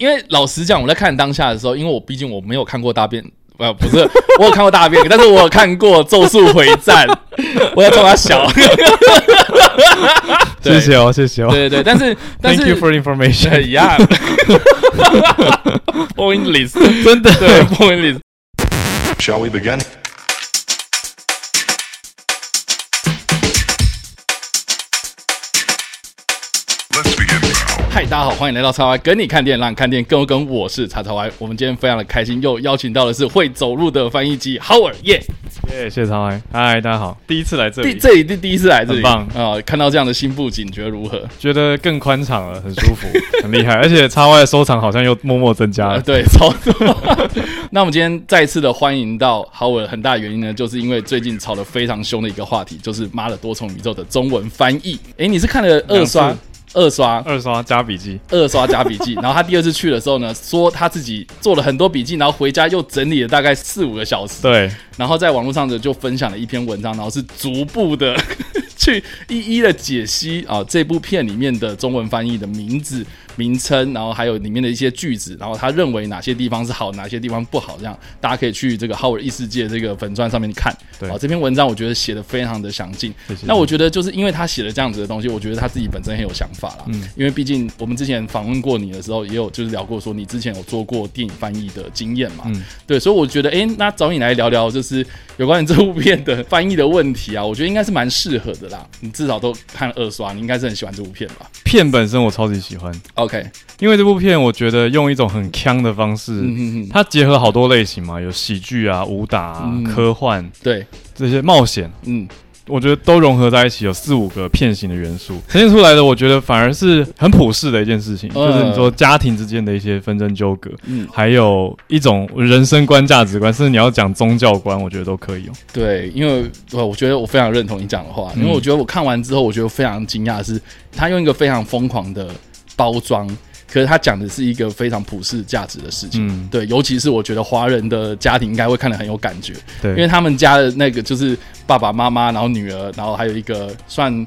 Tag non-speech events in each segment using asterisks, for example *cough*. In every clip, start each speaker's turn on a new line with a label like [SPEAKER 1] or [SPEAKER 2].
[SPEAKER 1] 因为老实讲，我在看当下的时候，因为我毕竟我没有看过大便，呃，不是， *laughs* 我有看过大便，但是我有看过《咒术回战》， *laughs* 我要冲他小。 *laughs* 对
[SPEAKER 2] *laughs* 谢谢哦，谢谢哦
[SPEAKER 1] 对对对，但是但
[SPEAKER 2] ，Thank you
[SPEAKER 1] 是 *laughs*
[SPEAKER 2] for information。
[SPEAKER 1] 一样，pointless，
[SPEAKER 2] 真的，
[SPEAKER 1] 对 pointless。
[SPEAKER 3] Shall we begin?
[SPEAKER 1] 嗨，大家好，欢迎来到叉 Y 跟你看店，让你看店更有梗。我是叉叉 Y，我们今天非常的开心，又邀请到的是会走路的翻译机 Howard 耶、
[SPEAKER 2] 耶，谢谢常来，嗨，大家好，第一次来这
[SPEAKER 1] 第
[SPEAKER 2] 里，
[SPEAKER 1] 这里是第一次来这里，
[SPEAKER 2] 很棒
[SPEAKER 1] 啊、看到这样的新布景，觉得如何？
[SPEAKER 2] 觉得更宽敞了，很舒服，很厉 *laughs* 害，而且插外的收藏好像又默默增加
[SPEAKER 1] 啊，
[SPEAKER 2] 了。
[SPEAKER 1] *laughs* 对，超多。那我们今天再次的欢迎到 Howard，很大原因呢，就是因为最近吵得非常凶的一个话题，就是《妈的多重宇宙》的中文翻译。诶，你是看了二刷
[SPEAKER 2] 两次？
[SPEAKER 1] 二刷，
[SPEAKER 2] 二刷加笔记，
[SPEAKER 1] 二刷加笔记，然后他第二次去的时候呢，说他自己做了很多笔记，然后回家又整理了大概四五个小时，
[SPEAKER 2] 对，
[SPEAKER 1] 然后在网络上的就分享了一篇文章，然后是逐步的 *laughs* 去一一的解析啊这部片里面的中文翻译的名字、名称，然后还有里面的一些句子，然后他认为哪些地方是好，哪些地方不好，这样大家可以去这个 Howard 异世界这个粉钻上面看。
[SPEAKER 2] 对
[SPEAKER 1] 啊，这篇文章我觉得写的非常的详尽。
[SPEAKER 2] 谢谢
[SPEAKER 1] 那我觉得就是因为他写了这样子的东西，我觉得他自己本身很有想法啦。嗯，因为毕竟我们之前访问过你的时候，也有就是聊过说你之前有做过电影翻译的经验嘛。嗯，对，所以我觉得，诶，那找你来聊聊就是有关于这部片的翻译的问题啊，我觉得应该是蛮适合的啦。你至少都看了二刷，你应该是很喜欢这部片吧
[SPEAKER 2] 片本身我超级喜欢，
[SPEAKER 1] ？OK，
[SPEAKER 2] 因为这部片我觉得用一种很腔的方式，
[SPEAKER 1] 嗯嗯嗯，
[SPEAKER 2] 它结合好多类型嘛，有喜剧啊、武打、啊
[SPEAKER 1] 嗯
[SPEAKER 2] 科幻
[SPEAKER 1] 对，
[SPEAKER 2] 这些冒险，
[SPEAKER 1] 嗯
[SPEAKER 2] 我觉得都融合在一起，有四五个片型的元素呈现出来的，我觉得反而是很普世的一件事情，
[SPEAKER 1] 呃
[SPEAKER 2] 就是你说家庭之间的一些纷争纠葛，
[SPEAKER 1] 嗯，
[SPEAKER 2] 还有一种人生观、价值观，甚至你要讲宗教观，我觉得都可以哦。
[SPEAKER 1] 对，因为呃我我觉得我非常认同你讲的话，
[SPEAKER 2] 嗯
[SPEAKER 1] 因为我觉得我看完之后，我觉得非常惊讶的是，他用一个非常疯狂的包装，可是他讲的是一个非常普世价值的事情。
[SPEAKER 2] 嗯，
[SPEAKER 1] 对，尤其是我觉得华人的家庭应该会看得很有感觉，因为
[SPEAKER 2] 对，
[SPEAKER 1] 他们家的那个就是爸爸妈妈，然后女儿，然后还有一个算，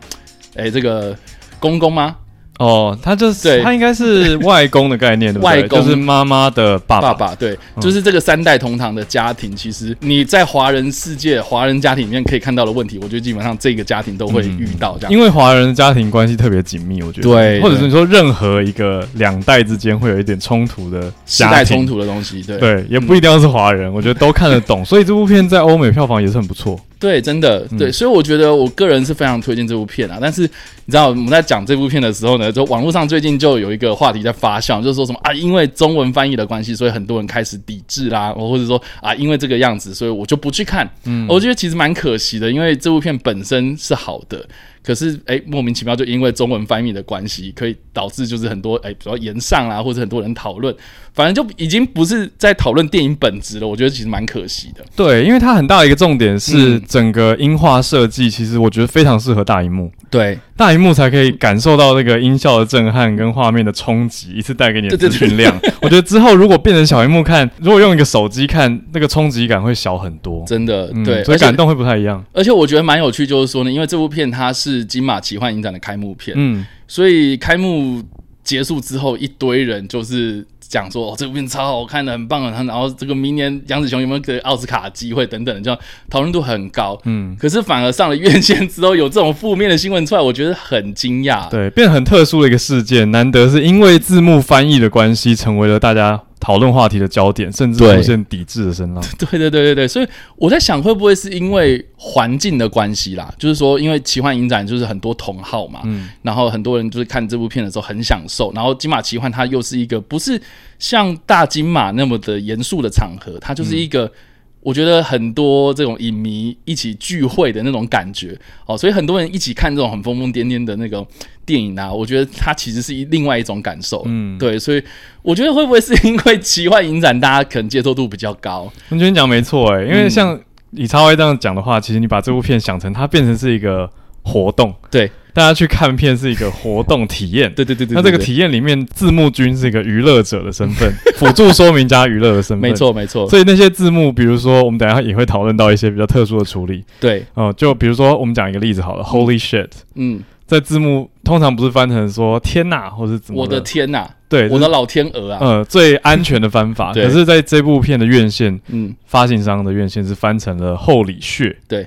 [SPEAKER 1] 哎、这个公公吗？
[SPEAKER 2] 哦，他就是
[SPEAKER 1] 对
[SPEAKER 2] 他应该是外公的概念，对不
[SPEAKER 1] *laughs*
[SPEAKER 2] 对？
[SPEAKER 1] 外公
[SPEAKER 2] 就是妈妈的爸嗯
[SPEAKER 1] 爸
[SPEAKER 2] 爸。
[SPEAKER 1] 爸，对，就是这个三代同堂的家庭，其实你在华人世界、华人家庭里面可以看到的问题，我觉得基本上这个家庭都会
[SPEAKER 2] 嗯
[SPEAKER 1] 遇到这样。
[SPEAKER 2] 因为华人的家庭关系特别紧密，我觉得，
[SPEAKER 1] 对
[SPEAKER 2] 或者是你说任何一个两代之间会有一点冲突的
[SPEAKER 1] 时
[SPEAKER 2] 家
[SPEAKER 1] 代
[SPEAKER 2] 庭
[SPEAKER 1] 冲，突的东西，对嗯
[SPEAKER 2] 对，也不一定要是华人，我觉得都看得
[SPEAKER 1] *laughs*
[SPEAKER 2] 懂，所以这部片在欧美票房也是很不错。
[SPEAKER 1] 对，真的对，所以我觉得我个人是非常推荐这部片啊。但是你知道我们在讲这部片的时候呢，就网络上最近就有一个话题在发酵，就是说什么啊，因为中文翻译的关系，所以很多人开始抵制啦，或者说啊，因为这个样子，所以我就不去看。嗯，我觉得其实蛮可惜的，因为这部片本身是好的。可是，哎、莫名其妙就因为中文翻译的关系，可以导致就是很多哎、比如说言上啦，或者很多人讨论，反正就已经不是在讨论电影本质了。我觉得其实蛮可惜的。
[SPEAKER 2] 对，因为它很大的一个重点是
[SPEAKER 1] 嗯
[SPEAKER 2] 整个音画设计，其实我觉得非常适合大荧幕，
[SPEAKER 1] 对，
[SPEAKER 2] 大荧幕才可以感受到那个音效的震撼跟画面的冲击，一次带给你的
[SPEAKER 1] 对对
[SPEAKER 2] 资
[SPEAKER 1] 对 *laughs*
[SPEAKER 2] 讯量。我觉得之后如果变成小荧幕看，如果用一个手机看，那个冲击感会小很多。
[SPEAKER 1] 真的，
[SPEAKER 2] 嗯
[SPEAKER 1] 对，
[SPEAKER 2] 所
[SPEAKER 1] 而
[SPEAKER 2] 以
[SPEAKER 1] 且
[SPEAKER 2] 感动会不太一样。
[SPEAKER 1] 而且我觉得蛮有趣，就是说呢，因为这部片它是金马奇幻影展的开幕片，
[SPEAKER 2] 嗯，
[SPEAKER 1] 所以开幕结束之后，一堆人就是讲说哦，这部片超好看的，很棒很，然后这个明年杨紫琼有没有给奥斯卡机会等等的，就讨论度很高。嗯，可是反而上了院线之后，有这种负面的新闻出来，我觉得很惊讶。
[SPEAKER 2] 对，变得很特殊的一个事件，难得是因为字幕翻译的关系，成为了大家讨论话题的焦点，甚至
[SPEAKER 1] 对
[SPEAKER 2] 出现抵制的声浪。
[SPEAKER 1] *laughs* 对对对对对，所以我在想，会不会是因为环境的关系啦？就是说，因为奇幻影展就是很多同好嘛，然后很多人就是看这部片的时候很享受，然后金马奇幻它又是一个不是像大金马那么的严肃的场合，它就是一个、我觉得很多这种影迷一起聚会的那种感觉哦，所以很多人一起看这种很疯疯癫癫的那个电影啊，我觉得它其实是一另外一种感受，嗯，对，所以我觉得会不会是因为奇幻影展大家可能接受度比较高？
[SPEAKER 2] 我觉得你讲没错哎、因
[SPEAKER 1] 嗯
[SPEAKER 2] 为像以超威这样讲的话，其实你把这部片想成它变成是一个活动，
[SPEAKER 1] 对
[SPEAKER 2] 大家去看片是一个活动体验。
[SPEAKER 1] 对对对对，
[SPEAKER 2] 那这个
[SPEAKER 1] 对
[SPEAKER 2] 体验里面，字幕君是一个娱乐者的身
[SPEAKER 1] *laughs*
[SPEAKER 2] 份，辅助说明加娱乐的身份。
[SPEAKER 1] 没。错没错，
[SPEAKER 2] 所以那些字幕，比如说我们等一下也会讨论到一些比较特殊的处理，
[SPEAKER 1] 对，
[SPEAKER 2] 哦、就比如说我们讲一个例子好了，Holy shit，
[SPEAKER 1] 嗯，
[SPEAKER 2] 在字幕通常不是翻成说“天哪”或是怎么
[SPEAKER 1] 我的天呐、
[SPEAKER 2] 对，
[SPEAKER 1] 我
[SPEAKER 2] 就
[SPEAKER 1] 的
[SPEAKER 2] 是
[SPEAKER 1] 老天鹅啊！
[SPEAKER 2] 呃最安全的翻法。
[SPEAKER 1] *laughs* 对
[SPEAKER 2] 可是，在这部片的院线
[SPEAKER 1] 嗯
[SPEAKER 2] 发行商的院线是翻成了“厚礼穴”，
[SPEAKER 1] 对，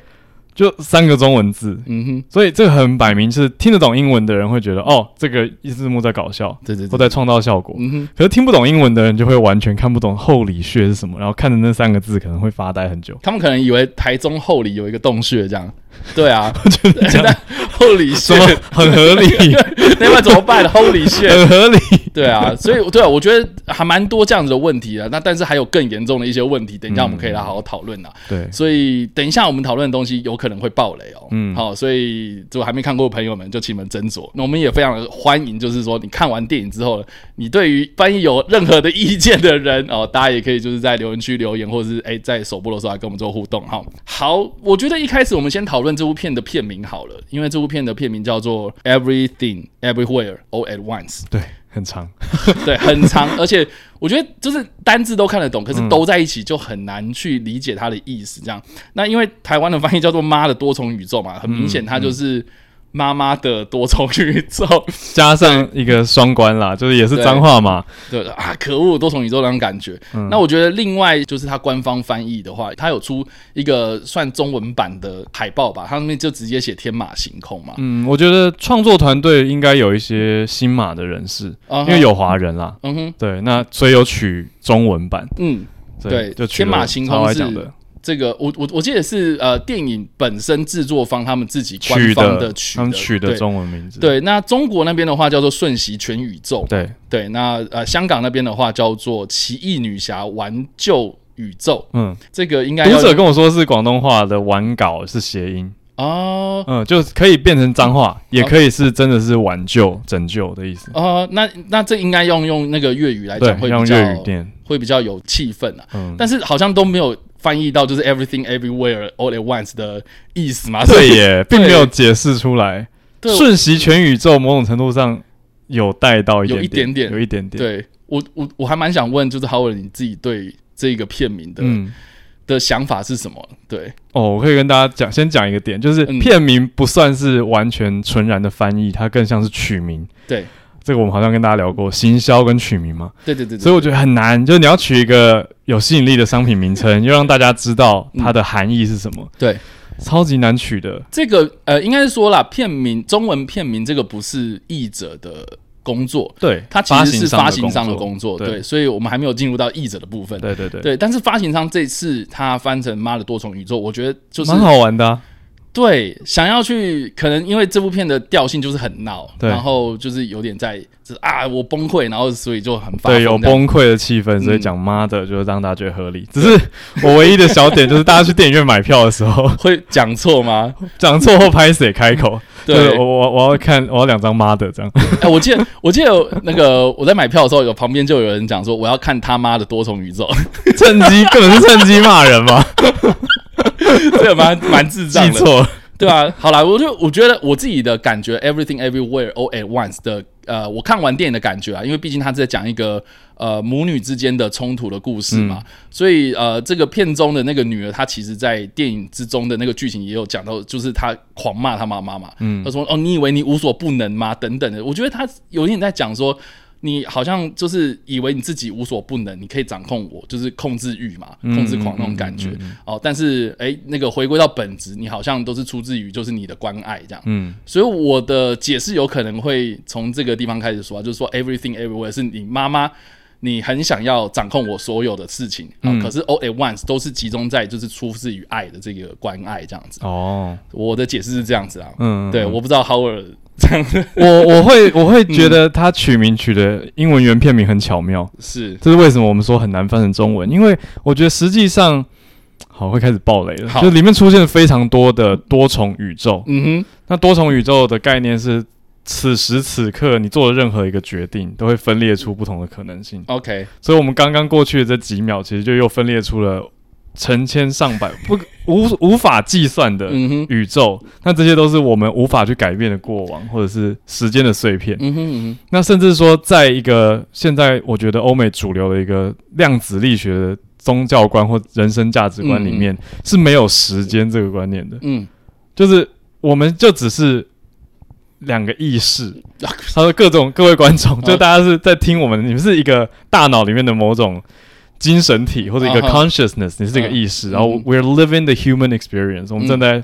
[SPEAKER 2] 就三个中文字，
[SPEAKER 1] 嗯哼，
[SPEAKER 2] 所以这个很摆明是听得懂英文的人会觉得哦，这个字幕在搞笑
[SPEAKER 1] 对对
[SPEAKER 2] 或
[SPEAKER 1] 对，
[SPEAKER 2] 在创造效果。
[SPEAKER 1] 嗯哼，
[SPEAKER 2] 可是听不懂英文的人就会完全看不懂“厚礼穴”是什么，然后看着那三个字可能会发呆很久。
[SPEAKER 1] 他们可能以为台中后里有一个洞穴这样，对啊， *laughs* 但后里穴
[SPEAKER 2] 什么很合理，
[SPEAKER 1] *laughs* 那要怎么办？后里穴
[SPEAKER 2] *laughs* 很合理。
[SPEAKER 1] 对啊，所以对啊，我觉得还蛮多这样子的问题啊的。那但是还有更严重的一些问题，等一下我们可以来好好讨论啊。
[SPEAKER 2] 对，
[SPEAKER 1] 所以等一下我们讨论的东西有可能会爆雷哦。嗯，好，所以如果还没看过的朋友们，就请你们斟酌。那我们也非常的欢迎，就是说你看完电影之后，你对于翻译有任何的意见的人哦， *laughs* 大家也可以就是在留言区留言，或者是哎在首播的时候来跟我们做互动哈。好，我觉得一开始我们先讨论这部片的片名好了，因为这部片的片名叫做 Everything Everywhere All at Once。
[SPEAKER 2] 对，很长。
[SPEAKER 1] 对，很长，而且我觉得就是单字都看得懂，可是
[SPEAKER 2] 嗯
[SPEAKER 1] 都在一起就很难去理解它的意思。这样，那因为台湾的翻译叫做“妈的多重宇宙”嘛，很明显它
[SPEAKER 2] 嗯
[SPEAKER 1] 就是妈妈的多重宇宙。 *laughs*
[SPEAKER 2] 加上一个双关啦，就是也是
[SPEAKER 1] 对
[SPEAKER 2] 脏话嘛，
[SPEAKER 1] 对啊，可恶，多重宇宙那种感觉。
[SPEAKER 2] 嗯
[SPEAKER 1] 那我觉得另外就是它官方翻译的话，它有出一个算中文版的海报吧，它上面就直接写天马行空嘛。
[SPEAKER 2] 嗯，我觉得创作团队应该有一些新马的人士，
[SPEAKER 1] 啊哈
[SPEAKER 2] 因为有华人啦，
[SPEAKER 1] 嗯哼，
[SPEAKER 2] 对，那所以有取中文版，
[SPEAKER 1] 嗯，对
[SPEAKER 2] 就取
[SPEAKER 1] 天
[SPEAKER 2] 了
[SPEAKER 1] 马行空
[SPEAKER 2] 超爱
[SPEAKER 1] 是
[SPEAKER 2] 讲的，
[SPEAKER 1] 这个我我我记得是呃电影本身制作方他们自己官
[SPEAKER 2] 取
[SPEAKER 1] 方的
[SPEAKER 2] 的
[SPEAKER 1] 曲
[SPEAKER 2] 他们取
[SPEAKER 1] 对
[SPEAKER 2] 的中文名字，
[SPEAKER 1] 对，那中国那边的话叫做《瞬息全宇宙》，
[SPEAKER 2] 对，
[SPEAKER 1] 对，那呃香港那边的话叫做《奇异女侠挽救宇宙》，
[SPEAKER 2] 嗯，
[SPEAKER 1] 这个应该
[SPEAKER 2] 读
[SPEAKER 1] 要
[SPEAKER 2] 者跟我说是广东话的玩稿是谐音，
[SPEAKER 1] 哦。
[SPEAKER 2] 嗯，就可以变成脏话，也可以是真的是挽救、拯救的意思，
[SPEAKER 1] 哦，那那这应该用用那个粤语来
[SPEAKER 2] 对
[SPEAKER 1] 讲，会，比
[SPEAKER 2] 用
[SPEAKER 1] 较
[SPEAKER 2] 粤语念，
[SPEAKER 1] 会比较有气氛啊。
[SPEAKER 2] 嗯，
[SPEAKER 1] 但是好像都没有翻译到就是 everything everywhere all at once 的意思嘛。所
[SPEAKER 2] 啊对
[SPEAKER 1] 以，
[SPEAKER 2] 耶，并没有解释出来。
[SPEAKER 1] 对
[SPEAKER 2] 瞬息全宇宙某种程度上有带到一
[SPEAKER 1] 有
[SPEAKER 2] 点
[SPEAKER 1] 一点点
[SPEAKER 2] 有一点点。，
[SPEAKER 1] 对我我我还蛮想问，就是 Howard 你自己对这个片名的、
[SPEAKER 2] 嗯，
[SPEAKER 1] 的想法是什么？对，
[SPEAKER 2] 哦，我可以跟大家讲，先讲一个点，就是
[SPEAKER 1] 嗯
[SPEAKER 2] 片名不算是完全纯然的翻译，它更像是取名。
[SPEAKER 1] 对，
[SPEAKER 2] 这个我们好像跟大家聊过，行销跟取名嘛，
[SPEAKER 1] 对对对
[SPEAKER 2] 所
[SPEAKER 1] 对，
[SPEAKER 2] 以我觉得很难，就是你要取一个有吸引力的商品名称，又让大家知道它的含义是什么，
[SPEAKER 1] 对。
[SPEAKER 2] 超级难取的。
[SPEAKER 1] 这个呃，应该是说啦，片名中文片名这个不是译者的工作，
[SPEAKER 2] 对，
[SPEAKER 1] 它其实是发行商的
[SPEAKER 2] 作。
[SPEAKER 1] 工作，
[SPEAKER 2] 对
[SPEAKER 1] 对，所以我们还没有进入到译者的部分。
[SPEAKER 2] 对对对，
[SPEAKER 1] 对，但是发行商这次他翻成“妈的多重宇宙”，我觉得就是
[SPEAKER 2] *laughs* 蛮好玩的啊、
[SPEAKER 1] 对想要去，可能因为这部片的调性就是很闹，
[SPEAKER 2] 对
[SPEAKER 1] 然后就是有点在就是啊我崩溃，然后所以就很发
[SPEAKER 2] 对，有
[SPEAKER 1] 这样嗯
[SPEAKER 2] 崩溃的气氛，所以讲妈的，就是让大家觉得合理。只是我唯一的小点就是，大家去电影院买票的时候
[SPEAKER 1] 会讲错
[SPEAKER 2] *laughs*
[SPEAKER 1] 吗？
[SPEAKER 2] 讲错后拍谁开口，就是
[SPEAKER 1] 对，
[SPEAKER 2] 我我我要看我要两张妈的这样，
[SPEAKER 1] 哎、我记得我记得有那个我在买票的时候，有旁边就有人讲说我要看他妈的多重宇宙，
[SPEAKER 2] *laughs* 趁机根本是趁机骂人嘛，
[SPEAKER 1] *laughs* 这个蛮蛮智障
[SPEAKER 2] *laughs* 记
[SPEAKER 1] 的。
[SPEAKER 2] 错了，
[SPEAKER 1] 对啊，好啦，我就我觉得我自己的感觉，everything everywhere all at once 的，呃，我看完电影的感觉啊，因为毕竟它是在讲一个呃母女之间的冲突的故事
[SPEAKER 2] 嗯
[SPEAKER 1] 嘛，所以呃，这个片中的那个女儿，她其实在电影之中的那个剧情也有讲到，就是她狂骂她妈妈嘛，嗯，她说哦，你以为你无所不能吗？等等的，我觉得她有点在讲说。你好像就是以为你自己无所不能，你可以掌控我，就是控制欲嘛，
[SPEAKER 2] 嗯
[SPEAKER 1] 控制狂那种感觉、哦。但是哎，那个回归到本质，你好像都是出自于就是你的关爱这样。
[SPEAKER 2] 嗯，
[SPEAKER 1] 所以我的解释有可能会从这个地方开始说啊，就是说 everything everywhere 是你妈妈。你很想要掌控我所有的事情，啊
[SPEAKER 2] 嗯
[SPEAKER 1] 可是 all at once 都是集中在就是出自于爱的这个关爱这样子。
[SPEAKER 2] 哦，
[SPEAKER 1] 我的解释是这样子啊，
[SPEAKER 2] 嗯，
[SPEAKER 1] 对，我不知道 Howard 这样子 *laughs*
[SPEAKER 2] 我我会我会觉得他取名取的英文原片名很巧妙，
[SPEAKER 1] 是
[SPEAKER 2] 这是为什么我们说很难翻成中文，因为我觉得实际上。好，会开始爆雷了。
[SPEAKER 1] 好
[SPEAKER 2] 就里面出现非常多的多重宇宙，
[SPEAKER 1] 嗯哼，
[SPEAKER 2] 那多重宇宙的概念是，此时此刻你做的任何一个决定，都会分裂出不同的可能性。
[SPEAKER 1] OK，
[SPEAKER 2] 所以，我们刚刚过去的这几秒，其实就又分裂出了成千上百不无无法计算的
[SPEAKER 1] 嗯哼，
[SPEAKER 2] 宇宙。那这些都是我们无法去改变的过往，或者是时间的碎片。
[SPEAKER 1] 嗯哼，嗯
[SPEAKER 2] 那甚至说，在一个现在我觉得欧美主流的一个量子力学的宗教观或人生价值观里面，是没有时间这个观念的。
[SPEAKER 1] 哼，嗯，
[SPEAKER 2] 就是我们就只是两个意识。
[SPEAKER 1] *laughs*
[SPEAKER 2] 他说各种各位观
[SPEAKER 1] 哦
[SPEAKER 2] 众，就大家是在听我们，你们是一个大脑里面的某种精神体或者一个
[SPEAKER 1] 啊哈
[SPEAKER 2] consciousness，你是一个意识，
[SPEAKER 1] 嗯
[SPEAKER 2] 然后
[SPEAKER 1] 嗯
[SPEAKER 2] we're living the human experience，我们正在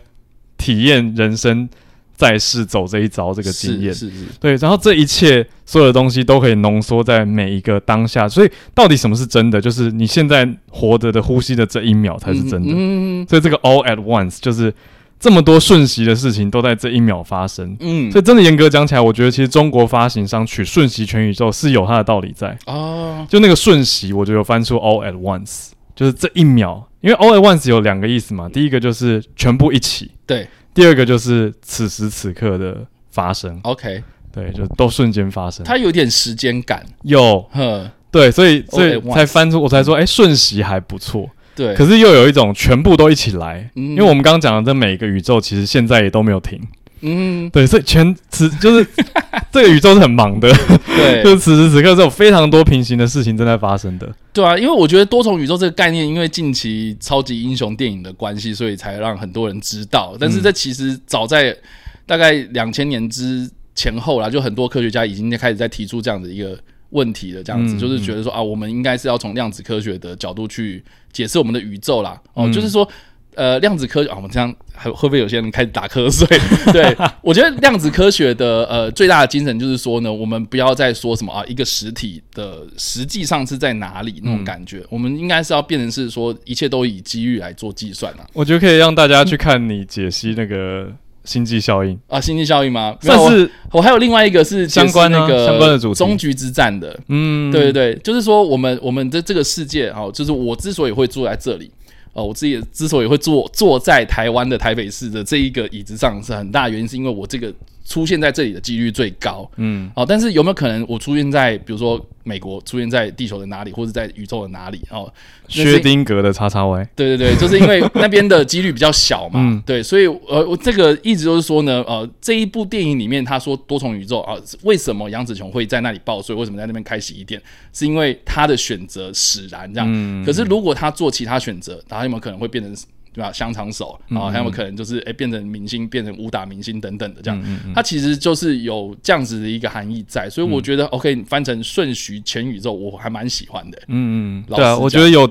[SPEAKER 2] 体验人生在世走这一遭这
[SPEAKER 1] 这
[SPEAKER 2] 个经验。
[SPEAKER 1] 是是是，
[SPEAKER 2] 对，然后这一切所有的东西都可以浓缩在每一个当下，所以到底什么是真的？就是你现在活着的呼吸的这一秒才是真的。
[SPEAKER 1] 嗯
[SPEAKER 2] 所以这个 all at once 就是这么多瞬息的事情都在这一秒发生。
[SPEAKER 1] 嗯，
[SPEAKER 2] 所以真的严格讲起来，我觉得其实中国发行商取瞬息全宇宙是有它的道理在。
[SPEAKER 1] 哦，
[SPEAKER 2] 就那个瞬息，我就有翻出 all at once，就是这一秒，因为 all at once 有两个意思嘛，第一个就是全部一起，
[SPEAKER 1] 对
[SPEAKER 2] 第二个就是此时此刻的发生，
[SPEAKER 1] ，OK，
[SPEAKER 2] 对，就都瞬间发生。
[SPEAKER 1] 它有点时间感，
[SPEAKER 2] 有
[SPEAKER 1] 呵，
[SPEAKER 2] 对，所以所
[SPEAKER 1] All
[SPEAKER 2] 以
[SPEAKER 1] at once
[SPEAKER 2] 才翻出，我才说，哎、瞬息还不错。
[SPEAKER 1] 对，
[SPEAKER 2] 可
[SPEAKER 1] 是
[SPEAKER 2] 是又有一种全部都一起来，
[SPEAKER 1] 嗯
[SPEAKER 2] 因为我们刚刚讲的这每一个宇宙，其实现在也都没有停。
[SPEAKER 1] 嗯，
[SPEAKER 2] 对，所以全此就是
[SPEAKER 1] *laughs*
[SPEAKER 2] 这个宇宙是很忙的，
[SPEAKER 1] 对，
[SPEAKER 2] 就是此时此刻是有非常多平行的事情正在发生的。
[SPEAKER 1] 对啊，因为我觉得多重宇宙这个概念，因为近期超级英雄电影的关系，所以才让很多人知道。但
[SPEAKER 2] 嗯
[SPEAKER 1] 是这其实早在大概两千年之前后啦，就很多科学家已经开始在提出这样的一个问题了。这样子、
[SPEAKER 2] 嗯
[SPEAKER 1] 就是觉得说啊，我们应该是要从量子科学的角度去解释我们的宇宙啦。
[SPEAKER 2] 嗯
[SPEAKER 1] 哦，就是说。呃，量子科学啊，我们这样还会不会有些人开始打瞌睡？ *laughs* 对我觉得量子科学的呃最大的精神就是说呢，我们不要再说什么啊，一个实体的实际上是在哪里那种感觉，
[SPEAKER 2] 嗯
[SPEAKER 1] 我们应该是要变成是说一切都以机遇来做计算啊
[SPEAKER 2] 我觉得可以让大家去看你解析那个星际效应，
[SPEAKER 1] 啊，星际效应吗？没
[SPEAKER 2] 算
[SPEAKER 1] 有
[SPEAKER 2] 是
[SPEAKER 1] 我我还有另外一个是
[SPEAKER 2] 相关啊
[SPEAKER 1] 那个
[SPEAKER 2] 相关的主题
[SPEAKER 1] 终局之战的，
[SPEAKER 2] 嗯，
[SPEAKER 1] 对对对，就是说我们我们的这个世界哦，就是我之所以会住在这里。哦，我自己之所以会坐坐在台湾的台北市的这一个椅子上，是很大原因，是因为我这个出现在这里的几率最高。
[SPEAKER 2] 嗯，
[SPEAKER 1] 哦，但是有没有可能我出现在比如说美国，出现在地球的哪里，或者在宇宙的哪里？哦，那是
[SPEAKER 2] 薛丁格的叉叉 Y，
[SPEAKER 1] 对对对，就是因为那边的几率比较小嘛，对，所以呃，我这个一直都是说呢，呃，这一部电影里面他说多重宇宙啊、为什么杨紫琼会在那里爆睡，为什么在那边开洗衣店，是因为他的选择使然这样。可是如果他做其他选择，他有没有可能会变成对吧香肠手啊？还有没有可能就是诶变成明星，变成武打明星等等的这
[SPEAKER 2] 嗯
[SPEAKER 1] 样？它其实就是有这样子的一个含义在，所以我觉得、OK 翻成顺序全宇宙，我还蛮喜欢的、
[SPEAKER 2] 嗯嗯，
[SPEAKER 1] 老
[SPEAKER 2] 对啊，
[SPEAKER 1] 实
[SPEAKER 2] 我觉
[SPEAKER 1] 讲
[SPEAKER 2] 得有。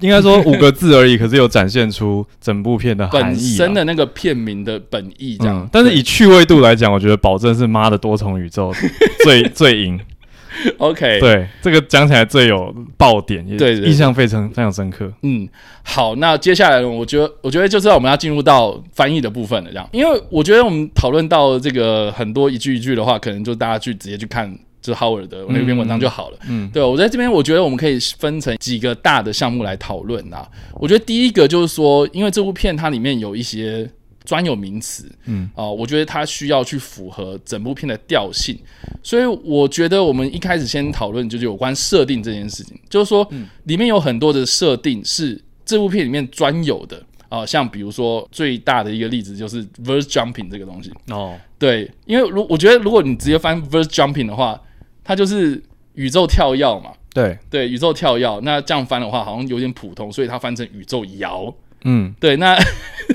[SPEAKER 2] 应该说五个字而已，可是有展现出整部片的
[SPEAKER 1] *laughs*
[SPEAKER 2] 含
[SPEAKER 1] 本
[SPEAKER 2] 义、啊。
[SPEAKER 1] 身的那个片名的本意这样。
[SPEAKER 2] 嗯但是以趣味度来讲，我觉得保证是妈的多重宇宙最 *laughs* 最赢。
[SPEAKER 1] OK，，
[SPEAKER 2] 对，这个讲起来最有爆点，也
[SPEAKER 1] 对对对
[SPEAKER 2] 印象非常非常深刻。
[SPEAKER 1] 嗯，好，那接下来呢，我觉得，我觉得就是我们要进入到翻译的部分了，这样，因为我觉得我们讨论到这个很多一句一句的话，可能就大家去直接去看。就是 Howard 的那篇文章就好了。嗯，对我在这边，我觉得我们可以分成几个大的项目来讨论啊。我觉得第一个就是说，因为这部片它里面有一些专有名词，嗯，啊、我觉得它需要去符合整部片的调性，所以我觉得我们一开始先讨论就是有关设定这件事情，就是说里面有很多的设定是这部片里面专有的啊、像比如说最大的一个例子就是 verse jumping 这个东西，
[SPEAKER 2] 哦，
[SPEAKER 1] 对，因为如我觉得如果你直接翻 verse jumping 的话，它就是宇宙跳跃嘛，
[SPEAKER 2] 对，
[SPEAKER 1] 对，宇宙跳跃，那这样翻的话好像有点普通，所以它翻成宇宙摇，
[SPEAKER 2] 嗯，
[SPEAKER 1] 对，那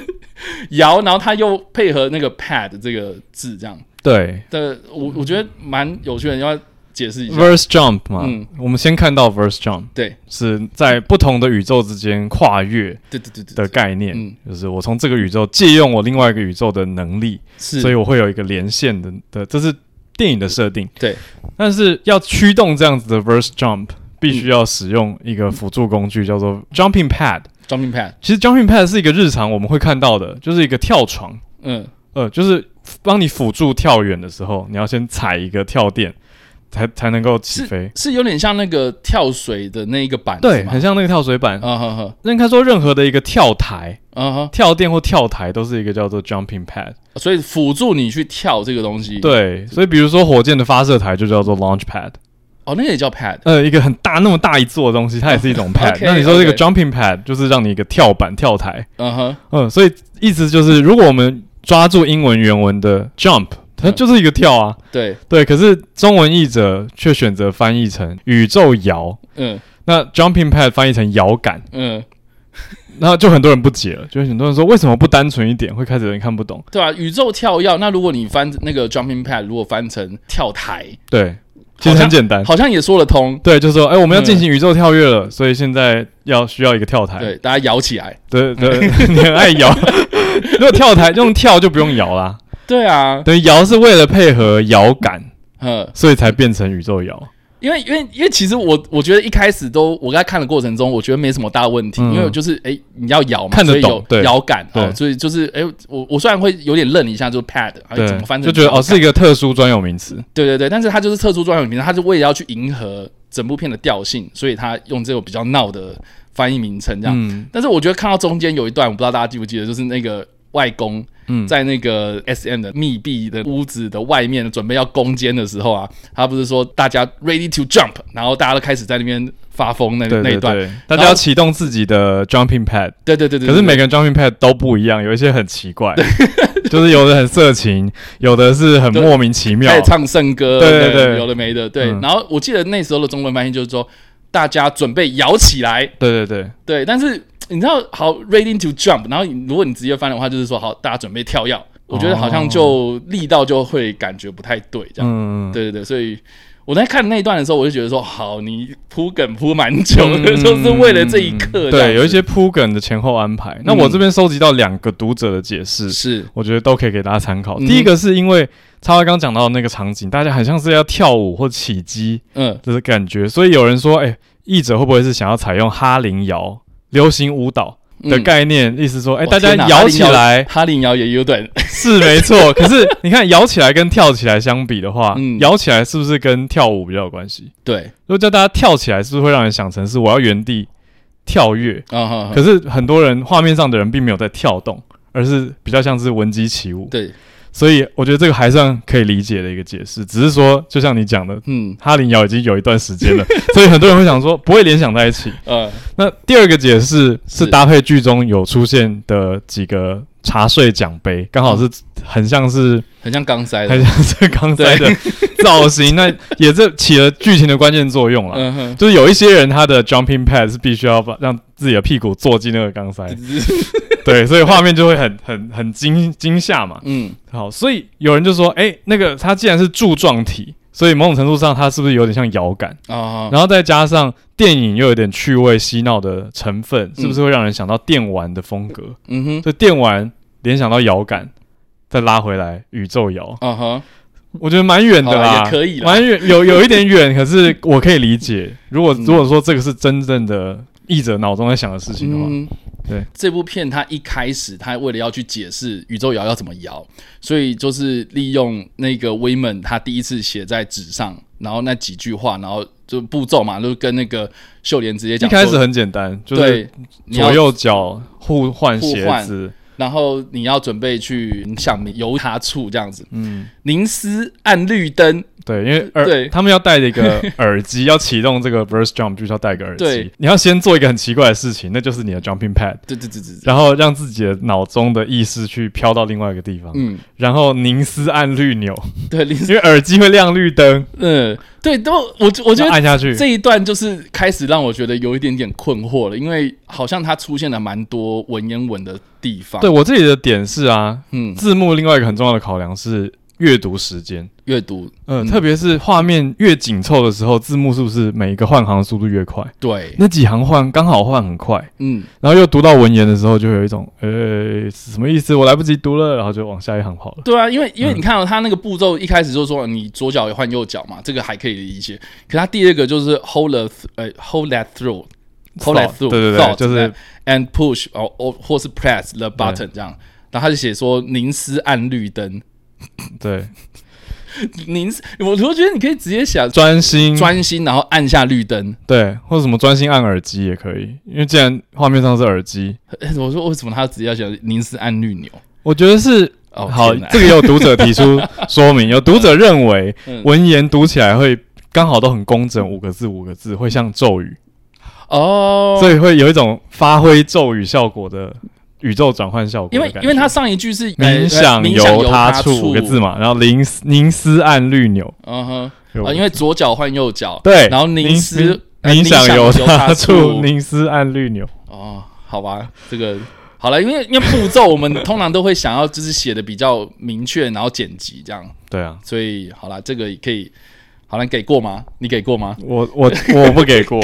[SPEAKER 1] *laughs* 摇，然后它又配合那个 pad 这个字这样。
[SPEAKER 2] 对
[SPEAKER 1] 的，我我觉得蛮有趣的，你要解释一下。
[SPEAKER 2] ，verse jump 嘛，
[SPEAKER 1] 嗯
[SPEAKER 2] 我们先看到 verse jump
[SPEAKER 1] 对
[SPEAKER 2] 是在不同的宇宙之间跨越
[SPEAKER 1] 对对对对，
[SPEAKER 2] 的
[SPEAKER 1] 对
[SPEAKER 2] 概念，
[SPEAKER 1] 嗯
[SPEAKER 2] 就是我从这个宇宙借用我另外一个宇宙的能力，
[SPEAKER 1] 是，
[SPEAKER 2] 所以我会有一个连线的的，这是电影的设定。
[SPEAKER 1] 对，
[SPEAKER 2] 但是要驱动这样子的 verse jump，必须要使用一个辅助工具，叫做 jumping pad。
[SPEAKER 1] jumping pad，
[SPEAKER 2] 其实 jumping pad 是一个日常我们会看到的，就是一个跳床，
[SPEAKER 1] 嗯，
[SPEAKER 2] 呃，就是帮你辅助跳远的时候，你要先踩一个跳垫，才才能够起
[SPEAKER 1] 是
[SPEAKER 2] 飞。
[SPEAKER 1] 是有点像那个跳水的那一个板子
[SPEAKER 2] 对，
[SPEAKER 1] 吗
[SPEAKER 2] 很像那个跳水板。
[SPEAKER 1] 啊哈哈，
[SPEAKER 2] 那呃应该说，任何的一个跳台、
[SPEAKER 1] 啊哈，
[SPEAKER 2] 跳垫或跳台，都是一个叫做 jumping pad。
[SPEAKER 1] 所以辅助你去跳这个东西，，
[SPEAKER 2] 对，所以比如说火箭的发射台就叫做 launch pad。
[SPEAKER 1] 哦，那个也叫 pad，
[SPEAKER 2] 呃，一个很大那么大一座的东西，它也是一 *laughs* 种 pad。
[SPEAKER 1] OK，
[SPEAKER 2] 那你说这个
[SPEAKER 1] OK
[SPEAKER 2] jumping pad 就是让你一个跳板跳台，
[SPEAKER 1] 嗯哼，
[SPEAKER 2] 嗯，所以意思就是，如果我们抓住英文原文的 jump，它
[SPEAKER 1] 嗯
[SPEAKER 2] 就是一个跳啊，
[SPEAKER 1] 对，
[SPEAKER 2] 对。可是中文译者却选择翻译成宇宙摇，
[SPEAKER 1] 嗯
[SPEAKER 2] 那 jumping pad 翻译成摇杆，
[SPEAKER 1] 嗯，
[SPEAKER 2] 那就很多人不解了，就是很多人说为什么不单纯一点，会开始有人看不懂。
[SPEAKER 1] 对吧、啊宇宙跳跃，那如果你翻那个 jumping pad，如果翻成跳台，
[SPEAKER 2] 对，其实
[SPEAKER 1] 好像
[SPEAKER 2] 很简单。
[SPEAKER 1] 好像也说得通。
[SPEAKER 2] 对，就是说，哎、我们要进行宇宙跳跃了，所以现在要需要一个跳台。
[SPEAKER 1] 对，大家摇起来。
[SPEAKER 2] 对对， *laughs* 你很爱摇。如果跳台用跳就不用摇啦，
[SPEAKER 1] 对啊，
[SPEAKER 2] 等于摇是为了配合摇感，
[SPEAKER 1] 嗯，
[SPEAKER 2] 所以才变成宇宙摇。
[SPEAKER 1] 因为因为因为其实我我觉得一开始都我在看的过程中，我觉得没什么大问题，
[SPEAKER 2] 嗯
[SPEAKER 1] 因为我就是哎、诶你要摇嘛，
[SPEAKER 2] 看得
[SPEAKER 1] 所以有
[SPEAKER 2] 懂对
[SPEAKER 1] 摇感
[SPEAKER 2] 对
[SPEAKER 1] 哦，所以就是哎、诶我我虽然会有点愣一下，就是 pad，哎
[SPEAKER 2] 对
[SPEAKER 1] 怎么，翻
[SPEAKER 2] 就
[SPEAKER 1] 成
[SPEAKER 2] 觉得哦是一
[SPEAKER 1] 个
[SPEAKER 2] 个特殊专有名词。
[SPEAKER 1] 对对对，但是它就是特殊专有名，它就为了要去迎合整部片的调性，所以它用这个比较闹的翻译名称这样。
[SPEAKER 2] 嗯
[SPEAKER 1] 但是我觉得看到中间有一段，我不知道大家记不记得，就是那个外公
[SPEAKER 2] 嗯，
[SPEAKER 1] 在那个 S M 的密闭的屋子的外面准备要攻坚的时候啊，他不是说大家 ready to jump，然后大家都开始在那边发疯那
[SPEAKER 2] 对
[SPEAKER 1] 那一
[SPEAKER 2] 对
[SPEAKER 1] 段，
[SPEAKER 2] 对，大家要启动自己的 jumping pad，
[SPEAKER 1] 对对对对。
[SPEAKER 2] 可是每
[SPEAKER 1] 个
[SPEAKER 2] 个人 jumping pad 都不一样，有一些很奇怪， *laughs* 就是有的很色情，有的是很
[SPEAKER 1] 对
[SPEAKER 2] 莫名其妙
[SPEAKER 1] 开始。唱圣歌，
[SPEAKER 2] 对对对
[SPEAKER 1] 有的没的，对。
[SPEAKER 2] 嗯
[SPEAKER 1] 然后我记得那时候的中文翻译就是说，大家准备摇起来，
[SPEAKER 2] 对对对，
[SPEAKER 1] 对。但是你知道，好 ready to jump，然后你如果你直接翻的话，就是说好大家准备跳跃，我觉得好像就力道就会感觉不太对这样。
[SPEAKER 2] 嗯，
[SPEAKER 1] 对对对，所以我在看那一段的时候，我就觉得说，好，你铺梗铺蛮久的，就是为了这一刻这样子。
[SPEAKER 2] 嗯
[SPEAKER 1] 嗯
[SPEAKER 2] 对，有一些铺梗的前后安排。那我这边收集到两个读者的解释，
[SPEAKER 1] 是，
[SPEAKER 2] 我觉得都可以给大家参考。
[SPEAKER 1] 嗯
[SPEAKER 2] 第一个是因为超哥刚讲到的那个场景，大家很像是要跳舞或起机
[SPEAKER 1] 嗯，
[SPEAKER 2] 的感觉，所以有人说，哎、译者会不会是想要采用哈林摇流行舞蹈的
[SPEAKER 1] 嗯
[SPEAKER 2] 概念？意思说，哎、
[SPEAKER 1] 哇
[SPEAKER 2] 大家
[SPEAKER 1] 天哪
[SPEAKER 2] 摇起来，
[SPEAKER 1] 哈林摇也有点，
[SPEAKER 2] 是没
[SPEAKER 1] *laughs*
[SPEAKER 2] 错，可是你看摇起来跟跳起来相比的话，
[SPEAKER 1] 嗯
[SPEAKER 2] 摇起来是不是跟跳舞比较有关系？
[SPEAKER 1] 对，
[SPEAKER 2] 如果叫大家跳起来，是不是会让人想成是我要原地跳跃？
[SPEAKER 1] 啊哈，
[SPEAKER 2] 可是很多人画面上的人并没有在跳动，而是比较像是闻鸡起舞。
[SPEAKER 1] 对，
[SPEAKER 2] 所以我觉得这个还算可以理解的一个解释，只是说就像你讲的。
[SPEAKER 1] 嗯，
[SPEAKER 2] 哈林摇已经有一段
[SPEAKER 1] *laughs*
[SPEAKER 2] 时间了，所以很多人会想说不会联想在一起。
[SPEAKER 1] 呃，
[SPEAKER 2] 那第二个解释是
[SPEAKER 1] 是
[SPEAKER 2] 搭配剧中有出现的几个茶税奖杯，刚好是很像是
[SPEAKER 1] 很像钢塞
[SPEAKER 2] 很
[SPEAKER 1] 的，
[SPEAKER 2] 像是刚才的 *laughs* 造型，那也是起了剧情的关键作用了。
[SPEAKER 1] 嗯哼，
[SPEAKER 2] 就是有一些人他的 jumping pad 是必须要把让自己的屁股坐进那个钢塞，对，所以画面就会很很很惊惊吓嘛。
[SPEAKER 1] 嗯，
[SPEAKER 2] 好，所以有人就说，哎、那个它既然是柱状体，所以某种程度上它是不是有点像摇杆？
[SPEAKER 1] 啊，
[SPEAKER 2] 然后再加上电影又有点趣味嬉闹的成分，是不是会让人想到电玩的风格？
[SPEAKER 1] 嗯哼，
[SPEAKER 2] 所以电玩联想到摇杆，再拉回来宇宙摇，
[SPEAKER 1] 啊哈，
[SPEAKER 2] 我觉得蛮远的
[SPEAKER 1] 好
[SPEAKER 2] 啦，
[SPEAKER 1] 啦也可以啦
[SPEAKER 2] 蛮远
[SPEAKER 1] *laughs*
[SPEAKER 2] 有有一点远，可是我可以理解。如果
[SPEAKER 1] 嗯
[SPEAKER 2] 如果说这个是真正的译者脑中在想的事情的话，
[SPEAKER 1] 嗯，
[SPEAKER 2] 对
[SPEAKER 1] 这部片它一开始它为了要去解释宇宙摇要怎么摇，所以就是利用那个威猛他第一次写在纸上，然后那几句话，然后就步骤嘛，就跟那个秀莲直接
[SPEAKER 2] 一
[SPEAKER 1] 讲说，
[SPEAKER 2] 开始很简单，就是
[SPEAKER 1] 对，你要
[SPEAKER 2] 左右脚互换鞋
[SPEAKER 1] 互换
[SPEAKER 2] 子，
[SPEAKER 1] 然后你要准备去向油他处这样子，
[SPEAKER 2] 嗯，
[SPEAKER 1] 凝思按绿灯，
[SPEAKER 2] 对，因为耳
[SPEAKER 1] 对
[SPEAKER 2] 他们要戴着
[SPEAKER 1] *laughs*
[SPEAKER 2] 一个耳机，要启动这个 verse jump 就是要戴个耳机
[SPEAKER 1] 对。嗯
[SPEAKER 2] 你要先做一个很奇怪的事情，那就是你的 jumping pad，
[SPEAKER 1] 对对对对对，
[SPEAKER 2] 然后让自己的脑中的意识去飘到另外一个地方，
[SPEAKER 1] 嗯，
[SPEAKER 2] 然后凝思按绿钮，
[SPEAKER 1] 对凝思，
[SPEAKER 2] 因为耳机会亮绿灯，
[SPEAKER 1] 嗯，对，都我我觉得
[SPEAKER 2] 要按 *laughs* 下去，
[SPEAKER 1] 这一段就是开始让我觉得有一点点困惑了，因为好像它出现了蛮多文言文的地方，
[SPEAKER 2] 对，我自己的点是啊，
[SPEAKER 1] 嗯，
[SPEAKER 2] 字幕另外一个很重要的考量是阅读时间。
[SPEAKER 1] 阅读，
[SPEAKER 2] 嗯，特别是画面越紧凑的时候，字幕是不是每一个换行的速度越快？
[SPEAKER 1] 对，
[SPEAKER 2] 那几行换刚好换很快，
[SPEAKER 1] 嗯，
[SPEAKER 2] 然后又读到文言的时候，就有一种呃、是什么意思？我来不及读了，然后就往下一行跑了。
[SPEAKER 1] 对啊，因为因为你看到、他那个步骤一开始就说哦你左脚也换右脚嘛，这个还可以理解，可他第二个就是 hold the th- 呃 hold that through。Hold that
[SPEAKER 2] Thought，
[SPEAKER 1] through，
[SPEAKER 2] 对对对
[SPEAKER 1] thought，
[SPEAKER 2] 就是
[SPEAKER 1] and push 哦哦，或是 press the button 这样，然后他就写说凝思按绿灯，
[SPEAKER 2] 对，
[SPEAKER 1] 凝思，我我觉得你可以直接写啊
[SPEAKER 2] 专心
[SPEAKER 1] 专心，然后按下绿灯。
[SPEAKER 2] 对，或者什么专心按耳机也可以，因为既然画面上是耳机，
[SPEAKER 1] 呃 *laughs* 我说为什么他直接要写凝思按绿钮？
[SPEAKER 2] 我觉得是
[SPEAKER 1] 哦，
[SPEAKER 2] 好，
[SPEAKER 1] 天哪
[SPEAKER 2] 这个也有读者提出说明，有读者认为
[SPEAKER 1] *laughs* 嗯
[SPEAKER 2] 文言读起来会刚好都很工整，五个字五个字会像咒语，
[SPEAKER 1] 哦，
[SPEAKER 2] 所以会有一种发挥咒语效果的宇宙转换效果
[SPEAKER 1] 因
[SPEAKER 2] 的
[SPEAKER 1] 为
[SPEAKER 2] 感觉。
[SPEAKER 1] 因为他上一句是呃
[SPEAKER 2] 冥
[SPEAKER 1] 呃
[SPEAKER 2] 想
[SPEAKER 1] 冥想
[SPEAKER 2] 由
[SPEAKER 1] 由
[SPEAKER 2] 他
[SPEAKER 1] 处
[SPEAKER 2] 处五个字，嘛，然后凝思凝思按绿钮，
[SPEAKER 1] 嗯哼，
[SPEAKER 2] 有
[SPEAKER 1] 啊，因为左脚换右脚，
[SPEAKER 2] 对，
[SPEAKER 1] 然后凝思
[SPEAKER 2] 冥
[SPEAKER 1] 呃
[SPEAKER 2] 冥想由
[SPEAKER 1] 他
[SPEAKER 2] 他处，凝思按绿钮，
[SPEAKER 1] 哦，好吧，这个好了，因为因为步骤我们通常都会想要就是写的比较明确，然后剪辑这样，
[SPEAKER 2] 对啊，
[SPEAKER 1] 所以好了，这个也可以，好了，你给过吗？你给过吗？
[SPEAKER 2] 我我我不
[SPEAKER 1] *laughs*
[SPEAKER 2] 给过，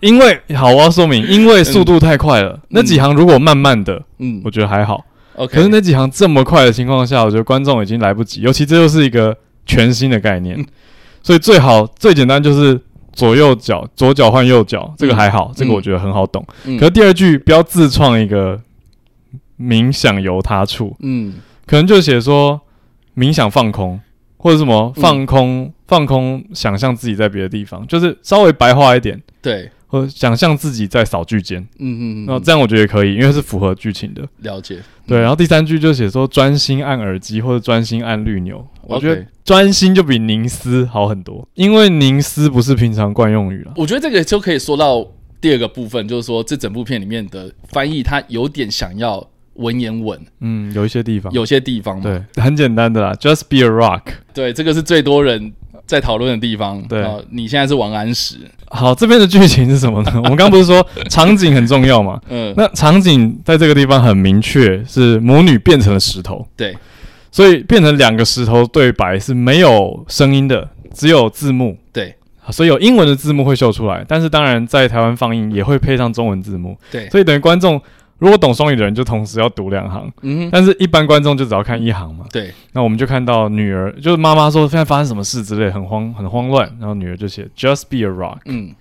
[SPEAKER 2] 因为好，我要说明，因为速度太快了，那几行如果慢慢的，
[SPEAKER 1] 嗯
[SPEAKER 2] 我觉得还好。
[SPEAKER 1] ，OK，
[SPEAKER 2] 可是那几行这么快的情况下，我觉得观众已经来不及，尤其这又是一个全新的概
[SPEAKER 1] 嗯
[SPEAKER 2] 念，所以最好最简单就是左右脚，左脚换右脚，这个还好，这个我觉得很好懂。
[SPEAKER 1] 嗯
[SPEAKER 2] 可是第二句不要自创一个冥想由他处，
[SPEAKER 1] 嗯
[SPEAKER 2] 可能就写说冥想放空，或者什么
[SPEAKER 1] 嗯
[SPEAKER 2] 放空、放空，想象自己在别的地方，就是稍微白话一点，
[SPEAKER 1] 对，
[SPEAKER 2] 或者想象自己在扫剧间，
[SPEAKER 1] 嗯嗯
[SPEAKER 2] 那、
[SPEAKER 1] 嗯，
[SPEAKER 2] 哦这样我觉得也可以，因为是符合剧情的。
[SPEAKER 1] 了解，
[SPEAKER 2] 对，然后第三句就写说专心按耳机或者专心按绿钮，我觉
[SPEAKER 1] OK
[SPEAKER 2] 得专心就比凝思好很多，因为凝思不是平常惯用语了。啊
[SPEAKER 1] 我觉得这个就可以说到第二个部分，就是说这整部片里面的翻译，它有点想要文言文，
[SPEAKER 2] 嗯，有一些地方
[SPEAKER 1] 有些地方嘛，
[SPEAKER 2] 对，很简单的啦，just be a rock。
[SPEAKER 1] 对，这个是最多人在讨论的地方。
[SPEAKER 2] 对
[SPEAKER 1] 啊你现在是王安石，
[SPEAKER 2] 好，这边的剧情是什么呢？ *laughs* 我们刚不是说场景很重要嘛？
[SPEAKER 1] 嗯，
[SPEAKER 2] *laughs* 那场景在这个地方很明确，是母女变成了石头，
[SPEAKER 1] 对，
[SPEAKER 2] 所以变成两个石头对白是没有声音的，只有字幕。
[SPEAKER 1] 对，
[SPEAKER 2] 所以有英文的字幕会秀出来，但是当然在台湾放映也会配上中文字幕，
[SPEAKER 1] 对，
[SPEAKER 2] 所以等于观众如果懂双语的人就同时要读两行，
[SPEAKER 1] 嗯哼，
[SPEAKER 2] 但是一般观众就只要看一行嘛。
[SPEAKER 1] 对，
[SPEAKER 2] 那我们就看到女儿，就是妈妈说现在发生什么事之类，很慌很慌乱，然后女儿就写 Just be a rock，
[SPEAKER 1] 嗯，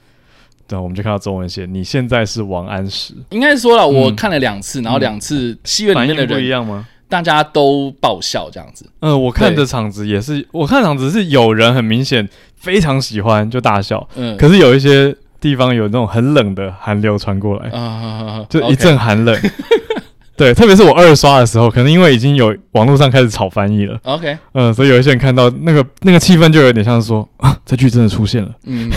[SPEAKER 2] 然后我们就看到中文写你现在是王安石，
[SPEAKER 1] 应该说了，我看了两次，然后两次戏院里
[SPEAKER 2] 反
[SPEAKER 1] 面
[SPEAKER 2] 应
[SPEAKER 1] 的
[SPEAKER 2] 嗯不
[SPEAKER 1] 人
[SPEAKER 2] 一样吗？
[SPEAKER 1] 大家都爆笑这样子。
[SPEAKER 2] 嗯、我看
[SPEAKER 1] 对
[SPEAKER 2] 的场子也是，我看场子是有人很明显非常喜欢就大笑，
[SPEAKER 1] 嗯，
[SPEAKER 2] 可是有一些地方有那种很冷的寒流传过来，
[SPEAKER 1] 啊，
[SPEAKER 2] 就
[SPEAKER 1] OK
[SPEAKER 2] 一阵寒冷。 *laughs* 对，特别是我二刷的时候，可能因为已经有网络上开始炒翻译了，
[SPEAKER 1] OK，
[SPEAKER 2] 嗯，所以有一些人看到那个那个气氛，就有点像是说啊，这剧真的出现了，
[SPEAKER 1] 嗯，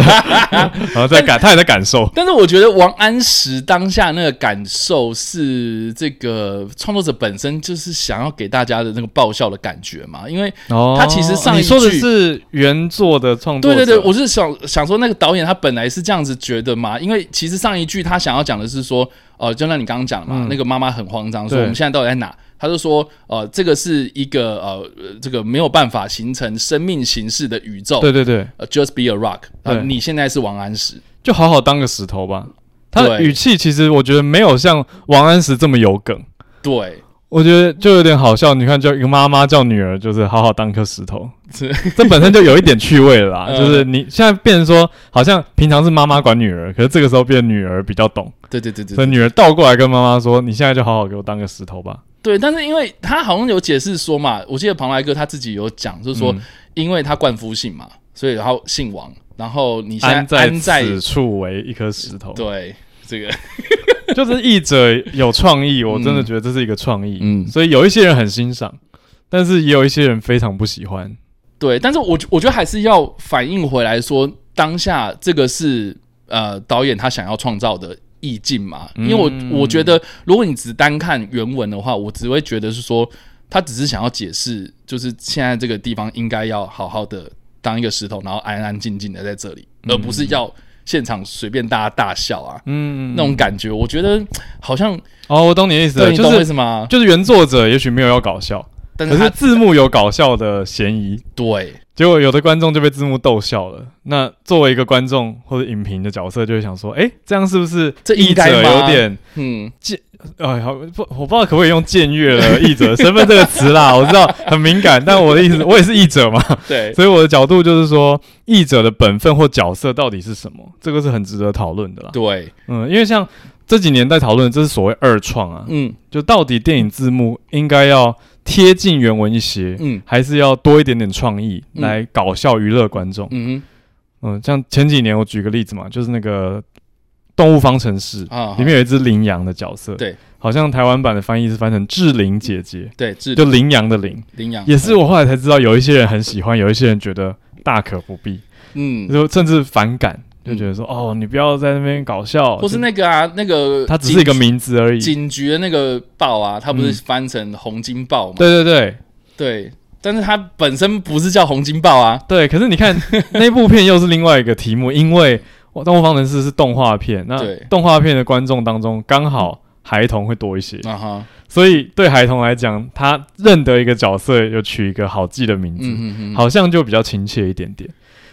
[SPEAKER 2] 然后在感，他也在感受，
[SPEAKER 1] 但是我觉得王安石当下那个感受是这个创作者本身就是想要给大家的那个爆笑的感觉嘛，因为
[SPEAKER 2] 哦
[SPEAKER 1] 他其实上一
[SPEAKER 2] 你说的
[SPEAKER 1] 句
[SPEAKER 2] 是原作的创作
[SPEAKER 1] 对
[SPEAKER 2] 者，
[SPEAKER 1] 对对，我是想想说，那个导演他本来是这样子觉得嘛，因为其实上一句他想要讲的是说，呃，就像你刚刚讲的嘛，
[SPEAKER 2] 嗯
[SPEAKER 1] 那个妈妈很慌张，说
[SPEAKER 2] 对
[SPEAKER 1] 我们现在到底在哪？他就说，呃，这个是一个呃，呃这个没有办法形成生命形式的宇宙，
[SPEAKER 2] 对对对，
[SPEAKER 1] 呃，just be a rock，呃，
[SPEAKER 2] 对
[SPEAKER 1] 你现在是王安石，
[SPEAKER 2] 就好好当个石头吧。他的
[SPEAKER 1] 对
[SPEAKER 2] 语气其实我觉得没有像王安石这么有梗，
[SPEAKER 1] 对，
[SPEAKER 2] 我觉得就有点好笑。你看，叫一个妈妈叫女儿，就是好好当颗石头，
[SPEAKER 1] 是
[SPEAKER 2] 这本身就有一点趣味了啦。
[SPEAKER 1] *laughs* 嗯
[SPEAKER 2] 就是你现在变成说，好像平常是妈妈管女儿，可是这个时候变女儿比较懂，
[SPEAKER 1] 对对对对
[SPEAKER 2] 所
[SPEAKER 1] 对
[SPEAKER 2] 以女儿倒过来跟妈妈说：“你现在就好好给我当个石头吧。
[SPEAKER 1] 对，但是因为他好像有解释说嘛，我记得庞莱哥他自己有讲，就是说
[SPEAKER 2] 嗯，
[SPEAKER 1] 因为他冠夫姓嘛，所以然后姓王，然后你现
[SPEAKER 2] 安
[SPEAKER 1] 在
[SPEAKER 2] 在
[SPEAKER 1] 安在
[SPEAKER 2] 此处为一颗石头。”
[SPEAKER 1] 对这个，
[SPEAKER 2] 就是译者有创意，我真的觉得这是一个创意。
[SPEAKER 1] 嗯
[SPEAKER 2] 所以有一些人很欣赏，但是也有一些人非常不喜欢。
[SPEAKER 1] 对，但是我觉我觉得还是要反映回来说，当下这个是呃导演他想要创造的意境嘛，因为我、
[SPEAKER 2] 嗯
[SPEAKER 1] 我觉得如果你只单看原文的话，我只会觉得是说他只是想要解释，就是现在这个地方应该要好好的当一个石头，然后安安静静的在这里，而不是要现场随便大家大笑啊。
[SPEAKER 2] 嗯，
[SPEAKER 1] 那种感觉，我觉得好像
[SPEAKER 2] 哦，我懂你的意思了，
[SPEAKER 1] 对，你
[SPEAKER 2] 就
[SPEAKER 1] 懂为
[SPEAKER 2] 是
[SPEAKER 1] 什么？
[SPEAKER 2] 就是原作者也许没有要搞笑，
[SPEAKER 1] 但
[SPEAKER 2] 可
[SPEAKER 1] 是
[SPEAKER 2] 是
[SPEAKER 1] 他
[SPEAKER 2] 字幕有搞笑的嫌疑，
[SPEAKER 1] 对，
[SPEAKER 2] 结果有的观众就被字幕逗笑了。那作为一个观众或者影评的角色，就会想说，哎、这样是不是
[SPEAKER 1] 这应
[SPEAKER 2] 译者
[SPEAKER 1] 该吗
[SPEAKER 2] 有点？
[SPEAKER 1] 嗯，
[SPEAKER 2] 哎，好不，我不知道可不可以用“僭越
[SPEAKER 1] *laughs*
[SPEAKER 2] 了译者身份”这个词啦。我知道很敏感，但我的意思，我也 *laughs* 是
[SPEAKER 1] *laughs*
[SPEAKER 2] 译者嘛，
[SPEAKER 1] 对，
[SPEAKER 2] 所以我的角度就是说，译者的本分或角色到底是什么，这个是很值得讨论的啦。
[SPEAKER 1] 对，
[SPEAKER 2] 嗯，因为像这几年在讨论，这是所谓二创啊，
[SPEAKER 1] 嗯
[SPEAKER 2] 就到底电影字幕应该要贴近原文一些，
[SPEAKER 1] 嗯
[SPEAKER 2] 还是要多一点点创意
[SPEAKER 1] 嗯
[SPEAKER 2] 来搞笑娱乐观众？
[SPEAKER 1] 嗯
[SPEAKER 2] 嗯，像前几年我举个例子嘛，就是那个《动物方程式
[SPEAKER 1] 哼，》啊，
[SPEAKER 2] 里面有一只羚羊的角色，
[SPEAKER 1] 对，
[SPEAKER 2] 好像台湾版的翻译是翻成志玲姐姐，
[SPEAKER 1] 对，智啊
[SPEAKER 2] 就羚羊的羚，
[SPEAKER 1] 领养
[SPEAKER 2] 也是我后来才知道，有一些人很喜欢，有一些人觉得大可不必，
[SPEAKER 1] 嗯，
[SPEAKER 2] 就甚至反感，就
[SPEAKER 1] 嗯
[SPEAKER 2] 觉得说哦，你不要在那边搞笑，
[SPEAKER 1] 或是
[SPEAKER 2] 就
[SPEAKER 1] 那个啊，那个
[SPEAKER 2] 它只是一个
[SPEAKER 1] 警
[SPEAKER 2] 名字而已。
[SPEAKER 1] 警局的那个豹啊，它不是
[SPEAKER 2] 嗯
[SPEAKER 1] 翻成红金豹嘛？
[SPEAKER 2] 对对对
[SPEAKER 1] 对，但是它本身不是叫红金豹啊。 *laughs*
[SPEAKER 2] 对，可是你看那部片又是另外一个题目，因为《盗梦方程式》是动画片，那
[SPEAKER 1] 对
[SPEAKER 2] 动画片的观众当中刚好孩童会多一些，
[SPEAKER 1] 啊哈，
[SPEAKER 2] 所以对孩童来讲，他认得一个角色，又取一个好记的名字，
[SPEAKER 1] 嗯嗯嗯，
[SPEAKER 2] 好像就比较亲切一点点。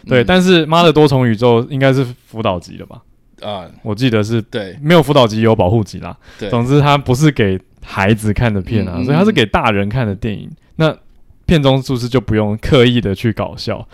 [SPEAKER 2] 对，
[SPEAKER 1] 嗯
[SPEAKER 2] 但是《妈的多重宇宙》应该是辅导级的吧？
[SPEAKER 1] 啊，
[SPEAKER 2] 我记得是
[SPEAKER 1] 对
[SPEAKER 2] 没有辅导级，有保护级啦。
[SPEAKER 1] 对，
[SPEAKER 2] 总之，它不是给孩子看的片啊，
[SPEAKER 1] 嗯嗯
[SPEAKER 2] 所以它是
[SPEAKER 1] 嗯
[SPEAKER 2] 给大人看的电影。那片中是不是就不用刻意的去搞笑？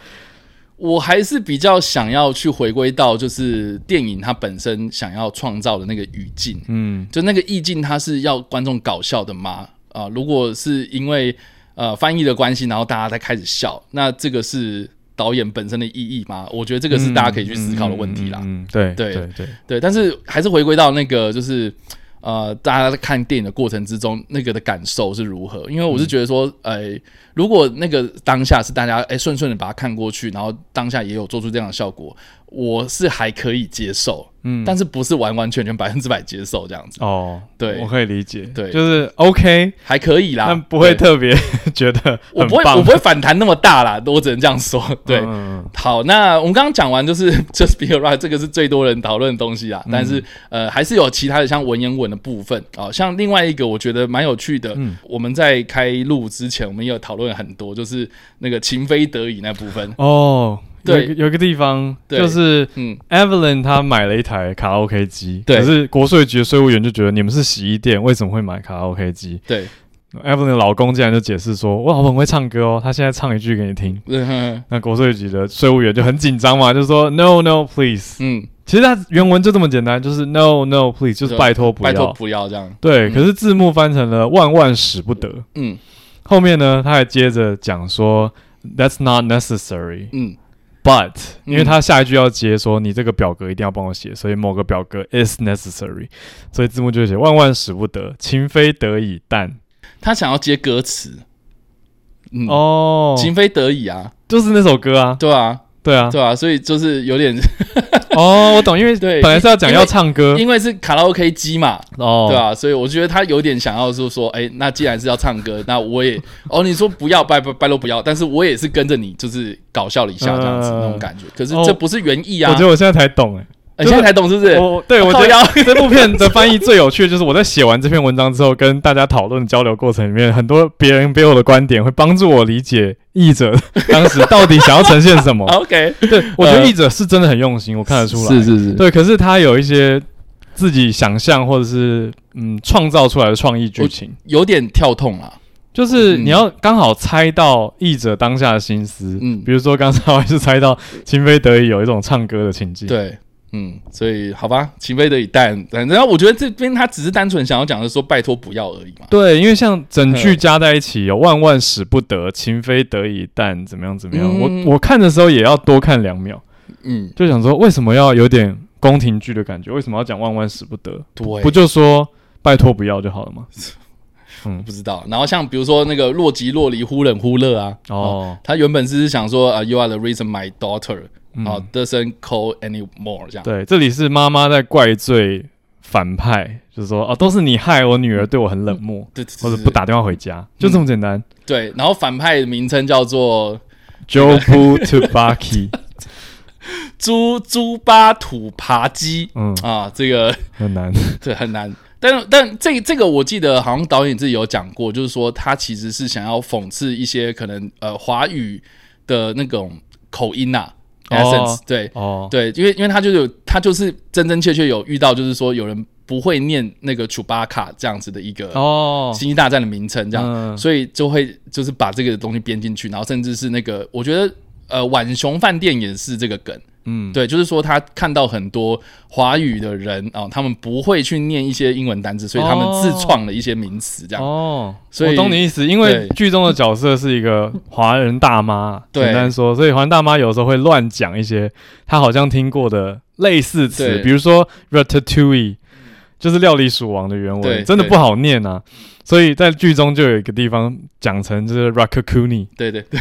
[SPEAKER 1] 我还是比较想要去回归到就是电影它本身想要创造的那个语境，
[SPEAKER 2] 嗯，
[SPEAKER 1] 就那个意境，它是要观众搞笑的吗？啊、如果是因为呃翻译的关系，然后大家才开始笑，那这个是导演本身的意义吗？我觉得这
[SPEAKER 2] 这
[SPEAKER 1] 个是大家可以去思考的问题啦。
[SPEAKER 2] 嗯，嗯嗯对
[SPEAKER 1] 对
[SPEAKER 2] 对对，
[SPEAKER 1] 对，但是还是回归到那个就是。呃，大家在看电影的过程之中，那个的感受是如何？因为我是觉得说，呃，如果那个当下是大家哎顺顺的把它看过去，然后当下也有做出这样的效果，我是还可以接受，
[SPEAKER 2] 嗯
[SPEAKER 1] 但是不是完完全全百分之百接受这样子，
[SPEAKER 2] 哦，
[SPEAKER 1] 对
[SPEAKER 2] 我可以理解，
[SPEAKER 1] 对
[SPEAKER 2] 就是 OK，
[SPEAKER 1] 还可以啦，
[SPEAKER 2] 但不会
[SPEAKER 1] 对
[SPEAKER 2] 特别 *laughs* 觉得
[SPEAKER 1] 我
[SPEAKER 2] 很
[SPEAKER 1] 不会，
[SPEAKER 2] 棒
[SPEAKER 1] 我不会反弹那么大啦，我只能这样
[SPEAKER 2] *laughs*
[SPEAKER 1] 说。对，
[SPEAKER 2] 嗯嗯
[SPEAKER 1] 好，那我们刚刚讲完就是 *laughs* Just Be Alright，这个是最多人讨论的东西
[SPEAKER 2] 嗯
[SPEAKER 1] 啦。但是呃，还是有其他的像文言文的部分啊、像另外一个我觉得蛮有趣的，
[SPEAKER 2] 嗯
[SPEAKER 1] 我们在开录之前，我们也有讨论很多，就是那个情非得已那部
[SPEAKER 2] *laughs*
[SPEAKER 1] 分。
[SPEAKER 2] 哦，有
[SPEAKER 1] 对
[SPEAKER 2] 一个有一个地方
[SPEAKER 1] 对
[SPEAKER 2] 就是。
[SPEAKER 1] 嗯，
[SPEAKER 2] Evelyn 她买了一台卡拉 OK 机，
[SPEAKER 1] 对
[SPEAKER 2] 可是国税局的税务员就觉得你们是洗衣店，为什么会买卡拉 OK 机
[SPEAKER 1] 对， *laughs*
[SPEAKER 2] ？Evelyn 的老公竟然就解释说：“我老婆很会唱歌哦，她现在唱一句给你听。”
[SPEAKER 1] 嗯
[SPEAKER 2] 那国税局的税务员就很紧张嘛，就说 “No No Please”。
[SPEAKER 1] 嗯，
[SPEAKER 2] 其实他原文就这么简单，就是 “No No Please”，就是拜托不
[SPEAKER 1] 拜托
[SPEAKER 2] 要。
[SPEAKER 1] 不要这样。
[SPEAKER 2] 对，
[SPEAKER 1] 嗯
[SPEAKER 2] 可是字幕翻成了“万万使不得
[SPEAKER 1] 嗯”。
[SPEAKER 2] 后面呢，他还接着讲说：“That's not necessary,
[SPEAKER 1] 嗯
[SPEAKER 2] but”，
[SPEAKER 1] 嗯
[SPEAKER 2] 因为他下一句要接说你这个表格一定要帮我写，所以某个表格 is necessary，所以字幕就写“万万使不得，情非得已”，但
[SPEAKER 1] 他想要接歌词，嗯，
[SPEAKER 2] 哦，
[SPEAKER 1] 情非得已啊，
[SPEAKER 2] 就是那首歌啊，
[SPEAKER 1] 对啊，
[SPEAKER 2] 对啊，
[SPEAKER 1] 对啊，所以就是有点，
[SPEAKER 2] 哦，我懂，因为
[SPEAKER 1] 对
[SPEAKER 2] 本来是要讲
[SPEAKER 1] 因为
[SPEAKER 2] 要唱歌
[SPEAKER 1] *laughs* 因为是卡拉 OK 机嘛，
[SPEAKER 2] 哦，
[SPEAKER 1] 对啊，所以我觉得他有点想要是说，哎、那既然是要唱歌，那我也 *laughs* 哦，你说不要拜拜拜托不要，但是我也是跟着你，就是搞笑了一下这样子、
[SPEAKER 2] 嗯
[SPEAKER 1] 那种感觉。可是
[SPEAKER 2] 哦
[SPEAKER 1] 这不是原意啊！
[SPEAKER 2] 我觉得我现在才懂哎、
[SPEAKER 1] 哎现在才懂是不是？
[SPEAKER 2] 我对我觉
[SPEAKER 1] 靠腰
[SPEAKER 2] 得这部片的翻译最有趣，的就是我在写完这篇文章之后，跟大家讨论交流过程里面，很多别人给我的观点会帮助我理解
[SPEAKER 1] *laughs*
[SPEAKER 2] 译者当时到底想要呈现什么。
[SPEAKER 1] OK，
[SPEAKER 2] 对，我觉得译者是真的很用心，我看得出来。
[SPEAKER 1] 哦呃是是是，
[SPEAKER 2] 对，可是他有一些自己想象或者是嗯创造出来的创意剧情，
[SPEAKER 1] 有点跳痛啊。
[SPEAKER 2] 就是
[SPEAKER 1] 嗯
[SPEAKER 2] 你要刚好猜到译者当下的心思。
[SPEAKER 1] 嗯
[SPEAKER 2] 比如说刚才我是猜到情非得已有一种唱歌的情境。
[SPEAKER 1] 对，嗯，所以好吧，情非得已，但但然后我觉得这边他只是单纯想要讲的说拜托不要而已嘛。
[SPEAKER 2] 对，因为像整句加在一起有“万万使不得，情非得已，但怎么样怎么样”
[SPEAKER 1] 嗯
[SPEAKER 2] 我我看的时候也要多看两秒，
[SPEAKER 1] 嗯，
[SPEAKER 2] 就想说为什么要有点宫廷剧的感觉？为什么要讲“万万使不得
[SPEAKER 1] 对，”？
[SPEAKER 2] 不就说拜托不要就好了 *laughs* 吗？嗯
[SPEAKER 1] 不，知道。然后像比如说那个若即若离，忽冷忽热啊。
[SPEAKER 2] 哦，
[SPEAKER 1] 他原本是想说啊、y o u are the reason my daughter
[SPEAKER 2] 嗯
[SPEAKER 1] 啊、doesn't call anymore 这样。
[SPEAKER 2] 对，这里是妈妈在怪罪反派，就是说哦，都是你害我女儿对我很冷漠，
[SPEAKER 1] 对，对
[SPEAKER 2] 或者不。打电话回家，就嗯 *laughs* 这么简单。
[SPEAKER 1] 对，然后反派的名称叫做
[SPEAKER 2] Jobu Tubaki，
[SPEAKER 1] 猪猪巴土扒鸡
[SPEAKER 2] 嗯，
[SPEAKER 1] 啊，这个
[SPEAKER 2] 很 *laughs* 难。
[SPEAKER 1] 这很难。但但这这个我记得好像导演自己有讲过，就是说他其实是想要讽刺一些可能呃华语的那种口音呐、e
[SPEAKER 2] 哦
[SPEAKER 1] s s e n c e 对，
[SPEAKER 2] 哦，
[SPEAKER 1] 对，因为因为他就是有他就是真真切切有遇到，就是说有人不会念那个楚巴卡这样子的一个
[SPEAKER 2] 哦，
[SPEAKER 1] 星际大战的名称，这样，
[SPEAKER 2] 嗯
[SPEAKER 1] 所以就会就是把这个东西编进去，然后甚至是那个我觉得呃晚熊饭店也是这个梗。
[SPEAKER 2] 嗯，
[SPEAKER 1] 对，就是说他看到很多华语的人啊、他们不会去念一些英文单词，所以他们自
[SPEAKER 2] 哦
[SPEAKER 1] 创了一些名词，这样。
[SPEAKER 2] 哦，
[SPEAKER 1] 所以
[SPEAKER 2] 我懂你意思，因为
[SPEAKER 1] 对
[SPEAKER 2] 剧中的角色是一个华人大妈，
[SPEAKER 1] 对
[SPEAKER 2] 简单说，所以华人大妈有时候会乱讲一些她好像听过的类似词，
[SPEAKER 1] 对
[SPEAKER 2] 比如说 ratatouille，就是料理鼠王的原
[SPEAKER 1] 对
[SPEAKER 2] 文，真的
[SPEAKER 1] 对
[SPEAKER 2] 不好念啊。所以在剧中就有一个地方讲成就是 raccoonie，
[SPEAKER 1] 对对对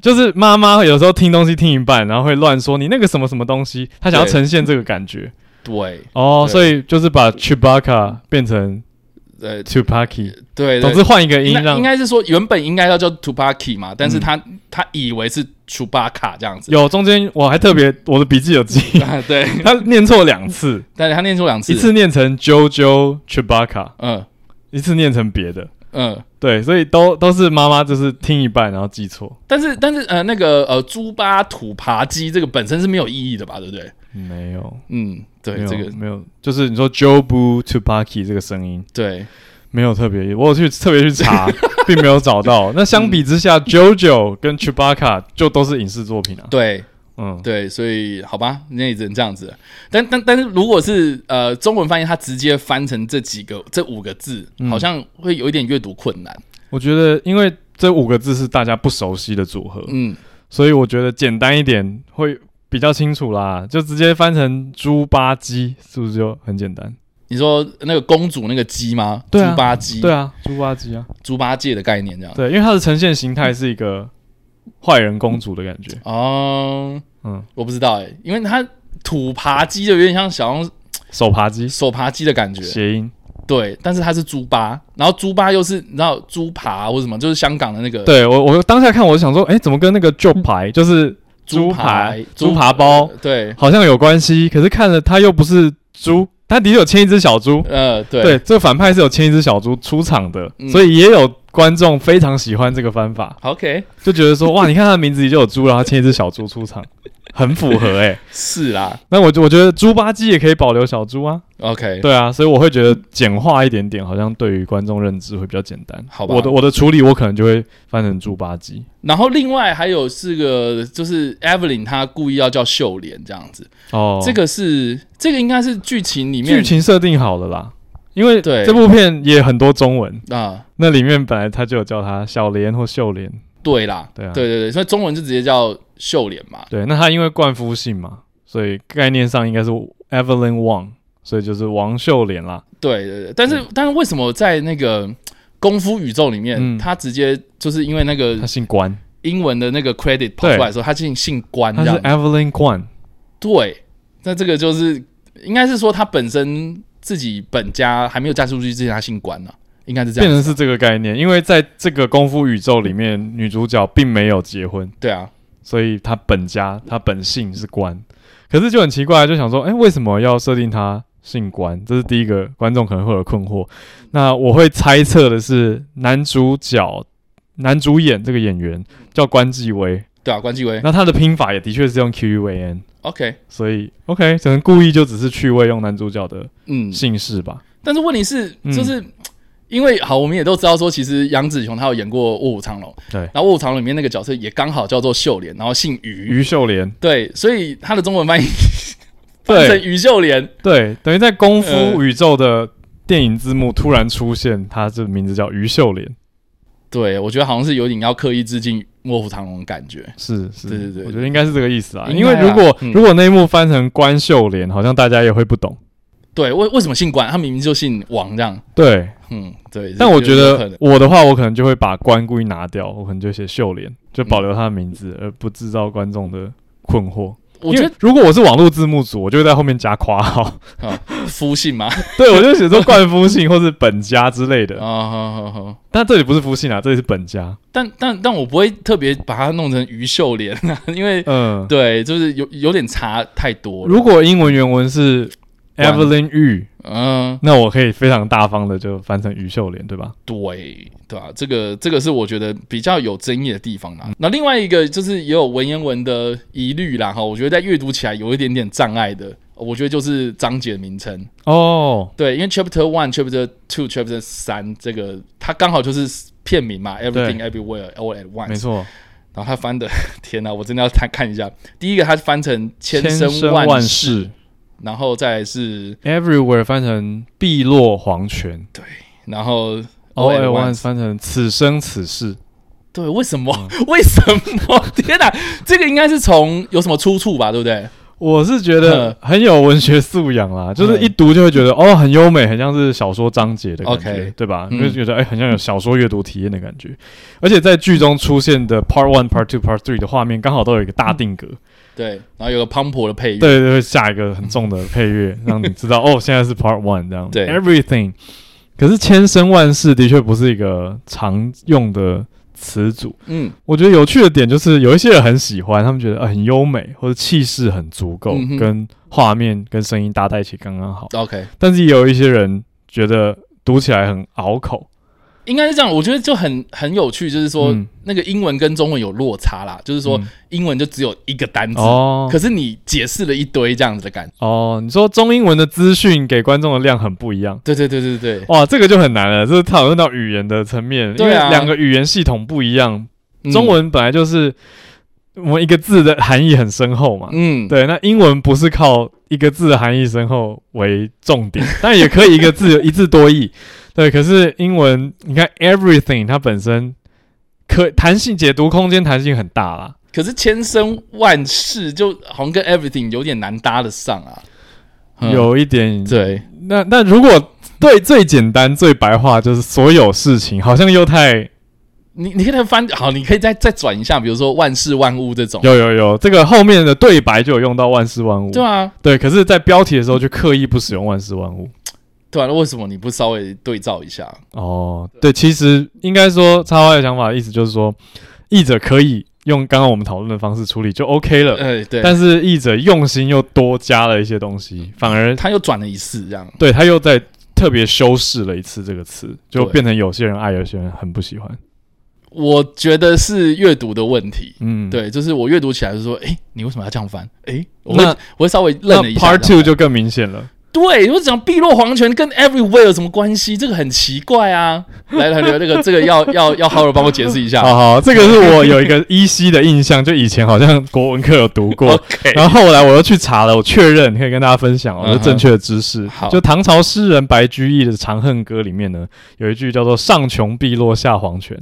[SPEAKER 2] 就是妈妈有时候听东西听一半，然后会乱说你那个什么什么东西，她想要
[SPEAKER 1] 对
[SPEAKER 2] 呈现这个感觉
[SPEAKER 1] 对，
[SPEAKER 2] 哦，
[SPEAKER 1] 对
[SPEAKER 2] 所以就是把 Chewbacca 变成
[SPEAKER 1] 呃，
[SPEAKER 2] Tupaki，
[SPEAKER 1] 对，
[SPEAKER 2] 总之换一个音
[SPEAKER 1] 应该
[SPEAKER 2] 让
[SPEAKER 1] 应该是说原本应该要叫 Tupaki 嘛，但是他、
[SPEAKER 2] 嗯
[SPEAKER 1] 他以为是 Chewbacca 这样子，
[SPEAKER 2] 有中间我还特别我的笔记
[SPEAKER 1] *laughs*
[SPEAKER 2] 有记，
[SPEAKER 1] 啊对，
[SPEAKER 2] 他念错两次，
[SPEAKER 1] 但是他念错两次，
[SPEAKER 2] 一次念成 JoJo Chewbacca，
[SPEAKER 1] 嗯
[SPEAKER 2] 一次念成别的。
[SPEAKER 1] 嗯，
[SPEAKER 2] 对，所以都都是妈妈就是听一半然后记错，
[SPEAKER 1] 但是但是呃那个呃猪八土扒鸡这个本身是没有意义的吧，对不对？
[SPEAKER 2] 没有，
[SPEAKER 1] 嗯，对
[SPEAKER 2] 没，有
[SPEAKER 1] 这个
[SPEAKER 2] 没有，就是你说 Jobu Tupaki 这个声音
[SPEAKER 1] 对
[SPEAKER 2] 没有特别，我有去特别
[SPEAKER 1] *laughs*
[SPEAKER 2] 去查，并没有找到。那相比之下、j o j o 跟 Chewbacca 就都是影视作品啊。
[SPEAKER 1] 嗯对
[SPEAKER 2] 嗯，
[SPEAKER 1] 对，所以好吧，那也只能这样子了。但但但是如果是呃中文翻译，它直接翻成这几个这五个字，
[SPEAKER 2] 嗯
[SPEAKER 1] 好像会有一点阅读困难。
[SPEAKER 2] 我觉得因为这五个字是大家不熟悉的组合，
[SPEAKER 1] 嗯，
[SPEAKER 2] 所以我觉得简单一点会比较清楚啦，就直接翻成猪八鸡，是不是就很简单？
[SPEAKER 1] 你说那个公主那个鸡吗？
[SPEAKER 2] 对啊
[SPEAKER 1] 猪八鸡，啊
[SPEAKER 2] 对啊，猪八鸡啊，
[SPEAKER 1] 猪八戒的概念这样。
[SPEAKER 2] 对，因为它的呈现形态是一个坏人公主的感觉。
[SPEAKER 1] 哦，
[SPEAKER 2] 嗯，
[SPEAKER 1] 我不知道哎、因为它土扒鸡就有点像小像
[SPEAKER 2] 手扒鸡，
[SPEAKER 1] 手扒鸡的感觉，
[SPEAKER 2] 谐音。
[SPEAKER 1] 对，但是它是猪八，然后猪八又是你知道猪扒或什么，就是香港的那个
[SPEAKER 2] 对我，我当下看，我想说，哎、怎么跟那个猪排，就是
[SPEAKER 1] 猪
[SPEAKER 2] 排
[SPEAKER 1] 排、
[SPEAKER 2] 猪扒包，
[SPEAKER 1] 对，
[SPEAKER 2] 好像有关系？可是看了它又不是猪，它的确有牵一只小猪。
[SPEAKER 1] 呃，对，
[SPEAKER 2] 对，这个反派是有牵一只小猪出场的，
[SPEAKER 1] 嗯
[SPEAKER 2] 所以也有观众非常喜欢这个翻法，
[SPEAKER 1] o k
[SPEAKER 2] 就觉得说，哇，你看他的名字里就有猪，然后牵一只小猪出场， *laughs* 很符合哎、
[SPEAKER 1] 是啦
[SPEAKER 2] 那我我觉得猪八戒也可以保留小猪啊，
[SPEAKER 1] ，OK，
[SPEAKER 2] 对啊，所以我会觉得简化一点点，好像对于观众认知会比较简单。
[SPEAKER 1] 好吧
[SPEAKER 2] 我的我的处理我可能就会翻成猪八戒。
[SPEAKER 1] 然后另外还有是个，就是 Evelyn 她故意要叫秀莲这样子，
[SPEAKER 2] 哦，
[SPEAKER 1] 这个是这个应该是剧情里面
[SPEAKER 2] 剧情设定好了啦，因为
[SPEAKER 1] 对
[SPEAKER 2] 这部片也很多中文，
[SPEAKER 1] 啊、
[SPEAKER 2] 那里面本来他就有叫他小莲或秀莲，
[SPEAKER 1] 对啦，
[SPEAKER 2] 对啊
[SPEAKER 1] 对对对，所以中文就直接叫秀莲嘛，
[SPEAKER 2] 对，那他因为冠夫姓嘛，所以概念上应该是 Evelyn Wang，所以就是王秀莲啦。
[SPEAKER 1] 对对对，但是但是为什么在那个功夫宇宙里面，
[SPEAKER 2] 嗯
[SPEAKER 1] 他直接就是因为那个
[SPEAKER 2] 他姓关，
[SPEAKER 1] 英文的那个 credit 跑出来的时候，他姓姓关
[SPEAKER 2] 他
[SPEAKER 1] 这
[SPEAKER 2] 是
[SPEAKER 1] 样子？
[SPEAKER 2] Evelyn Guan，
[SPEAKER 1] 对，那这个就是应该是说他本身自己本家还没有嫁出去之前，他姓关呢、应该是这
[SPEAKER 2] 变
[SPEAKER 1] 样。
[SPEAKER 2] 成是这个概念，因为在这个功夫宇宙里面，女主角并没有结婚。
[SPEAKER 1] 对啊，
[SPEAKER 2] 所以他本家他本姓是关，可是就很奇怪，就想说，哎、为什么要设定他姓关？这是第一个观众可能会有困惑。那我会猜测的是，男主角男主演这个演员叫关继威，
[SPEAKER 1] 对啊，关继威
[SPEAKER 2] 那他的拼法也的确是用 Q U A N，
[SPEAKER 1] ，OK，
[SPEAKER 2] 所以 OK，可能故意就只是趣味用男主角的
[SPEAKER 1] 嗯，
[SPEAKER 2] 姓氏吧。
[SPEAKER 1] 但是问题是，
[SPEAKER 2] 嗯
[SPEAKER 1] 就是、因为好，我们也都知道说，其实杨紫琼她有演过《卧虎藏龙》，
[SPEAKER 2] 对
[SPEAKER 1] 然后《卧虎藏龙》里面那个角色也刚好叫做秀莲，然后姓于，
[SPEAKER 2] 于秀莲，
[SPEAKER 1] 对，所以她的中文翻译翻成
[SPEAKER 2] 对
[SPEAKER 1] 于秀莲，
[SPEAKER 2] *laughs* 对，等于在功夫
[SPEAKER 1] 呃
[SPEAKER 2] 宇宙的电影字幕突然出现，他这名字叫于秀莲。
[SPEAKER 1] 对我觉得好像是有点要刻意致敬《卧虎藏龙》的感觉，
[SPEAKER 2] 是是，
[SPEAKER 1] 对对对
[SPEAKER 2] 我觉得应该是这个意思啊。
[SPEAKER 1] 应
[SPEAKER 2] 因
[SPEAKER 1] 该
[SPEAKER 2] 为
[SPEAKER 1] 啊
[SPEAKER 2] 如果、
[SPEAKER 1] 嗯
[SPEAKER 2] 如果那一幕翻成关秀莲，好像大家也会不懂。
[SPEAKER 1] 对，为为什么姓关？他明明就姓王这样，
[SPEAKER 2] 对，
[SPEAKER 1] 嗯，对。
[SPEAKER 2] 但
[SPEAKER 1] 这
[SPEAKER 2] 我
[SPEAKER 1] 就
[SPEAKER 2] 觉
[SPEAKER 1] 有可
[SPEAKER 2] 得
[SPEAKER 1] 能
[SPEAKER 2] 我的话，我可能就会把关故意拿掉，我可能就写秀莲，就保留她的名字，而不制造观众的困惑。
[SPEAKER 1] 我觉
[SPEAKER 2] 因为如果我是网络字幕组，我就会在后面加括
[SPEAKER 1] *laughs*
[SPEAKER 2] 号，
[SPEAKER 1] 得啊，夫姓嘛，
[SPEAKER 2] 对我就写说冠夫姓或是本家之类
[SPEAKER 1] 啊，
[SPEAKER 2] 的。
[SPEAKER 1] 好好好。
[SPEAKER 2] 但这里不是夫姓啊，这里是本家。
[SPEAKER 1] 但但但我不会特别把它弄成于秀莲啊， *laughs* 因为
[SPEAKER 2] 嗯，
[SPEAKER 1] 对，就是有有点差太多了。
[SPEAKER 2] 如果英文原文是
[SPEAKER 1] 关
[SPEAKER 2] Evelyn Yu，
[SPEAKER 1] 嗯，
[SPEAKER 2] 那我可以非常大方的就翻成于秀莲，对吧？
[SPEAKER 1] 对，对吧、这个这个是我觉得比较有争议的地方啦。那另外一个就是也有文言文的疑虑啦，哈，我觉得在阅读起来有一点点障碍的，我觉得就是章节名称。
[SPEAKER 2] 哦、
[SPEAKER 1] 对，因为 Chapter One、Chapter Two、Chapter 三这个，它刚好就是片名嘛，Everything Everywhere All at Once。
[SPEAKER 2] 没。错，
[SPEAKER 1] 然后它翻的， *laughs* 天哪，我真的要看看一下。第一个它翻成千
[SPEAKER 2] 生
[SPEAKER 1] 万
[SPEAKER 2] 万
[SPEAKER 1] 世，
[SPEAKER 2] 世
[SPEAKER 1] 然后再来是，
[SPEAKER 2] ，everywhere 翻成碧落黄泉
[SPEAKER 1] 然后
[SPEAKER 2] ，all
[SPEAKER 1] All Oh,
[SPEAKER 2] at
[SPEAKER 1] at
[SPEAKER 2] once
[SPEAKER 1] once
[SPEAKER 2] 翻成此生此世。
[SPEAKER 1] 对，为什么？
[SPEAKER 2] 嗯
[SPEAKER 1] *laughs* 为什么？天哪，这个应该是从有什么出处吧，对不对？
[SPEAKER 2] 我是觉得很有文学素养
[SPEAKER 1] 嗯
[SPEAKER 2] 啦，就是一读就会觉得哦，很优美，很像是小说章节的感觉
[SPEAKER 1] OK，
[SPEAKER 2] 对吧？你
[SPEAKER 1] 嗯
[SPEAKER 2] 就觉得哎，很像有小说阅读体验的感觉。而且在剧中出现的 Part One、Part Two、Part Three 的画面，刚好都有一个大定格，
[SPEAKER 1] 对，然后有个磅礴的配乐， *laughs*
[SPEAKER 2] 对对对，下一个很重的配乐，让你知道哦，现在是 Part One 这样。
[SPEAKER 1] 对
[SPEAKER 2] ，everything。可是千生万世的确不是一个常用的词组。
[SPEAKER 1] 嗯
[SPEAKER 2] 我觉得有趣的点就是，有一些人很喜欢，他们觉得、呃、很优美，或者气势很足够，
[SPEAKER 1] 嗯哼
[SPEAKER 2] 跟画面跟声音搭在一起刚刚好。
[SPEAKER 1] ，OK，
[SPEAKER 2] 但是也有一些人觉得读起来很拗口。
[SPEAKER 1] 应该是这样。我觉得就很很有趣，就是说、
[SPEAKER 2] 嗯
[SPEAKER 1] 那个英文跟中文有落差啦，就是说
[SPEAKER 2] 嗯
[SPEAKER 1] 英文就只有一个单字，
[SPEAKER 2] 哦
[SPEAKER 1] 可是你解释了一堆这样子的感觉。
[SPEAKER 2] 哦，你说中英文的资讯给观众的量很不一样。
[SPEAKER 1] 对对对对对，
[SPEAKER 2] *laughs* 哇，这个就很难了，这是讨论到语言的层面，因为
[SPEAKER 1] 对啊
[SPEAKER 2] 两个语言系统不一样。
[SPEAKER 1] 嗯
[SPEAKER 2] 中，文本来就是我们一个字的含义很深厚嘛，
[SPEAKER 1] 嗯，
[SPEAKER 2] 对，那英文不是靠一个字的含义深厚为重点， *laughs* 但也可以一个字一字多义。对，可是英文你看 everything 它本身可弹性解读空间弹性很大啦。
[SPEAKER 1] 可是千生万世就好像跟 everything 有点难搭得上啊。嗯
[SPEAKER 2] 有一点，
[SPEAKER 1] 对，
[SPEAKER 2] 那那如果对最简单最白话就是所有事情，好像又太
[SPEAKER 1] 你你可以翻好，你可以再再转一下，比如说万事万物这种，
[SPEAKER 2] 有有有这个后面的对白就有用到万事万物，
[SPEAKER 1] 对啊，
[SPEAKER 2] 对可是，在标题的时候就刻意不使用万事万物。
[SPEAKER 1] 对啊，那为什么你不稍微对照一下？
[SPEAKER 2] 哦，对，其实应该说插花的想法，意思就是说，译者可以用刚刚我们讨论的方式处理就 OK 了，
[SPEAKER 1] 呃，对，嗯
[SPEAKER 2] 但是译者用心又多加了一些东西，反而
[SPEAKER 1] 他又转了一次这样。
[SPEAKER 2] 对他又在特别修饰了一次这个词，就
[SPEAKER 1] 对
[SPEAKER 2] 变成有些人爱，有些人很不喜欢。
[SPEAKER 1] 我觉得是阅读的问题。
[SPEAKER 2] 嗯，。
[SPEAKER 1] 对，就是我阅读起来就说，诶，你为什么要这样翻？诶，我会
[SPEAKER 2] 那
[SPEAKER 1] 我会稍微
[SPEAKER 2] 那
[SPEAKER 1] 愣了一下。
[SPEAKER 2] Part
[SPEAKER 1] 这样
[SPEAKER 2] Two 就更明显了，
[SPEAKER 1] 对，我讲碧落黄泉跟 Everywhere 有什么关系？这个很奇怪啊！来来来，那个这个要要要好好帮我解释一下。
[SPEAKER 2] 好好，这个是我有一个依稀的印象，就以前好像国文课有读过，
[SPEAKER 1] OK，
[SPEAKER 2] 然后后来我又去查了，我确认可以跟大家分享哦，
[SPEAKER 1] 嗯哼
[SPEAKER 2] 这正确的知识。
[SPEAKER 1] 好
[SPEAKER 2] 就唐朝诗人白居易的《长恨歌》里面呢，有一句叫做“上穷碧落下黄泉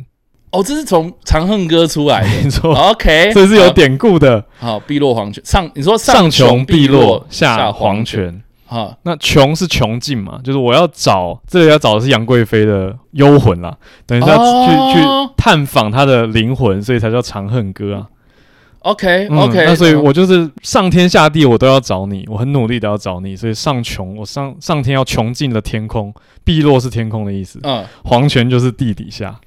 [SPEAKER 1] 哦，这是从《长恨歌》出来”，的。
[SPEAKER 2] 没错，
[SPEAKER 1] OK，
[SPEAKER 2] 哦这是有典故的。
[SPEAKER 1] 好好碧落黄泉上，你说
[SPEAKER 2] 哎哦上
[SPEAKER 1] 穷
[SPEAKER 2] 穷碧落
[SPEAKER 1] 下
[SPEAKER 2] 下黄泉，
[SPEAKER 1] 哈，
[SPEAKER 2] 那穷是穷尽嘛，就是我要找这里要找的是杨贵妃的幽魂啦，等于是要去、
[SPEAKER 1] 哦
[SPEAKER 2] 去探访她的灵魂，所以才叫《长恨歌》啊。
[SPEAKER 1] OK
[SPEAKER 2] 嗯
[SPEAKER 1] OK，
[SPEAKER 2] 那所以我就是上天下地我都要找你，我很努力的要找你，所以上穷，我上上天要穷尽了天空，碧落是天空的意思，
[SPEAKER 1] 嗯，
[SPEAKER 2] 黄泉就是地底
[SPEAKER 1] *laughs*
[SPEAKER 2] 下，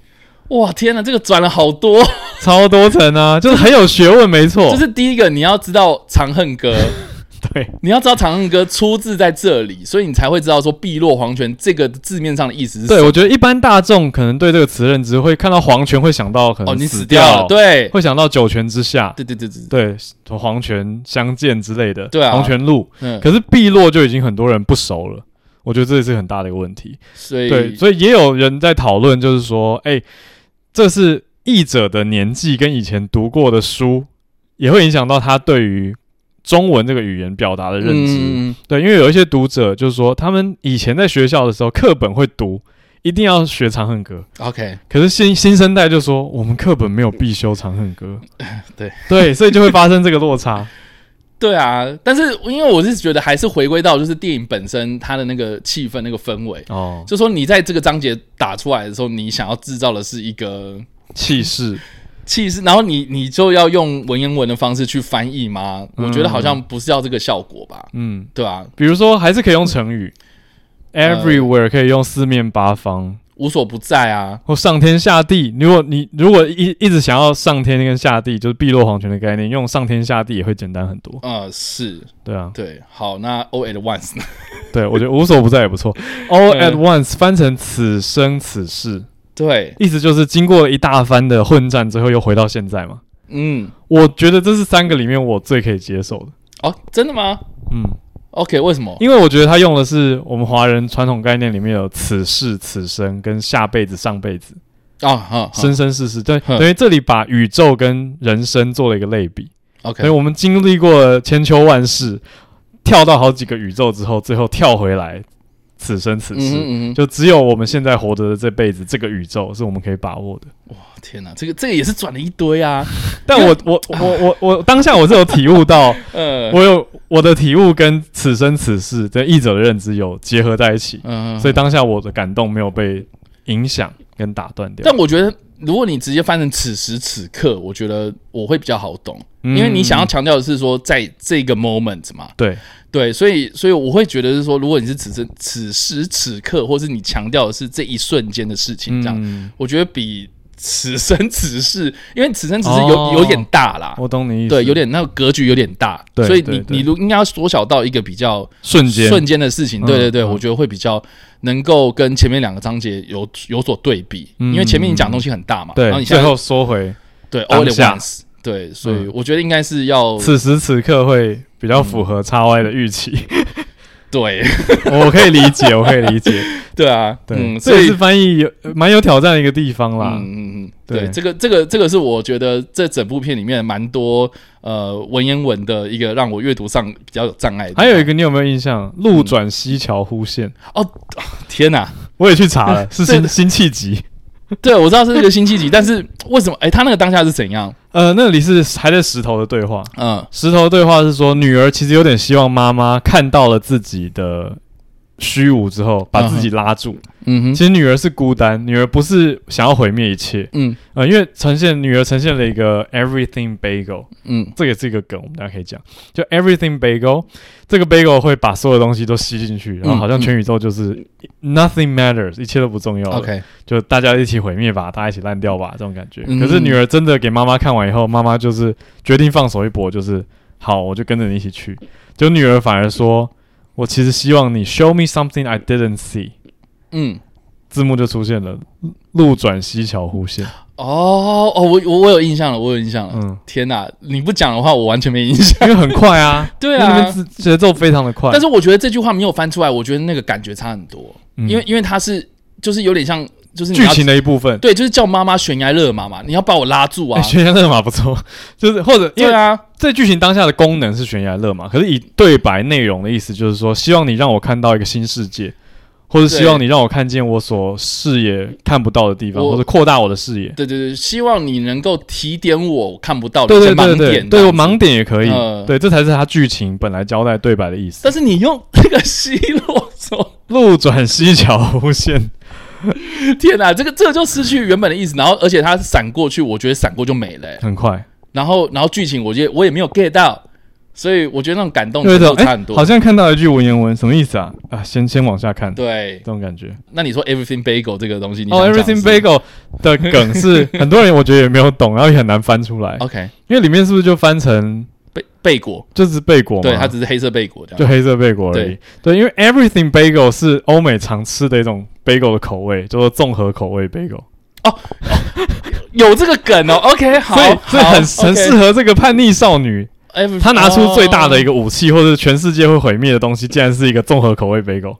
[SPEAKER 1] 哇天哪，这个转了好多。
[SPEAKER 2] 哦
[SPEAKER 1] *laughs*
[SPEAKER 2] 超多层啊，就是很有学问，没错，
[SPEAKER 1] 这是第一个，你要知道《长恨歌》， *laughs*
[SPEAKER 2] 对，
[SPEAKER 1] 你要知道《长恨歌》出自在这里，所以你才会知道说“碧落黄泉”这个字面上的意思是什
[SPEAKER 2] 对
[SPEAKER 1] 么。
[SPEAKER 2] 我觉得一般大众可能对这个词认知会看到黄泉会想到可能
[SPEAKER 1] 哦，你
[SPEAKER 2] 死
[SPEAKER 1] 死掉了，对，
[SPEAKER 2] 会想到九泉之下，
[SPEAKER 1] 对对对对，对
[SPEAKER 2] 对，黄泉相见之类的，
[SPEAKER 1] 对啊
[SPEAKER 2] 黄泉路，
[SPEAKER 1] 嗯，
[SPEAKER 2] 可是碧落就已经很多人不熟了，我觉得这也是很大的一个问题。
[SPEAKER 1] 所以
[SPEAKER 2] 对，所以也有人在讨论，就是说，哎、这是译者的年纪跟以前读过的书，也会影响到他对于中文这个语言表达的认知。
[SPEAKER 1] 嗯
[SPEAKER 2] 对，因为有一些读者就是说，他们以前在学校的时候，课本会读，一定要学《长恨歌》。
[SPEAKER 1] OK，
[SPEAKER 2] 可是新新生代就说，我们课本没有必修《长恨歌》
[SPEAKER 1] *laughs* 对
[SPEAKER 2] 对，所以就会发生这个落
[SPEAKER 1] *laughs*
[SPEAKER 2] 差。
[SPEAKER 1] 对啊，但是因为我是觉得还是回归到就是电影本身它的那个气氛、那个氛围。
[SPEAKER 2] 哦，
[SPEAKER 1] 就说你在这个章节打出来的时候，你想要制造的是一个
[SPEAKER 2] 气势。
[SPEAKER 1] 气势，然后你你就要用文言文的方式去翻译吗？我觉得
[SPEAKER 2] 嗯
[SPEAKER 1] 好像不是要这个效果吧，
[SPEAKER 2] 嗯，
[SPEAKER 1] 对啊，
[SPEAKER 2] 比如说还是可以用成语。Everywhere
[SPEAKER 1] 呃
[SPEAKER 2] 可以用四面八方，
[SPEAKER 1] 无所不在啊，
[SPEAKER 2] 或上天下地。如果你如果一一直想要上天跟下地，就是碧落黄泉的概念，用上天下地也会简单很多。
[SPEAKER 1] 呃，是
[SPEAKER 2] 对啊，
[SPEAKER 1] 对，好，那 all at once 呢？
[SPEAKER 2] 对我觉得无所不在也不错。All at once 翻成此生此世，
[SPEAKER 1] 对，
[SPEAKER 2] 意思就是经过了一大番的混战之后，又回到现在嘛。
[SPEAKER 1] 嗯，
[SPEAKER 2] 我觉得这是三个里面我最可以接受的。
[SPEAKER 1] 哦，真的吗
[SPEAKER 2] 嗯，
[SPEAKER 1] ？OK，为什么？
[SPEAKER 2] 因为我觉得他用的是我们华人传统概念里面有此世、此生跟下辈子、上辈子、
[SPEAKER 1] 啊哈，哈
[SPEAKER 2] 生生世世，对，
[SPEAKER 1] 嗯
[SPEAKER 2] 等于这里把宇宙跟人生做了一个类比。所以
[SPEAKER 1] OK，
[SPEAKER 2] 我们经历过了千秋万世，跳到好几个宇宙之后，最后跳回来，此生此
[SPEAKER 1] 嗯
[SPEAKER 2] 世，
[SPEAKER 1] 哼嗯哼，
[SPEAKER 2] 就只有我们现在活着的这辈子，这个宇宙是我们可以把握的。
[SPEAKER 1] 天哪，这个这个也是转了一堆啊，
[SPEAKER 2] 但我我我我我当下我是有体
[SPEAKER 1] *laughs*
[SPEAKER 2] 悟到，
[SPEAKER 1] 呃，
[SPEAKER 2] 我有我的体悟跟此生此世的译者的认知有结合在一起，
[SPEAKER 1] 嗯，
[SPEAKER 2] 所以当下我的感动没有被影响跟打断掉。
[SPEAKER 1] 但我觉得如果你直接翻成此时此刻，我觉得我会比较好懂，
[SPEAKER 2] 嗯
[SPEAKER 1] 因为你想要强调的是说在这个 moment 嘛，
[SPEAKER 2] 对，
[SPEAKER 1] 对，所以所以我会觉得是说，如果你是此时此时此刻，或是你强调的是这一瞬间的事情，这样，
[SPEAKER 2] 嗯
[SPEAKER 1] 我觉得比此生此世，因为此生此世有、
[SPEAKER 2] 哦
[SPEAKER 1] 有点大啦，
[SPEAKER 2] 我懂你意思，
[SPEAKER 1] 对，有点那个格局有点大，
[SPEAKER 2] 对
[SPEAKER 1] 所以
[SPEAKER 2] 对
[SPEAKER 1] 你
[SPEAKER 2] 对
[SPEAKER 1] 你如应该要缩小到一个比较
[SPEAKER 2] 瞬间，
[SPEAKER 1] 瞬间的事情，对对对，
[SPEAKER 2] 嗯
[SPEAKER 1] 我觉得会比较能够跟前面两个章节有有所对比，因为前面你讲的东西很大嘛，
[SPEAKER 2] 对
[SPEAKER 1] 然后，你现
[SPEAKER 2] 最
[SPEAKER 1] 在
[SPEAKER 2] 后缩回，
[SPEAKER 1] 对
[SPEAKER 2] 当
[SPEAKER 1] all at
[SPEAKER 2] 下
[SPEAKER 1] once，对，所以我觉得应该是要
[SPEAKER 2] 此时此刻会比
[SPEAKER 1] 嗯
[SPEAKER 2] 较符合叉 Y 的
[SPEAKER 1] *laughs*
[SPEAKER 2] 预期，
[SPEAKER 1] 对
[SPEAKER 2] 我可以理解，我可以理解，
[SPEAKER 1] 对啊，
[SPEAKER 2] 对，
[SPEAKER 1] 嗯，
[SPEAKER 2] 这
[SPEAKER 1] 所
[SPEAKER 2] 也
[SPEAKER 1] 以
[SPEAKER 2] 是翻译有蛮有挑战的一个地方啦，
[SPEAKER 1] 嗯嗯嗯，
[SPEAKER 2] 对
[SPEAKER 1] 对，这个这个这个是我觉得这整部片里面蛮多呃文言文的一个让我阅读上比较有障碍的地方。
[SPEAKER 2] 还有一个，你有没有印象？
[SPEAKER 1] 嗯
[SPEAKER 2] 路转西樵忽线，
[SPEAKER 1] 哦，天哪、
[SPEAKER 2] 我也去
[SPEAKER 1] *laughs*
[SPEAKER 2] 查了，是
[SPEAKER 1] 对
[SPEAKER 2] 辛辛弃疾。
[SPEAKER 1] 对我知道是这个辛弃疾，但是为什么？哎、他那个当下是怎样？
[SPEAKER 2] 呃，那里是还在石头的对话。
[SPEAKER 1] 嗯
[SPEAKER 2] 石头的对话是说，女儿其实有点希望妈妈看到了自己的虚无之后，把自己拉住。
[SPEAKER 1] 嗯
[SPEAKER 2] 其实女儿是孤单，女儿不是想要毁灭一切。
[SPEAKER 1] 嗯
[SPEAKER 2] 呃，因为呈现女儿呈现了一个 everything bagel，
[SPEAKER 1] 嗯
[SPEAKER 2] 这也是一个梗，我们大家可以讲，就 everything bagel，这个 bagel 会把所有东西都吸进去，然
[SPEAKER 1] 嗯
[SPEAKER 2] 后好像全宇宙就是、nothing matters，一切都不重要了。
[SPEAKER 1] ，OK，
[SPEAKER 2] 就大家一起毁灭吧，大家一起烂掉吧，这种感觉。
[SPEAKER 1] 嗯
[SPEAKER 2] 可是女儿真的给妈妈看完以后，妈妈就是决定放手一搏，就是好，我就跟着你一起去。就女儿反而说：“我其实希望你 show me something I didn't see。
[SPEAKER 1] 嗯。”
[SPEAKER 2] 字幕就出现了“路转西樵忽线
[SPEAKER 1] 哦哦，我我我有印象了，我有印象了。 *laughs*
[SPEAKER 2] 嗯
[SPEAKER 1] 天哪，你不讲的话，我完全没印
[SPEAKER 2] *laughs*
[SPEAKER 1] 象。”，
[SPEAKER 2] 因为很快啊，
[SPEAKER 1] 对
[SPEAKER 2] 因为那
[SPEAKER 1] 啊
[SPEAKER 2] 边，字节奏非常的快。
[SPEAKER 1] 但是我觉得这句话没有翻出来，我觉得那个感觉差很多，
[SPEAKER 2] 嗯
[SPEAKER 1] 因为因为它是就是有点像就是你
[SPEAKER 2] 剧
[SPEAKER 1] 要
[SPEAKER 2] 情的一部分，
[SPEAKER 1] 对，就是叫妈妈悬崖勒马嘛，你要把我拉住啊
[SPEAKER 2] 哎，。悬崖勒马不错，就是或者因
[SPEAKER 1] 对
[SPEAKER 2] 为
[SPEAKER 1] 啊，
[SPEAKER 2] 这剧情当下的功能是悬崖勒马，可是以对白内容的意思就是说，希望你让我看到一个新世界，或者希望你让我看见我所视野看不到的地方，
[SPEAKER 1] 我哦
[SPEAKER 2] 或者扩大我的视野。
[SPEAKER 1] 对对对，希望你能够提点我看不到的
[SPEAKER 2] 对
[SPEAKER 1] 一些
[SPEAKER 2] 对对
[SPEAKER 1] 盲
[SPEAKER 2] 对，
[SPEAKER 1] 点，
[SPEAKER 2] 对
[SPEAKER 1] 这
[SPEAKER 2] 我
[SPEAKER 1] 样子
[SPEAKER 2] 盲。点也可以，
[SPEAKER 1] 嗯
[SPEAKER 2] 对，这才是它剧情本来交代对白的意思。
[SPEAKER 1] 但是你用那个奚落说，
[SPEAKER 2] 路转西樵忽线，
[SPEAKER 1] *laughs* 天哪，这个这个就失去原本的意思，然后而且它闪过去，我觉得闪过就没了、欸
[SPEAKER 2] 很快，
[SPEAKER 1] 然后然后剧情我觉得我也没有 get 到，所以我觉得那种感动
[SPEAKER 2] 对
[SPEAKER 1] 程
[SPEAKER 2] 的
[SPEAKER 1] 度，
[SPEAKER 2] 哎
[SPEAKER 1] 差很，多。
[SPEAKER 2] 好像看到一句文言文，什么意思啊？啊，先先往下看，这
[SPEAKER 1] 对，
[SPEAKER 2] 种感觉。
[SPEAKER 1] 那你说 everything bagel 这个东西，你
[SPEAKER 2] 哦
[SPEAKER 1] 想讲的
[SPEAKER 2] ，Everything
[SPEAKER 1] 是
[SPEAKER 2] Bagel 的梗是很多人我觉得也没有懂，然后也很难翻出来，
[SPEAKER 1] OK
[SPEAKER 2] 因为里面是不是就翻成
[SPEAKER 1] 贝贝果，
[SPEAKER 2] 就是贝果嘛，
[SPEAKER 1] 对，它只是黑色贝果这
[SPEAKER 2] 就
[SPEAKER 1] 样。
[SPEAKER 2] 黑色贝果而已。对，因为 everything bagel 是欧美常吃的一种 bagel 的口味，叫做综合口味 bagel，
[SPEAKER 1] 有这个梗哦，OK，好，
[SPEAKER 2] 所以所以
[SPEAKER 1] 好
[SPEAKER 2] 很很适合这个叛逆少女。
[SPEAKER 1] ，OK，every-
[SPEAKER 2] 她拿出最大的一
[SPEAKER 1] 哦
[SPEAKER 2] 个武器，或者全世界会毁灭的东西，竟然是一个综合口味 bagel，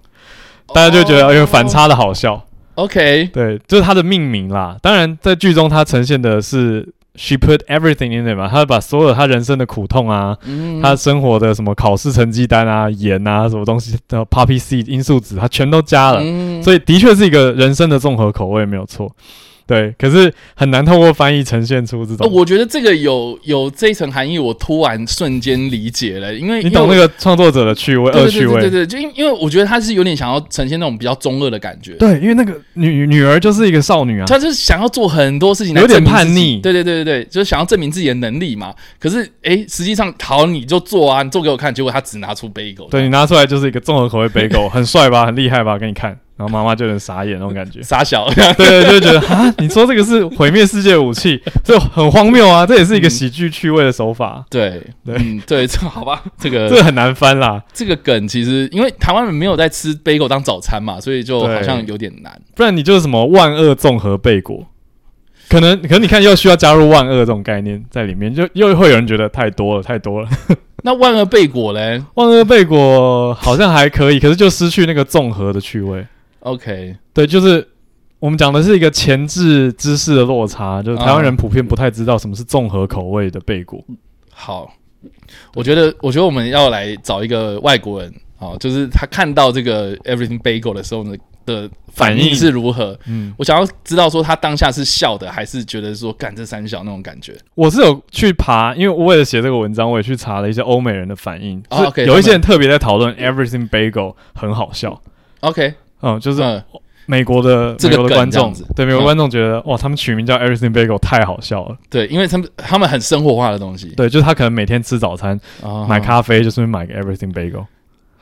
[SPEAKER 2] 大家就觉得哎呦反差的好笑。
[SPEAKER 1] 哦 OK，
[SPEAKER 2] 对，就是它的命名啦。当然，在剧中它呈现的是 she put everything in it 嘛，她把所有她人生的苦痛啊，
[SPEAKER 1] 嗯，
[SPEAKER 2] 他生活的什么考试成绩单啊、盐啊、什么东西的 poppy seed 罂粟籽，他全都加了，
[SPEAKER 1] 嗯
[SPEAKER 2] 所以的确是一个人生的综合口味，没有错。对，可是很难透过翻译呈现出这
[SPEAKER 1] 呃
[SPEAKER 2] 种。
[SPEAKER 1] 我觉得这个有有这一层含义，我突然瞬间理解了，因为
[SPEAKER 2] 你懂那
[SPEAKER 1] 个
[SPEAKER 2] 个创作者的趣味、恶
[SPEAKER 1] 对
[SPEAKER 2] 趣
[SPEAKER 1] 对对对对，
[SPEAKER 2] 味。
[SPEAKER 1] 就因因为我觉得他是有点想要呈现那种比较中二的感觉，
[SPEAKER 2] 对，因为那个女女儿就是一个少女啊，
[SPEAKER 1] 他就是想要做很多事情来
[SPEAKER 2] 有点
[SPEAKER 1] 证明自己
[SPEAKER 2] 叛逆
[SPEAKER 1] 对对对对对，就是想要证明自己的能力嘛。可是诶，实际上好，你就做啊，你做给我看，结果他只拿出 bagel，
[SPEAKER 2] 对你拿出来就是一个综合口味 bagel，很帅吧，很厉害吧，给你看，然后妈妈就有点傻眼那种感觉。
[SPEAKER 1] 傻
[SPEAKER 2] *laughs*
[SPEAKER 1] 小，
[SPEAKER 2] 对对，就觉得啊，你说这个是毁灭世界的武器，这很荒谬啊，这也是一个喜剧趣味的手法，
[SPEAKER 1] 对
[SPEAKER 2] 对
[SPEAKER 1] 嗯对，这好
[SPEAKER 2] *laughs*
[SPEAKER 1] 吧，这个
[SPEAKER 2] 这很难翻啦。
[SPEAKER 1] 这个梗其实因为台湾人没有在吃 bagel 当早餐嘛，所以就
[SPEAKER 2] 对
[SPEAKER 1] 好像有点难。
[SPEAKER 2] 不然你就是什么万恶综合贝果，可能可能你看又需要加入万恶这种概念在里面，就又会有人觉得太多了，太多了。 *laughs*
[SPEAKER 1] 那万恶贝果嘞
[SPEAKER 2] 万恶贝果好像还可以，可是就失去那个综合的趣味。
[SPEAKER 1] ？OK，
[SPEAKER 2] 对，就是我们讲的是一个前置知识的落差，就是台湾人普遍不太知道什么是综合口味的贝果。
[SPEAKER 1] 好，我觉得我觉得我们要来找一个外国人，好，就是他看到这个 everything bagel 的时候呢的反
[SPEAKER 2] 反应
[SPEAKER 1] 应是如何。
[SPEAKER 2] 嗯，
[SPEAKER 1] 我想要知道说他当下是笑的，还是觉得说干这三小那种感觉。
[SPEAKER 2] 我是有去爬，因为我为了写这个文章，我也去查了一些欧美人的反应，
[SPEAKER 1] 哦
[SPEAKER 2] 是
[SPEAKER 1] OK，
[SPEAKER 2] 有一些人特别在讨论 everything bagel 很好笑。
[SPEAKER 1] OK，
[SPEAKER 2] 嗯，就是
[SPEAKER 1] 嗯，
[SPEAKER 2] 美国的
[SPEAKER 1] 这个
[SPEAKER 2] 美国的
[SPEAKER 1] 梗
[SPEAKER 2] 观
[SPEAKER 1] 这样
[SPEAKER 2] 众
[SPEAKER 1] 子，
[SPEAKER 2] 对美国
[SPEAKER 1] 嗯
[SPEAKER 2] 观众觉得哇，他们取名叫 Everything Bagel 太好笑了。
[SPEAKER 1] 对，因为他们他们很生活化的东西，
[SPEAKER 2] 对，就是他可能每天吃早餐
[SPEAKER 1] 哦
[SPEAKER 2] 买咖啡，就是买个 Everything Bagel。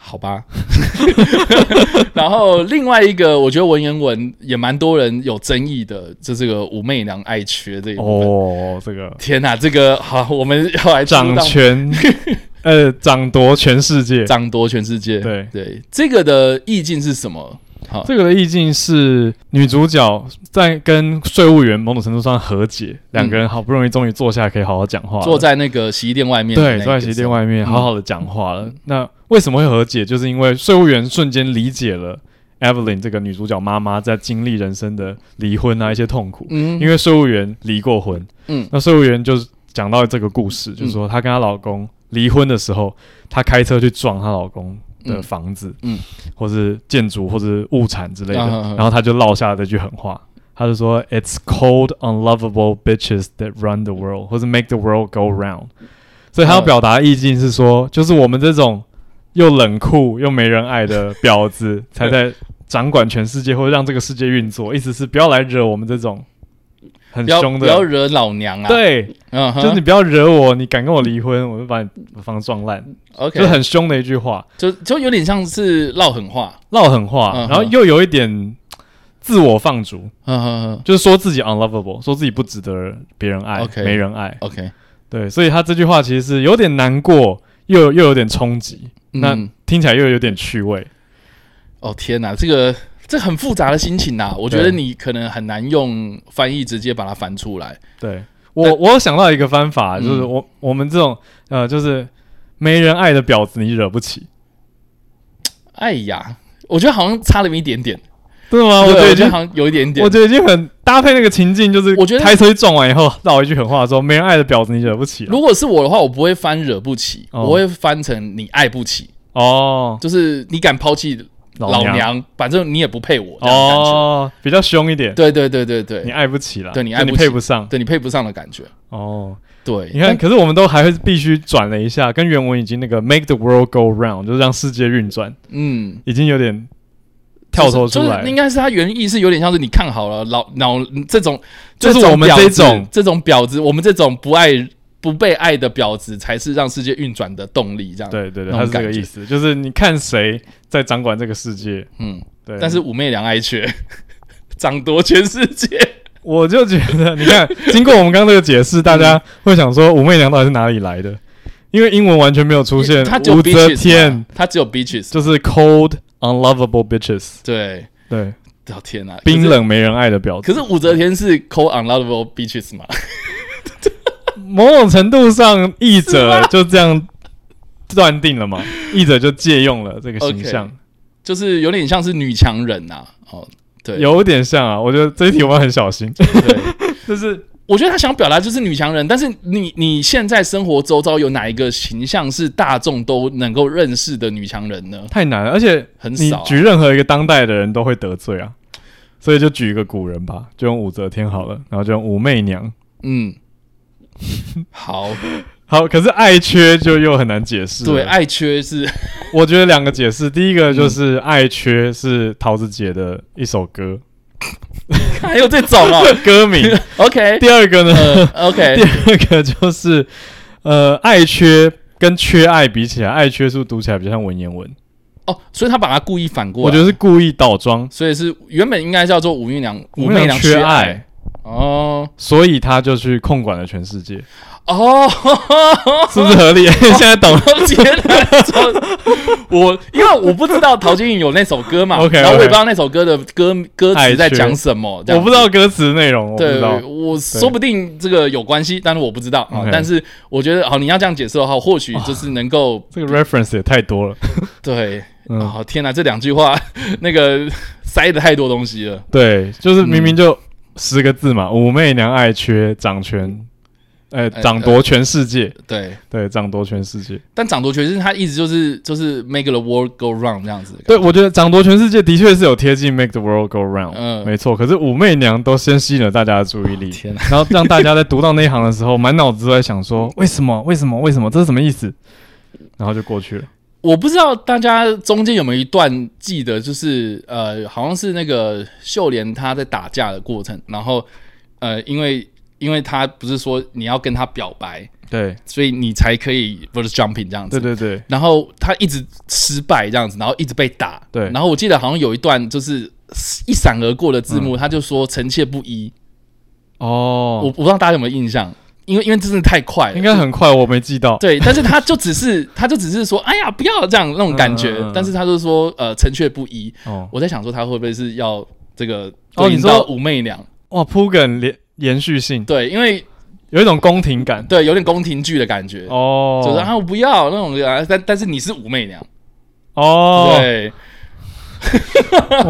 [SPEAKER 1] 好吧。 *laughs* 然后另外一个，我觉得文言文也蛮多人有争议的，就这个武媚娘爱缺这一部分。
[SPEAKER 2] 哦，这个
[SPEAKER 1] 天哪、这个好，我们要来
[SPEAKER 2] 掌
[SPEAKER 1] 出道 *laughs*
[SPEAKER 2] 权，呃，掌夺全世界。
[SPEAKER 1] 掌夺全世界。
[SPEAKER 2] 对
[SPEAKER 1] 对，这个的意境是什么？好，
[SPEAKER 2] 这个的意境是女主角在跟税务员某种程度上和解，两个人好不容易终于坐下来可以好好讲话了，
[SPEAKER 1] 嗯坐在那个洗衣店外面的那个
[SPEAKER 2] 对
[SPEAKER 1] 时
[SPEAKER 2] 坐
[SPEAKER 1] 候，
[SPEAKER 2] 在洗衣店外面
[SPEAKER 1] 嗯
[SPEAKER 2] 好好的讲话了。那为什么会和解？就是因为税务员瞬间理解了 Evelyn 这个女主角妈妈在经历人生的离婚啊一些痛苦，
[SPEAKER 1] 嗯，
[SPEAKER 2] 因为税务员离过婚，
[SPEAKER 1] 嗯
[SPEAKER 2] 那税务员就是讲到这个故事，就是说她跟她老公离婚的时候，她开车去撞她老公的房子，
[SPEAKER 1] 嗯嗯
[SPEAKER 2] 或是建筑或是物产之类的，
[SPEAKER 1] 啊啊啊
[SPEAKER 2] 然后她就落下了这句狠话。她就说：“It's cold, unlovable bitches that run the world，或是 make the world go round。”所以她要
[SPEAKER 1] 嗯
[SPEAKER 2] 表达的意境是说，就是我们这种又冷酷又没人爱的婊子，才在掌管全世界，或者让这个世界运作。意思是不要来惹我们这种很
[SPEAKER 1] 不要
[SPEAKER 2] 凶
[SPEAKER 1] 不
[SPEAKER 2] 的，
[SPEAKER 1] 要惹老娘啊！，
[SPEAKER 2] 对，
[SPEAKER 1] 嗯哼，
[SPEAKER 2] 就是你不要惹我，你敢跟我离婚，我就把你房子撞烂，
[SPEAKER 1] OK，
[SPEAKER 2] 就是很凶的一句话，
[SPEAKER 1] 就就有点像是唠狠话，
[SPEAKER 2] 唠狠话，
[SPEAKER 1] 嗯哼
[SPEAKER 2] 然后又有一点自我放逐，
[SPEAKER 1] 嗯哼哼
[SPEAKER 2] 就是说自己 unlovable，说自己不值得别人爱
[SPEAKER 1] OK
[SPEAKER 2] 没人爱，
[SPEAKER 1] ，OK，
[SPEAKER 2] 对，所以他这句话其实是有点难过，又又有点冲击，那
[SPEAKER 1] 嗯
[SPEAKER 2] 听起来又有点趣味，
[SPEAKER 1] 哦天哪，这个这很复杂的心情呐、我觉得你可能很难用翻译直接把它翻出来。
[SPEAKER 2] 对我，我有想到一个方法，就是
[SPEAKER 1] 嗯
[SPEAKER 2] 我我们这种呃，就是没人爱的婊子，你惹不起，
[SPEAKER 1] 哎呀，我觉得好像差了那么一点点，
[SPEAKER 2] 哦对吗？
[SPEAKER 1] 对
[SPEAKER 2] 觉得已
[SPEAKER 1] 我觉
[SPEAKER 2] 经
[SPEAKER 1] 得，好像有一点点
[SPEAKER 2] 我。觉得已经很搭配那个情境，就是
[SPEAKER 1] 我觉得
[SPEAKER 2] 开车撞完以后唠一句狠话说没人爱的婊子，你惹不起啊。
[SPEAKER 1] 如果是我的话，我不会翻惹不起，
[SPEAKER 2] 哦
[SPEAKER 1] 我会翻成你爱不起，
[SPEAKER 2] 哦，
[SPEAKER 1] 就是你敢抛弃老
[SPEAKER 2] 娘
[SPEAKER 1] 娘，反正你也不配我这样的感觉。
[SPEAKER 2] 哦，比较凶一点，
[SPEAKER 1] 对对对对
[SPEAKER 2] 你
[SPEAKER 1] 对，
[SPEAKER 2] 爱不起啦，
[SPEAKER 1] 对你
[SPEAKER 2] 就
[SPEAKER 1] 爱
[SPEAKER 2] 你
[SPEAKER 1] 不起
[SPEAKER 2] 配不上
[SPEAKER 1] 对你配不上的感觉。
[SPEAKER 2] 哦。
[SPEAKER 1] 对，
[SPEAKER 2] 你看，可是我们都还会必须转了一下，跟原文已经那个 make the world go round，就是让世界运转，
[SPEAKER 1] 嗯，
[SPEAKER 2] 已经有点跳脱出
[SPEAKER 1] 就是
[SPEAKER 2] 来
[SPEAKER 1] 就
[SPEAKER 2] 了
[SPEAKER 1] 是应该是他原意是有点像是你看好了老老这种，
[SPEAKER 2] 就是
[SPEAKER 1] 种
[SPEAKER 2] 我们
[SPEAKER 1] 婊
[SPEAKER 2] 这
[SPEAKER 1] 子
[SPEAKER 2] 种
[SPEAKER 1] 这种婊子，我们这种不爱不被爱的婊子，才是让世界运转的动力。这样
[SPEAKER 2] 对对对，
[SPEAKER 1] 那种
[SPEAKER 2] 他是这个
[SPEAKER 1] 感觉
[SPEAKER 2] 意思，就是你看谁在掌管这个世界。
[SPEAKER 1] 嗯，
[SPEAKER 2] 对，
[SPEAKER 1] 但是武媚娘爱缺， *laughs* 掌夺全世界。
[SPEAKER 2] 我就觉得，
[SPEAKER 1] *laughs*
[SPEAKER 2] 你看，经过我们刚刚这个解释，大
[SPEAKER 1] 嗯
[SPEAKER 2] 家会想说武媚娘到底是哪里来的？因为英文完全没有
[SPEAKER 1] *laughs*
[SPEAKER 2] 出现，
[SPEAKER 1] 他只有
[SPEAKER 2] 武则
[SPEAKER 1] bitches，
[SPEAKER 2] 天
[SPEAKER 1] 嘛他只有 bitches。
[SPEAKER 2] 就是 cold unlovable bitches，
[SPEAKER 1] 对，
[SPEAKER 2] 对，
[SPEAKER 1] 哦天哪，
[SPEAKER 2] 冰。冷没人爱的婊
[SPEAKER 1] 可
[SPEAKER 2] 子。
[SPEAKER 1] 是武则天是 cold unlovable bitches 嘛？
[SPEAKER 2] 某种程度上，译者就这样断定
[SPEAKER 1] *laughs*
[SPEAKER 2] 了嘛，译者就借用了这个形
[SPEAKER 1] OK
[SPEAKER 2] 象，
[SPEAKER 1] 就是有点像是女强人呐、哦，对，
[SPEAKER 2] 有点像啊。我觉得这一题我们要很小心， *laughs*
[SPEAKER 1] 对。
[SPEAKER 2] 就是
[SPEAKER 1] 我觉得他想表达就是女强人，但是你你现在生活周遭有哪一个形象是大众都能够认识的女强人呢？
[SPEAKER 2] 太难了，而且
[SPEAKER 1] 很
[SPEAKER 2] 你
[SPEAKER 1] 少啊、
[SPEAKER 2] 举任何一个当代的人都会得罪啊，所以就举一个古人吧，就用武则天好了，然后就用武媚娘。
[SPEAKER 1] 嗯，好，
[SPEAKER 2] 好，可是爱缺就又很难解释。
[SPEAKER 1] 对，，爱缺是 *laughs*
[SPEAKER 2] 我觉得两个解释，第一个就是爱缺是桃子姐的一首歌，
[SPEAKER 1] 还有这种哦。 *laughs*
[SPEAKER 2] 歌名。
[SPEAKER 1] OK，
[SPEAKER 2] 第二个呢，
[SPEAKER 1] 呃，OK，
[SPEAKER 2] *laughs* 第二个就是呃，爱缺跟缺爱比起来，爱缺是不是读起来比较像文言文，
[SPEAKER 1] 哦，所以他把它故意反过
[SPEAKER 2] 我
[SPEAKER 1] 来，
[SPEAKER 2] 觉得是故意倒装。
[SPEAKER 1] 所以是原本应该叫做武媚娘，武
[SPEAKER 2] 媚
[SPEAKER 1] 媚娘
[SPEAKER 2] 缺
[SPEAKER 1] 爱，哦
[SPEAKER 2] 所以他就去控管了全
[SPEAKER 1] *laughs*
[SPEAKER 2] 世界，
[SPEAKER 1] 哦，
[SPEAKER 2] 是不是合理？ *laughs* 现在懂了。
[SPEAKER 1] 我天哪！就 *laughs* 我因为我不知道陶晶莹有那首歌嘛
[SPEAKER 2] OK，OK
[SPEAKER 1] 然后我也不知道那首歌的歌歌词在
[SPEAKER 2] 爱缺
[SPEAKER 1] 讲什么，这
[SPEAKER 2] 我
[SPEAKER 1] 样
[SPEAKER 2] 不知道歌词内容，我不知
[SPEAKER 1] 对
[SPEAKER 2] 道。，
[SPEAKER 1] 我说不定这个有关系，但是我不知道啊
[SPEAKER 2] OK。
[SPEAKER 1] 但是我觉得，好，你要这样解释的话，或许就是能够
[SPEAKER 2] 这个 reference 也太多了。
[SPEAKER 1] 对。
[SPEAKER 2] 嗯
[SPEAKER 1] 哦，天哪，这两句话 *laughs* 那个塞的太多东西了。
[SPEAKER 2] 对，就是明
[SPEAKER 1] 嗯
[SPEAKER 2] 明就十个字嘛，武媚娘爱缺掌权，呃，
[SPEAKER 1] 哎
[SPEAKER 2] 掌夺全世界，
[SPEAKER 1] 对，
[SPEAKER 2] 对，掌夺全世界。
[SPEAKER 1] 但掌夺权势，他一直就是就是 make the world go round 这样子。
[SPEAKER 2] 对，我觉得掌夺全世界的确是有贴近 make the world go round，
[SPEAKER 1] 嗯
[SPEAKER 2] 没错。可是武媚娘都先吸引了大家的注意
[SPEAKER 1] *laughs*
[SPEAKER 2] 力，
[SPEAKER 1] 天哪
[SPEAKER 2] 然后让大家在读到那一行的时候，满脑子都在想说为什么，为什么，为什么，这是什么意思？然后就过去了。
[SPEAKER 1] 我不知道大家中间有没有一段记得，就是呃，好像是那个秀莲她在打架的过程，然后呃，因为因为她不是说你要跟她表白，
[SPEAKER 2] 对
[SPEAKER 1] 所以你才可以 verse jumping 这样子。
[SPEAKER 2] 对对对，
[SPEAKER 1] 然后他一直失败这样子，然后一直被打。
[SPEAKER 2] 对
[SPEAKER 1] 然后我记得好像有一段就是一闪而过的字
[SPEAKER 2] 嗯
[SPEAKER 1] 幕，他就说臣妾不一。我我
[SPEAKER 2] 哦，
[SPEAKER 1] 不知道大家有没有印象，因为因为真的太快了，
[SPEAKER 2] 应该很快，我没记到。
[SPEAKER 1] 对，但是他就只是他就只是说，哎呀，不要这样那种感觉
[SPEAKER 2] 嗯嗯嗯嗯。
[SPEAKER 1] 但是他就说，呃，臣妾不一。
[SPEAKER 2] 哦，
[SPEAKER 1] 我在想说他会不会是要这个
[SPEAKER 2] 哦
[SPEAKER 1] 对
[SPEAKER 2] 你
[SPEAKER 1] 应
[SPEAKER 2] 说
[SPEAKER 1] 到武媚娘？
[SPEAKER 2] 哇，铺梗连延续性，
[SPEAKER 1] 对，因为
[SPEAKER 2] 有一种宫廷感。
[SPEAKER 1] 对有点宫廷剧的感觉，
[SPEAKER 2] 哦，
[SPEAKER 1] 就是啊我不要那种啊，但但是你是武媚娘，
[SPEAKER 2] 哦，
[SPEAKER 1] 对。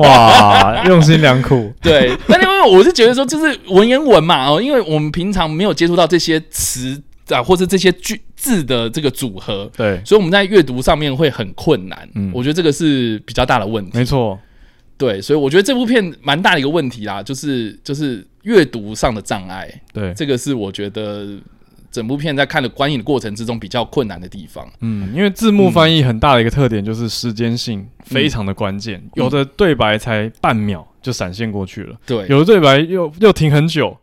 [SPEAKER 2] 哇， *laughs* 用心良苦。
[SPEAKER 1] 对，但是因为我是觉得说，就是文言文嘛，哦，因为我们平常没有接触到这些词啊，或是这些句字的这个组合，
[SPEAKER 2] 对，
[SPEAKER 1] 所以我们在阅读上面会很困难。
[SPEAKER 2] 嗯
[SPEAKER 1] 我觉得这个是比较大的问题。
[SPEAKER 2] 没错，
[SPEAKER 1] 对，所以我觉得这部片蛮大的一个问题啦，就是就是阅读上的障碍，
[SPEAKER 2] 对，
[SPEAKER 1] 这个是我觉得整部片在看的观影的过程之中比较困难的地方。
[SPEAKER 2] 嗯，因为字幕翻译很大的一个特点就是时间性
[SPEAKER 1] 嗯
[SPEAKER 2] 非常的关键，有的对白才半秒就闪现过去了，
[SPEAKER 1] 对，
[SPEAKER 2] 有的对白又又停很久，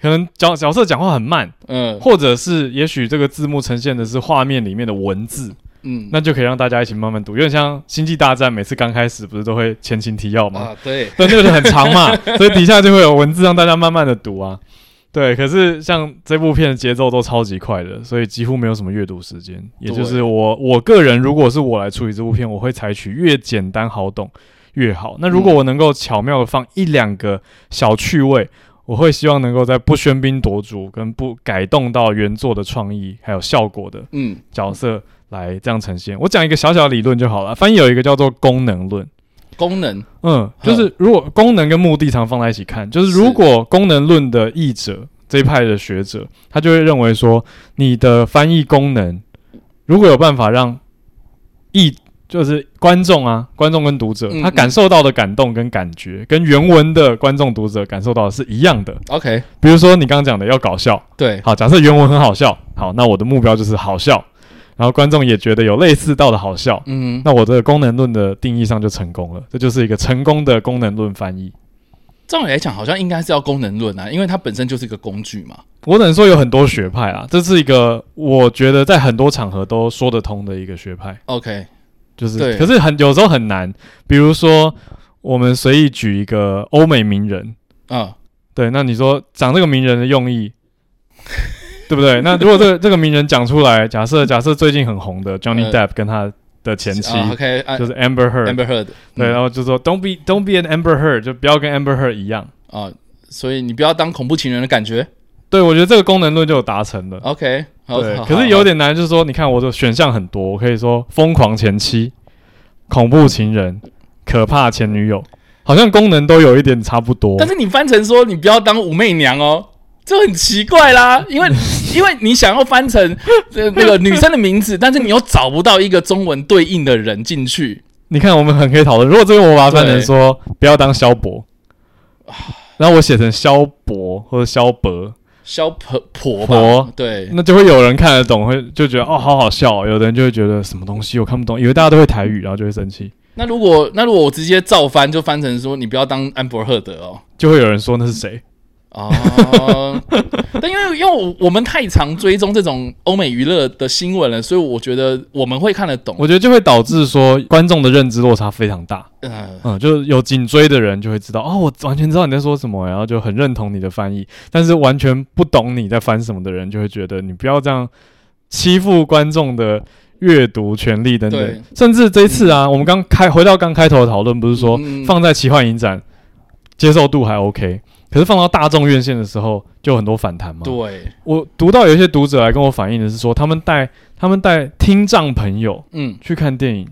[SPEAKER 2] 可能角角色讲话很慢，
[SPEAKER 1] 嗯
[SPEAKER 2] 或者是也许这个字幕呈现的是画面里面的文字，
[SPEAKER 1] 嗯，
[SPEAKER 2] 那就可以让大家一起慢慢读，有点像《星际大战》每次刚开始不是都会前情提要吗？
[SPEAKER 1] 啊，对，
[SPEAKER 2] 对，那个就很长嘛，所以底下就会有文字让大家慢慢的读啊。对，可是像这部片的节奏都超级快的，所以几乎没有什么阅读时间。也就是
[SPEAKER 1] 对
[SPEAKER 2] 我我个人，如果是我来处理这部片，我会采取越简单好懂越好。那如果我能够巧妙的放一两个小趣味，我会希望能够在不喧宾夺主跟不改动到原作的创意还有效果的
[SPEAKER 1] 嗯
[SPEAKER 2] 角色来这样呈现。我讲一个小小的理论就好了，翻译有一个叫做功能论。
[SPEAKER 1] 功能，
[SPEAKER 2] 嗯，就是如果功能跟目的常放在一起看，就是如果功能论的译者这一派的学者，他就会认为说，你的翻译功能如果有办法让译就是观众啊，观众跟读者
[SPEAKER 1] 嗯
[SPEAKER 2] 他感受到的感动跟感觉，跟原文的观众读者感受到的是一样的。
[SPEAKER 1] ，OK，
[SPEAKER 2] 比如说你刚刚讲的要搞笑，
[SPEAKER 1] 对，
[SPEAKER 2] 好，假设原文很好笑，好，那我的目标就是好笑，然后观众也觉得有类似到的好笑，
[SPEAKER 1] 嗯，
[SPEAKER 2] *laughs* 那我的功能论的定义上就成功了，这就是一个成功的功能论翻译。
[SPEAKER 1] 照理来讲，好像应该是要功能论啊，因为它本身就是一个工具嘛。
[SPEAKER 2] 我只能说有很多学派啊，这是一个我觉得在很多场合都说得通的一个学派，
[SPEAKER 1] OK，
[SPEAKER 2] 就是
[SPEAKER 1] 对
[SPEAKER 2] 可是很有时候很难。比如说，我们随意举一个欧美名人，
[SPEAKER 1] 嗯，
[SPEAKER 2] 对，那你说讲这个名人的用意， *laughs* 对不对？那如果这个这个名人讲出来，假设假设最近很红的 Johnny
[SPEAKER 1] 呃
[SPEAKER 2] Depp 跟他的前妻、
[SPEAKER 1] 啊 OK，啊
[SPEAKER 2] 就是 Amber Heard，
[SPEAKER 1] Amber Heard，
[SPEAKER 2] 对，
[SPEAKER 1] 嗯
[SPEAKER 2] 然后就说 Don't be Don't be an Amber Heard，就不要跟 Amber Heard 一样。
[SPEAKER 1] 啊，所以你不要当恐怖情人的感觉。
[SPEAKER 2] 对，我觉得这个功能论就有达成了。
[SPEAKER 1] OK，好，哦
[SPEAKER 2] 对
[SPEAKER 1] 好，
[SPEAKER 2] 可是有，点难，就是说，你看我的选项很多，我可以说疯狂前妻、恐怖情人、可怕前女友，好像功能都有一点差不多。
[SPEAKER 1] 好但是你翻成说你不要当武媚娘哦。这很奇怪啦，因为 *laughs* 因为你想要翻成呃那个女生的名字，但是你又找不到一个中文对应的人进去，
[SPEAKER 2] 你看，我们很可以讨论，如果这个我把它翻成说不要当萧伯，
[SPEAKER 1] 啊
[SPEAKER 2] 然后我写成萧伯或者萧伯，
[SPEAKER 1] 萧婆婆吧
[SPEAKER 2] 婆，
[SPEAKER 1] 对，
[SPEAKER 2] 那就会有人看得懂，会就觉得哦好好笑、哦，有的人就会觉得什么东西我看不懂，以为大家都会台语，然后就会生气，
[SPEAKER 1] 那如果那如果我直接照翻，就翻成说你不要当安博赫德哦。
[SPEAKER 2] 就会有人说那是谁。
[SPEAKER 1] 哦， *laughs* 但因为因为我我们太常追踪这种欧美娱乐的新闻了，所以我觉得我们会看得懂。
[SPEAKER 2] 我觉得就会导致说观众的认知落差非常大。
[SPEAKER 1] 呃，
[SPEAKER 2] 嗯，就是有紧追的人就会知道哦，我完全知道你在说什么，然后就很认同你的翻译，但是完全不懂你在翻什么的人就会觉得你不要这样欺负观众的阅读权利等等
[SPEAKER 1] 对。
[SPEAKER 2] 甚至这一次啊，我们刚开回到刚开头的讨论，不是说
[SPEAKER 1] 嗯嗯嗯
[SPEAKER 2] 放在奇幻影展接受度还 OK，可是放到大众院线的时候就有很多反弹嘛。
[SPEAKER 1] 对，
[SPEAKER 2] 我读到有一些读者来跟我反映的是说，他们带他们带听障朋友
[SPEAKER 1] 嗯，
[SPEAKER 2] 去看电影，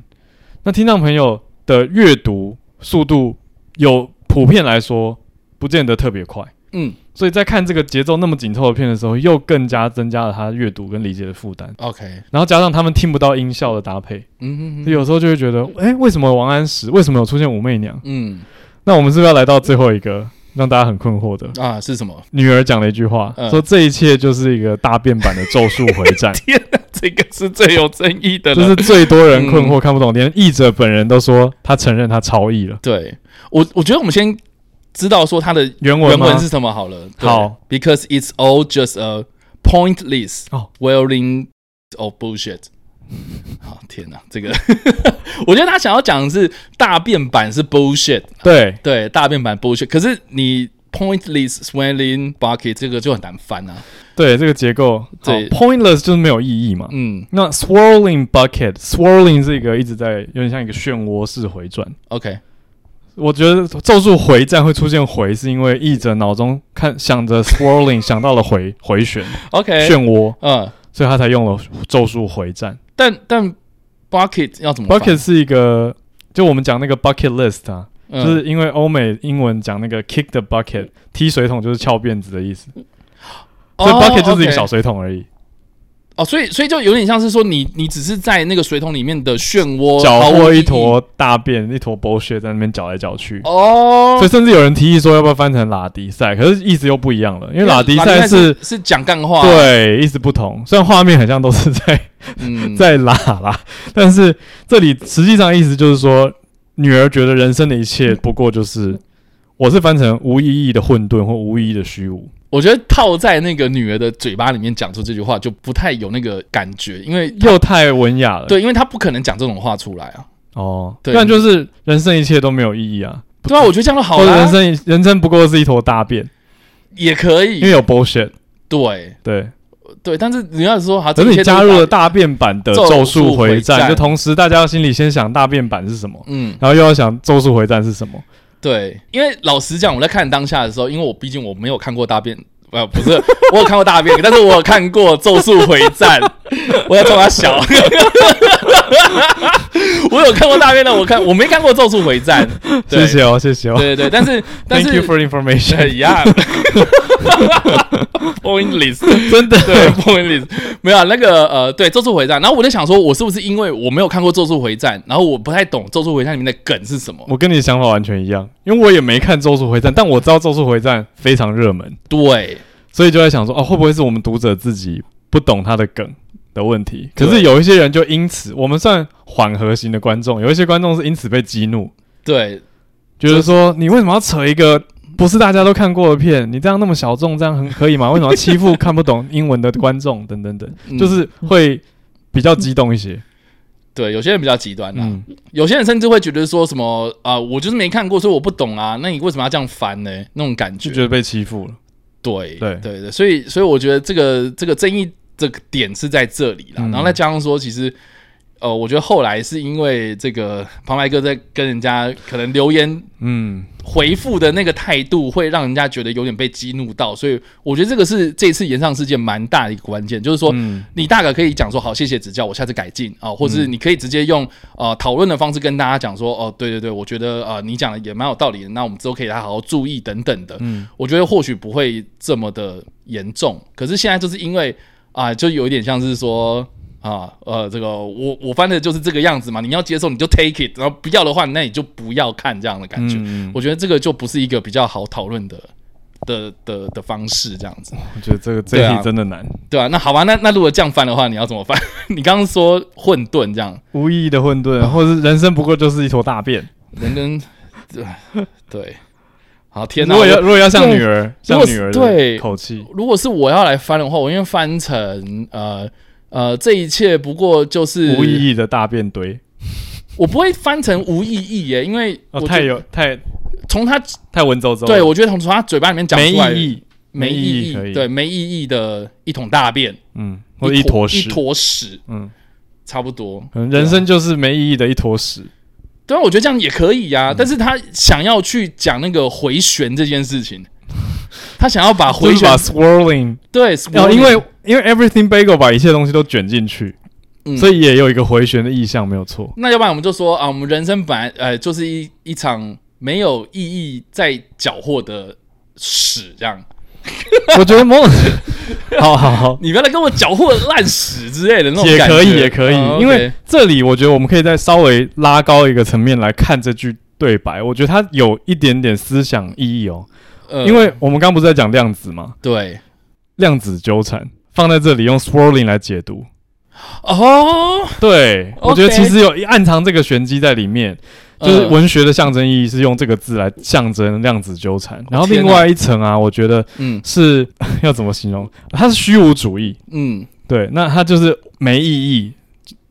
[SPEAKER 2] 那听障朋友的阅读速度有普遍来说不见得特别快，
[SPEAKER 1] 嗯
[SPEAKER 2] 所以在看这个节奏那么紧凑的片的时候，又更加增加了他阅读跟理解的负担。
[SPEAKER 1] ，OK，
[SPEAKER 2] 然后加上他们听不到音效的搭配，
[SPEAKER 1] 嗯
[SPEAKER 2] 所以有时候就会觉得，诶，为什么王安石为什么有出现武媚娘？
[SPEAKER 1] 嗯，
[SPEAKER 2] 那我们是不是要来到最后一个让大家很困惑的。
[SPEAKER 1] 啊，是什么？
[SPEAKER 2] 女儿讲了一句话，
[SPEAKER 1] 嗯
[SPEAKER 2] 说这一切就是一个大变版的《咒术回
[SPEAKER 1] *laughs*
[SPEAKER 2] 战》，
[SPEAKER 1] *laughs* 天哪，这个是最有争议的
[SPEAKER 2] 这
[SPEAKER 1] 了。
[SPEAKER 2] 是最多人困惑看不懂，连译者本人都说他承认他超译了
[SPEAKER 1] 对我，我觉得我们先知道说它的
[SPEAKER 2] 原文
[SPEAKER 1] 原
[SPEAKER 2] 吗
[SPEAKER 1] 文是什么好了。对
[SPEAKER 2] 好
[SPEAKER 1] ，Because it's all just a pointless
[SPEAKER 2] 哦
[SPEAKER 1] wearing of bullshit。好，天哪，这个 *laughs* 我觉得他想要讲的是大便版是 bullshit，
[SPEAKER 2] 对，
[SPEAKER 1] 对，大便版 bullshit。可是你 pointless swelling bucket 这个就很难翻啊。
[SPEAKER 2] 对，这个结构，
[SPEAKER 1] 对
[SPEAKER 2] 好 pointless 就是没有意义嘛。
[SPEAKER 1] 嗯
[SPEAKER 2] 那 swirling bucket，swirling 是一个一直在有点像一个漩涡式回转。
[SPEAKER 1] ，OK，
[SPEAKER 2] 我觉得咒术回战会出现回，是因为译者脑中看想着 swirling *laughs* 想到了回回旋
[SPEAKER 1] OK，
[SPEAKER 2] 漩涡，
[SPEAKER 1] 嗯，
[SPEAKER 2] 所以他才用了咒术回战。
[SPEAKER 1] 但但 bucket 要怎么翻
[SPEAKER 2] bucket 是一个，就我们讲那个 bucket list 啊，
[SPEAKER 1] 嗯
[SPEAKER 2] 就是因为欧美英文讲那个 kick the bucket，踢水桶就是翘辫子的意思，所以 bucket 就是一个小
[SPEAKER 1] 哦，OK
[SPEAKER 2] 水桶而已，
[SPEAKER 1] 哦，所以所以就有点像是说你你只是在那个水桶里面的漩涡
[SPEAKER 2] 搅
[SPEAKER 1] 毫无
[SPEAKER 2] 和
[SPEAKER 1] 意义
[SPEAKER 2] 一坨大便，一坨剥削在那边搅来搅去。
[SPEAKER 1] 哦
[SPEAKER 2] 所以，甚至有人提议说要不要翻成拉迪赛，可是意思又不一样了，因为拉迪赛是
[SPEAKER 1] 是是讲干话，，
[SPEAKER 2] 对意思不同，虽然画面很像都是在
[SPEAKER 1] 嗯，
[SPEAKER 2] *laughs* 在拉啦，但是这里实际上意思就是说，女儿觉得人生的一切不过就是，我是翻成无意义的混沌或无意义的虚无。
[SPEAKER 1] 我觉得套在那个女儿的嘴巴里面讲出这句话就不太有那个感觉，因为
[SPEAKER 2] 又太文雅了。
[SPEAKER 1] 哎对，因为她不可能讲这种话出来啊，
[SPEAKER 2] 哦，
[SPEAKER 1] 对
[SPEAKER 2] 不然就是人生一切都没有意义啊，
[SPEAKER 1] 对啊，我觉得这样就好
[SPEAKER 2] 或者人
[SPEAKER 1] 了，
[SPEAKER 2] 生人生不过是一坨大便，
[SPEAKER 1] 也可
[SPEAKER 2] 因为
[SPEAKER 1] 以，
[SPEAKER 2] 有 bullshit。
[SPEAKER 1] 对
[SPEAKER 2] 对，
[SPEAKER 1] 对，但是你要是说好，
[SPEAKER 2] 可是
[SPEAKER 1] 这一
[SPEAKER 2] 啊你
[SPEAKER 1] 切都
[SPEAKER 2] 加入了
[SPEAKER 1] 大，
[SPEAKER 2] 大便版的《
[SPEAKER 1] 咒
[SPEAKER 2] 咒
[SPEAKER 1] 术
[SPEAKER 2] 术
[SPEAKER 1] 回
[SPEAKER 2] 回战》，
[SPEAKER 1] 战
[SPEAKER 2] 就同时大家心里先想大便版是什么，
[SPEAKER 1] 嗯，
[SPEAKER 2] 然后又要想《咒术回战》是什么。
[SPEAKER 1] 对，因为老实讲，我在看当下的时候，因为我毕竟我没有看过大便，呃，
[SPEAKER 2] *laughs*
[SPEAKER 1] 不是，我有看过大便，但是我有看过《咒术回
[SPEAKER 2] *laughs*
[SPEAKER 1] 战》，我要冲他小，我有看过大便的，我看我没看过《咒术回战》， *laughs* 对
[SPEAKER 2] 谢谢哦，谢谢哦
[SPEAKER 1] 对对对，但是但
[SPEAKER 2] ，Thank
[SPEAKER 1] 是
[SPEAKER 2] you for information。
[SPEAKER 1] 一样
[SPEAKER 2] *laughs*
[SPEAKER 1] ，pointless，
[SPEAKER 2] 真的，
[SPEAKER 1] 对 pointless，没有啊那个呃，对《咒术回战》，然后我在想说，我是不是因为我没有看过《咒术回战》，然后我不太懂《咒术回战》里面的梗是什么？
[SPEAKER 2] 我跟你的想法完全一样，因为我也没看《咒术回战》，但我知道《咒术回战》非常热门，
[SPEAKER 1] 对。
[SPEAKER 2] 所以就在想说，哦，会不会是我们读者自己不懂他的梗的问题？可
[SPEAKER 1] 对
[SPEAKER 2] 是有一些人就因此，我们算缓和型的观众，有一些观众是因此被激怒，
[SPEAKER 1] 对，
[SPEAKER 2] 觉得说你为什么要扯一个不是大家都看过的片？你这样那么小众，这样很可以 *laughs* 吗？为什么要欺负看不懂英文的观众？等等等，
[SPEAKER 1] 嗯
[SPEAKER 2] 就是会比较激动一些。
[SPEAKER 1] 对，有些人比较极端啦、
[SPEAKER 2] 嗯，
[SPEAKER 1] 有些人甚至会觉得说什么啊、我就是没看过，所以我不懂啊，那你为什么要这样烦呢？那种感觉，
[SPEAKER 2] 就觉得被欺负了。
[SPEAKER 1] 对
[SPEAKER 2] 对
[SPEAKER 1] 对对，所以所以我觉得这个这个争议这个点是在这里啦。
[SPEAKER 2] 嗯
[SPEAKER 1] 然后再加上说，其实呃，我觉得后来是因为这个旁白哥在跟人家可能留言
[SPEAKER 2] 嗯，
[SPEAKER 1] 回复的那个态度，会让人家觉得有点被激怒到，所以我觉得这个是这次延上事件蛮大的一个关键，就是说。
[SPEAKER 2] 嗯
[SPEAKER 1] 你大可可以讲说好，谢谢指教，我下次改进啊、或者是你可以直接用呃讨论的方式跟大家讲说，哦，对对对，我觉得呃你讲的也蛮有道理的，那我们之后可以来好好注意等等的。
[SPEAKER 2] 嗯，
[SPEAKER 1] 我觉得或许不会这么的严重，可是现在就是因为啊、就有点像是说。啊，呃，这个我我翻的就是这个样子嘛，你要接受你就 take it，然后不要的话，那你就不要看这样的感觉。
[SPEAKER 2] 嗯嗯
[SPEAKER 1] 我觉得这个就不是一个比较好讨论的的的的方式，这样子。
[SPEAKER 2] 我觉得这个这
[SPEAKER 1] 对啊
[SPEAKER 2] 题真的难，
[SPEAKER 1] 对啊，那好吧，那那如果这样翻的话，你要怎么翻？ *laughs* 你刚刚说混沌这样，
[SPEAKER 2] 无意义的混沌，或是人生不过就是一坨大便。
[SPEAKER 1] 人跟 *laughs* 对对，好天哪！
[SPEAKER 2] 如果要
[SPEAKER 1] 我
[SPEAKER 2] 如果要像
[SPEAKER 1] 对
[SPEAKER 2] 女儿，像
[SPEAKER 1] 果是
[SPEAKER 2] 女儿
[SPEAKER 1] 对
[SPEAKER 2] 的口气，
[SPEAKER 1] 如果是我要来翻的话，我应该翻成呃呃，这一切不过就是
[SPEAKER 2] 无意
[SPEAKER 1] 义，
[SPEAKER 2] 义的大便堆，
[SPEAKER 1] 我不会翻成无意义耶，因为我
[SPEAKER 2] 哦，
[SPEAKER 1] 觉
[SPEAKER 2] 太有太
[SPEAKER 1] 从他
[SPEAKER 2] 太文绉绉，
[SPEAKER 1] 对，我觉得从从他嘴巴里面讲
[SPEAKER 2] 没
[SPEAKER 1] 出来
[SPEAKER 2] 意义，
[SPEAKER 1] 没
[SPEAKER 2] 意
[SPEAKER 1] 意
[SPEAKER 2] 义可以，
[SPEAKER 1] 对，没意义的一桶大便
[SPEAKER 2] 嗯，或者一坨啊
[SPEAKER 1] 一
[SPEAKER 2] 屎，
[SPEAKER 1] 坨屎
[SPEAKER 2] 嗯，
[SPEAKER 1] 差不多，
[SPEAKER 2] 可能人生就是没意义的一坨屎，
[SPEAKER 1] 对啊，我觉得这样也可以
[SPEAKER 2] 嗯
[SPEAKER 1] 呀、但是他想要去讲那个回旋这件事情， *laughs* 他想要把回
[SPEAKER 2] 就是
[SPEAKER 1] 旋
[SPEAKER 2] 把 swirling，
[SPEAKER 1] 对，
[SPEAKER 2] 哦，因为因为 everything bagel 把一切东西都卷进去，
[SPEAKER 1] 嗯
[SPEAKER 2] 所以也有一个回旋的意向，没有错。
[SPEAKER 1] 那要不然我们就说啊，我们人生本来呃就是一一场没有意义在缴获的屎，这样
[SPEAKER 2] 我觉得某种， *laughs* 好好好，
[SPEAKER 1] 你不要来跟我缴获烂屎之类的那种
[SPEAKER 2] 也
[SPEAKER 1] 感觉，
[SPEAKER 2] 可以，也可以，
[SPEAKER 1] 嗯 OK
[SPEAKER 2] 因为这里我觉得我们可以再稍微拉高一个层面来看这句对白，我觉得它有一点点思想意义哦。
[SPEAKER 1] 呃
[SPEAKER 2] 因为我们刚刚不是在讲量子嘛，
[SPEAKER 1] 对
[SPEAKER 2] 量子纠缠放在这里用 swirling 来解读，
[SPEAKER 1] 哦，
[SPEAKER 2] 对
[SPEAKER 1] OK
[SPEAKER 2] 我觉得其实有暗藏这个玄机在里面，就是
[SPEAKER 1] 呃
[SPEAKER 2] 文学的象征意义是用这个字来象征量子纠缠，然
[SPEAKER 1] 哦
[SPEAKER 2] 后
[SPEAKER 1] 天
[SPEAKER 2] 另
[SPEAKER 1] 哪
[SPEAKER 2] 外一层啊，我觉得
[SPEAKER 1] 嗯
[SPEAKER 2] 是 *laughs* 要怎么形容？它是虚无主义，
[SPEAKER 1] 嗯
[SPEAKER 2] 对，那它就是没意义，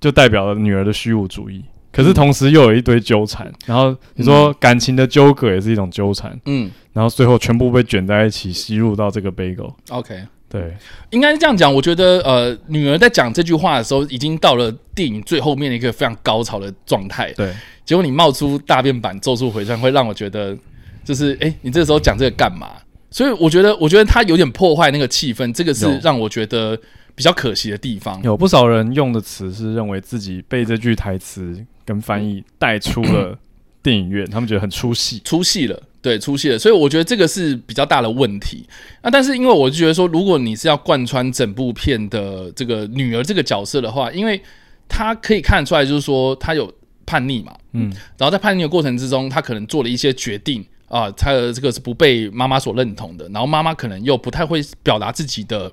[SPEAKER 2] 就代表了女儿的虚无主义。可是同时又有一堆纠缠，然后你说感情的纠葛也是一种纠缠，
[SPEAKER 1] 嗯
[SPEAKER 2] 然后最后全部被卷在一起，吸入到这个 bagel。
[SPEAKER 1] ，OK，
[SPEAKER 2] 对，
[SPEAKER 1] 应该是这样讲。我觉得呃，女儿在讲这句话的时候，已经到了电影最后面的一个非常高潮的状态。
[SPEAKER 2] 对，
[SPEAKER 1] 结果你冒出大变版咒术回战，会让我觉得就是哎、诶你这时候讲这个干嘛？所以我觉得，我觉得他有点破坏那个气氛，这个是
[SPEAKER 2] 有
[SPEAKER 1] 让我觉得比较可惜的地方。
[SPEAKER 2] 有不少人用的词是认为自己被这句台词跟翻译带出了电影院，他们觉得很出戏。
[SPEAKER 1] 出戏了，对，出戏了，所以我觉得这个是比较大的问题。那、但是因为我就觉得说，如果你是要贯穿整部片的这个女儿这个角色的话，因为她可以看得出来，就是说她有叛逆嘛，
[SPEAKER 2] 嗯，
[SPEAKER 1] 然后在叛逆的过程之中，她可能做了一些决定啊，她的这个是不被妈妈所认同的，然后妈妈可能又不太会表达自己的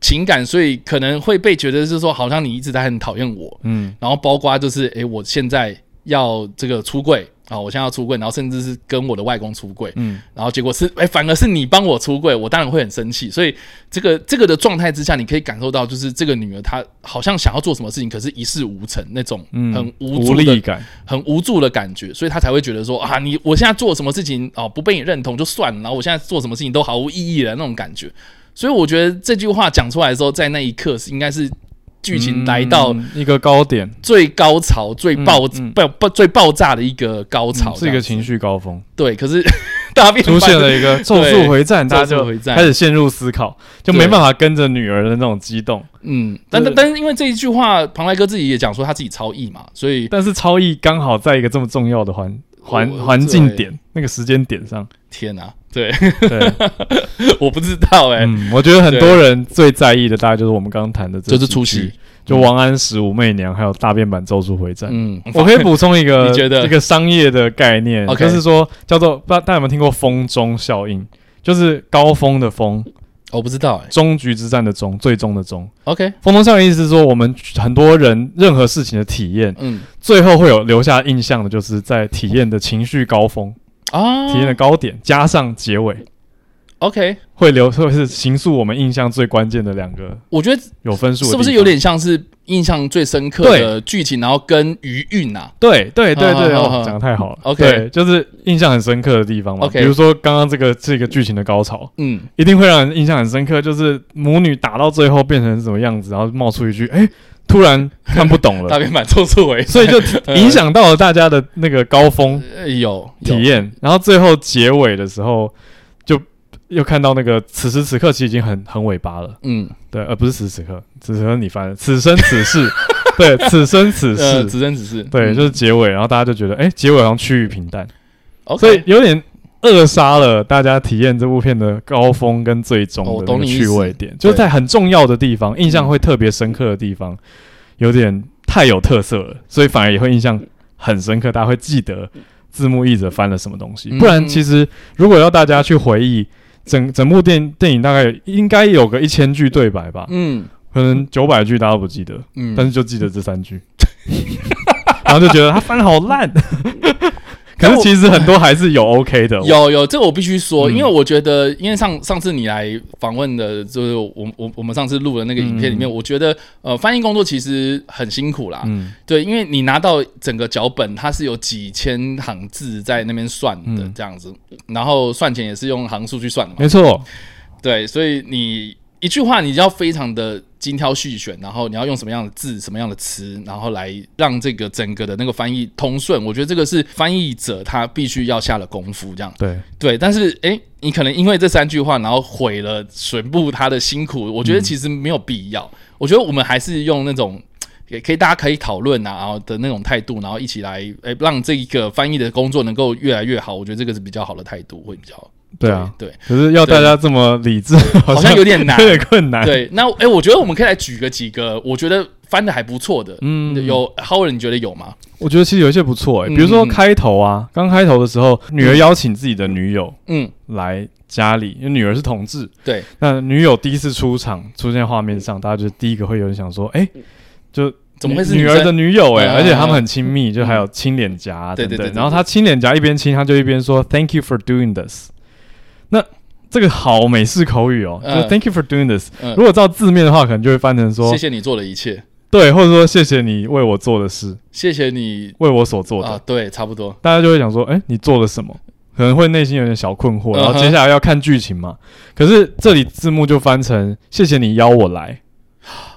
[SPEAKER 1] 情感，所以可能会被觉得是说，好像你一直在很讨厌我，
[SPEAKER 2] 嗯，
[SPEAKER 1] 然后包括就是，诶，我现在要这个出柜啊，我现在要出柜，然后甚至是跟我的外公出柜，
[SPEAKER 2] 嗯，
[SPEAKER 1] 然后结果是，诶，反而是你帮我出柜，我当然会很生气。所以这个这个的状态之下，你可以感受到，就是这个女儿她好像想要做什么事情，可是一事无成那种
[SPEAKER 2] 嗯
[SPEAKER 1] 很无
[SPEAKER 2] 无嗯
[SPEAKER 1] 助的、
[SPEAKER 2] 力感。
[SPEAKER 1] 很无助的感觉，所以她才会觉得说啊，你我现在做什么事情哦、不被你认同就算了，然后我现在做什么事情都毫无意义了那种感觉。所以我觉得这句话讲出来的时候，在那一刻是应该是剧情来到、
[SPEAKER 2] 嗯一个高点，
[SPEAKER 1] 最高潮、最爆
[SPEAKER 2] 嗯嗯嗯
[SPEAKER 1] 爆爆、最爆炸的一个高潮，
[SPEAKER 2] 是一
[SPEAKER 1] 这
[SPEAKER 2] 个
[SPEAKER 1] 样子
[SPEAKER 2] 情绪高峰，
[SPEAKER 1] 对。可是 *laughs* 大变
[SPEAKER 2] *laughs* 出
[SPEAKER 1] 版
[SPEAKER 2] 现了一个咒术回战，大家
[SPEAKER 1] 咒术
[SPEAKER 2] 就
[SPEAKER 1] 回战
[SPEAKER 2] 开始陷入思考，就没办法跟着女儿的那种激动。
[SPEAKER 1] 嗯，但但但是因为这一句话，庞莱哥自己也讲说他自己超译嘛，所以
[SPEAKER 2] 但是超意刚好在一个这么重要的环环
[SPEAKER 1] 我
[SPEAKER 2] 环境
[SPEAKER 1] 哦对
[SPEAKER 2] 点，那个时间
[SPEAKER 1] *laughs*
[SPEAKER 2] 点上，
[SPEAKER 1] 天哪、对， *laughs*
[SPEAKER 2] 对，
[SPEAKER 1] 我不知道哎、
[SPEAKER 2] 嗯，我觉得很多人最在意的大概就是我们刚刚谈的这，
[SPEAKER 1] 就是出席，
[SPEAKER 2] 就王安石、武媚娘，还有大变版《咒术回战》。
[SPEAKER 1] 嗯，
[SPEAKER 2] 我可以补充一个，
[SPEAKER 1] 你觉得
[SPEAKER 2] 这个商业的概念
[SPEAKER 1] OK
[SPEAKER 2] 就是说叫做不知道大家有没有听过峰中效应，就是高峰的峰，
[SPEAKER 1] 我不知道哎、
[SPEAKER 2] 终局之战的终，最终的终。
[SPEAKER 1] OK，
[SPEAKER 2] 峰中效应意思是说，我们很多人任何事情的体验，
[SPEAKER 1] 嗯
[SPEAKER 2] 最后会有留下印象的，就是在体验的情绪高峰、
[SPEAKER 1] 啊，
[SPEAKER 2] 体验的高点加上结尾，
[SPEAKER 1] OK，
[SPEAKER 2] 会留会是形塑我们印象最关键的两个
[SPEAKER 1] 我觉得
[SPEAKER 2] 有分数的地
[SPEAKER 1] 是
[SPEAKER 2] 方，
[SPEAKER 1] 不是有点像是印象最深刻的剧情，然后跟余韵啊？
[SPEAKER 2] 对对对
[SPEAKER 1] 好
[SPEAKER 2] 对，
[SPEAKER 1] 好好
[SPEAKER 2] 哦讲的太好了。
[SPEAKER 1] 啊 OK
[SPEAKER 2] 对，就是印象很深刻的地方嘛。
[SPEAKER 1] OK
[SPEAKER 2] 比如说刚刚这个这个剧情的高潮，
[SPEAKER 1] 嗯，
[SPEAKER 2] 一定会让人印象很深刻，就是母女打到最后变成什么样子，然后冒出一句“哎、突然看不懂
[SPEAKER 1] *laughs* 大
[SPEAKER 2] 了
[SPEAKER 1] 变版咒术回”，
[SPEAKER 2] 所以就 *laughs* 影响到了大家的那个高峰
[SPEAKER 1] 呃有有
[SPEAKER 2] 体验。然后最后结尾的时候，就又看到那个此时此刻其实已经很很尾巴了，
[SPEAKER 1] 嗯，
[SPEAKER 2] 对，呃，不是此时此刻，此时此刻你翻了，此生此世，
[SPEAKER 1] *laughs*
[SPEAKER 2] 对，此生此世。
[SPEAKER 1] 呃，只生只是
[SPEAKER 2] 对，就是结尾，然后大家就觉得，哎、结尾好像趋于平淡，
[SPEAKER 1] OK，
[SPEAKER 2] 所以有点扼杀了大家体验这部片的高峰跟最终
[SPEAKER 1] 哦我
[SPEAKER 2] 的
[SPEAKER 1] 懂
[SPEAKER 2] 那个
[SPEAKER 1] 你意
[SPEAKER 2] 趣
[SPEAKER 1] 思
[SPEAKER 2] 味点，就是
[SPEAKER 1] 对
[SPEAKER 2] 在很重要的地方，印象会特别深刻的地方，有点太有特色
[SPEAKER 1] 嗯
[SPEAKER 2] 了，所以反而也会印象很深刻，大家会记得字幕译者翻了什么东西。不然，
[SPEAKER 1] 嗯
[SPEAKER 2] 其实如果要大家去回忆整整部电电影，大概有应该有个一千句对白吧，
[SPEAKER 1] 嗯
[SPEAKER 2] 可能九百句大家都不记得。
[SPEAKER 1] 嗯，
[SPEAKER 2] 但是就记得这
[SPEAKER 1] *laughs*
[SPEAKER 2] 三句，然后就觉得他翻好烂。可
[SPEAKER 1] 但
[SPEAKER 2] 是
[SPEAKER 1] 我
[SPEAKER 2] 其实很多还是有 OK 的，
[SPEAKER 1] 有有，这个我必须说，
[SPEAKER 2] 呃嗯
[SPEAKER 1] 因为我觉得，因为上上次你来访问的，就是我我我们上次录的那个影片里面，我觉得呃，翻译工作其实很辛苦啦。
[SPEAKER 2] 嗯，
[SPEAKER 1] 对，因为你拿到整个脚本，它是有几千行字在那边算的
[SPEAKER 2] 嗯
[SPEAKER 1] 这样子，然后算钱也是用行数去算的嘛。
[SPEAKER 2] 没错，
[SPEAKER 1] 对，所以你一句话，你要非常的精挑细选，然后你要用什么样的字、什么样的词，然后来让这个整个的那个翻译通顺。我觉得这个是翻译者他必须要下的功夫，这样。
[SPEAKER 2] 对，
[SPEAKER 1] 对，但是诶，你可能因为这三句话，然后毁了全部他的辛苦，我觉得其实没有必要。我觉得我们还是用那种。也可以，大家可以讨论啊，然后的那种态度，然后一起来，诶，让这一个翻译的工作能够越来越好。我觉得这个是比较好的态度，会比较
[SPEAKER 2] 对啊。
[SPEAKER 1] 对
[SPEAKER 2] 可是要大家这么理智， *laughs* 好
[SPEAKER 1] 好像有点难
[SPEAKER 2] 有点困难。，
[SPEAKER 1] 对。那诶，我觉得我们可以来举个几个，我觉得翻的还不错的，嗯，有 Howard，你觉得有吗？
[SPEAKER 2] 我觉得其实有一些不错，哎，比如说
[SPEAKER 1] 嗯嗯
[SPEAKER 2] 开头啊，刚开头的时候，女儿邀请自己的女友
[SPEAKER 1] 嗯
[SPEAKER 2] 来家里，因为女儿是同志，
[SPEAKER 1] 对，
[SPEAKER 2] 那女友第一次出场出现在画面上，大家就第一个会有人想说，哎、就
[SPEAKER 1] 怎么会是
[SPEAKER 2] 女
[SPEAKER 1] 女
[SPEAKER 2] 女儿的
[SPEAKER 1] 生
[SPEAKER 2] 女友、诶，哎、
[SPEAKER 1] 嗯
[SPEAKER 2] 而且他们很亲密，就还有亲脸颊啊
[SPEAKER 1] 对
[SPEAKER 2] 等
[SPEAKER 1] 对
[SPEAKER 2] 等
[SPEAKER 1] 对。对
[SPEAKER 2] 然后他亲脸颊一边亲，他就一边说 “Thank you for doing this”。那这个好美式口语哦，
[SPEAKER 1] 嗯
[SPEAKER 2] 就 “Thank you for doing this”。
[SPEAKER 1] 嗯
[SPEAKER 2] 如果照字面的话，可能就会翻成说
[SPEAKER 1] 谢谢你做的一切，
[SPEAKER 2] 对，或者说谢谢你为我做的事，
[SPEAKER 1] 谢谢你
[SPEAKER 2] 为我所做的。
[SPEAKER 1] 啊，对，差不多，
[SPEAKER 2] 大家就会想说，哎、你做了什么？可能会内心有点小困惑，然后
[SPEAKER 1] 嗯哼
[SPEAKER 2] 接下来要看剧情嘛。可是这里字幕就翻成“谢谢你邀我来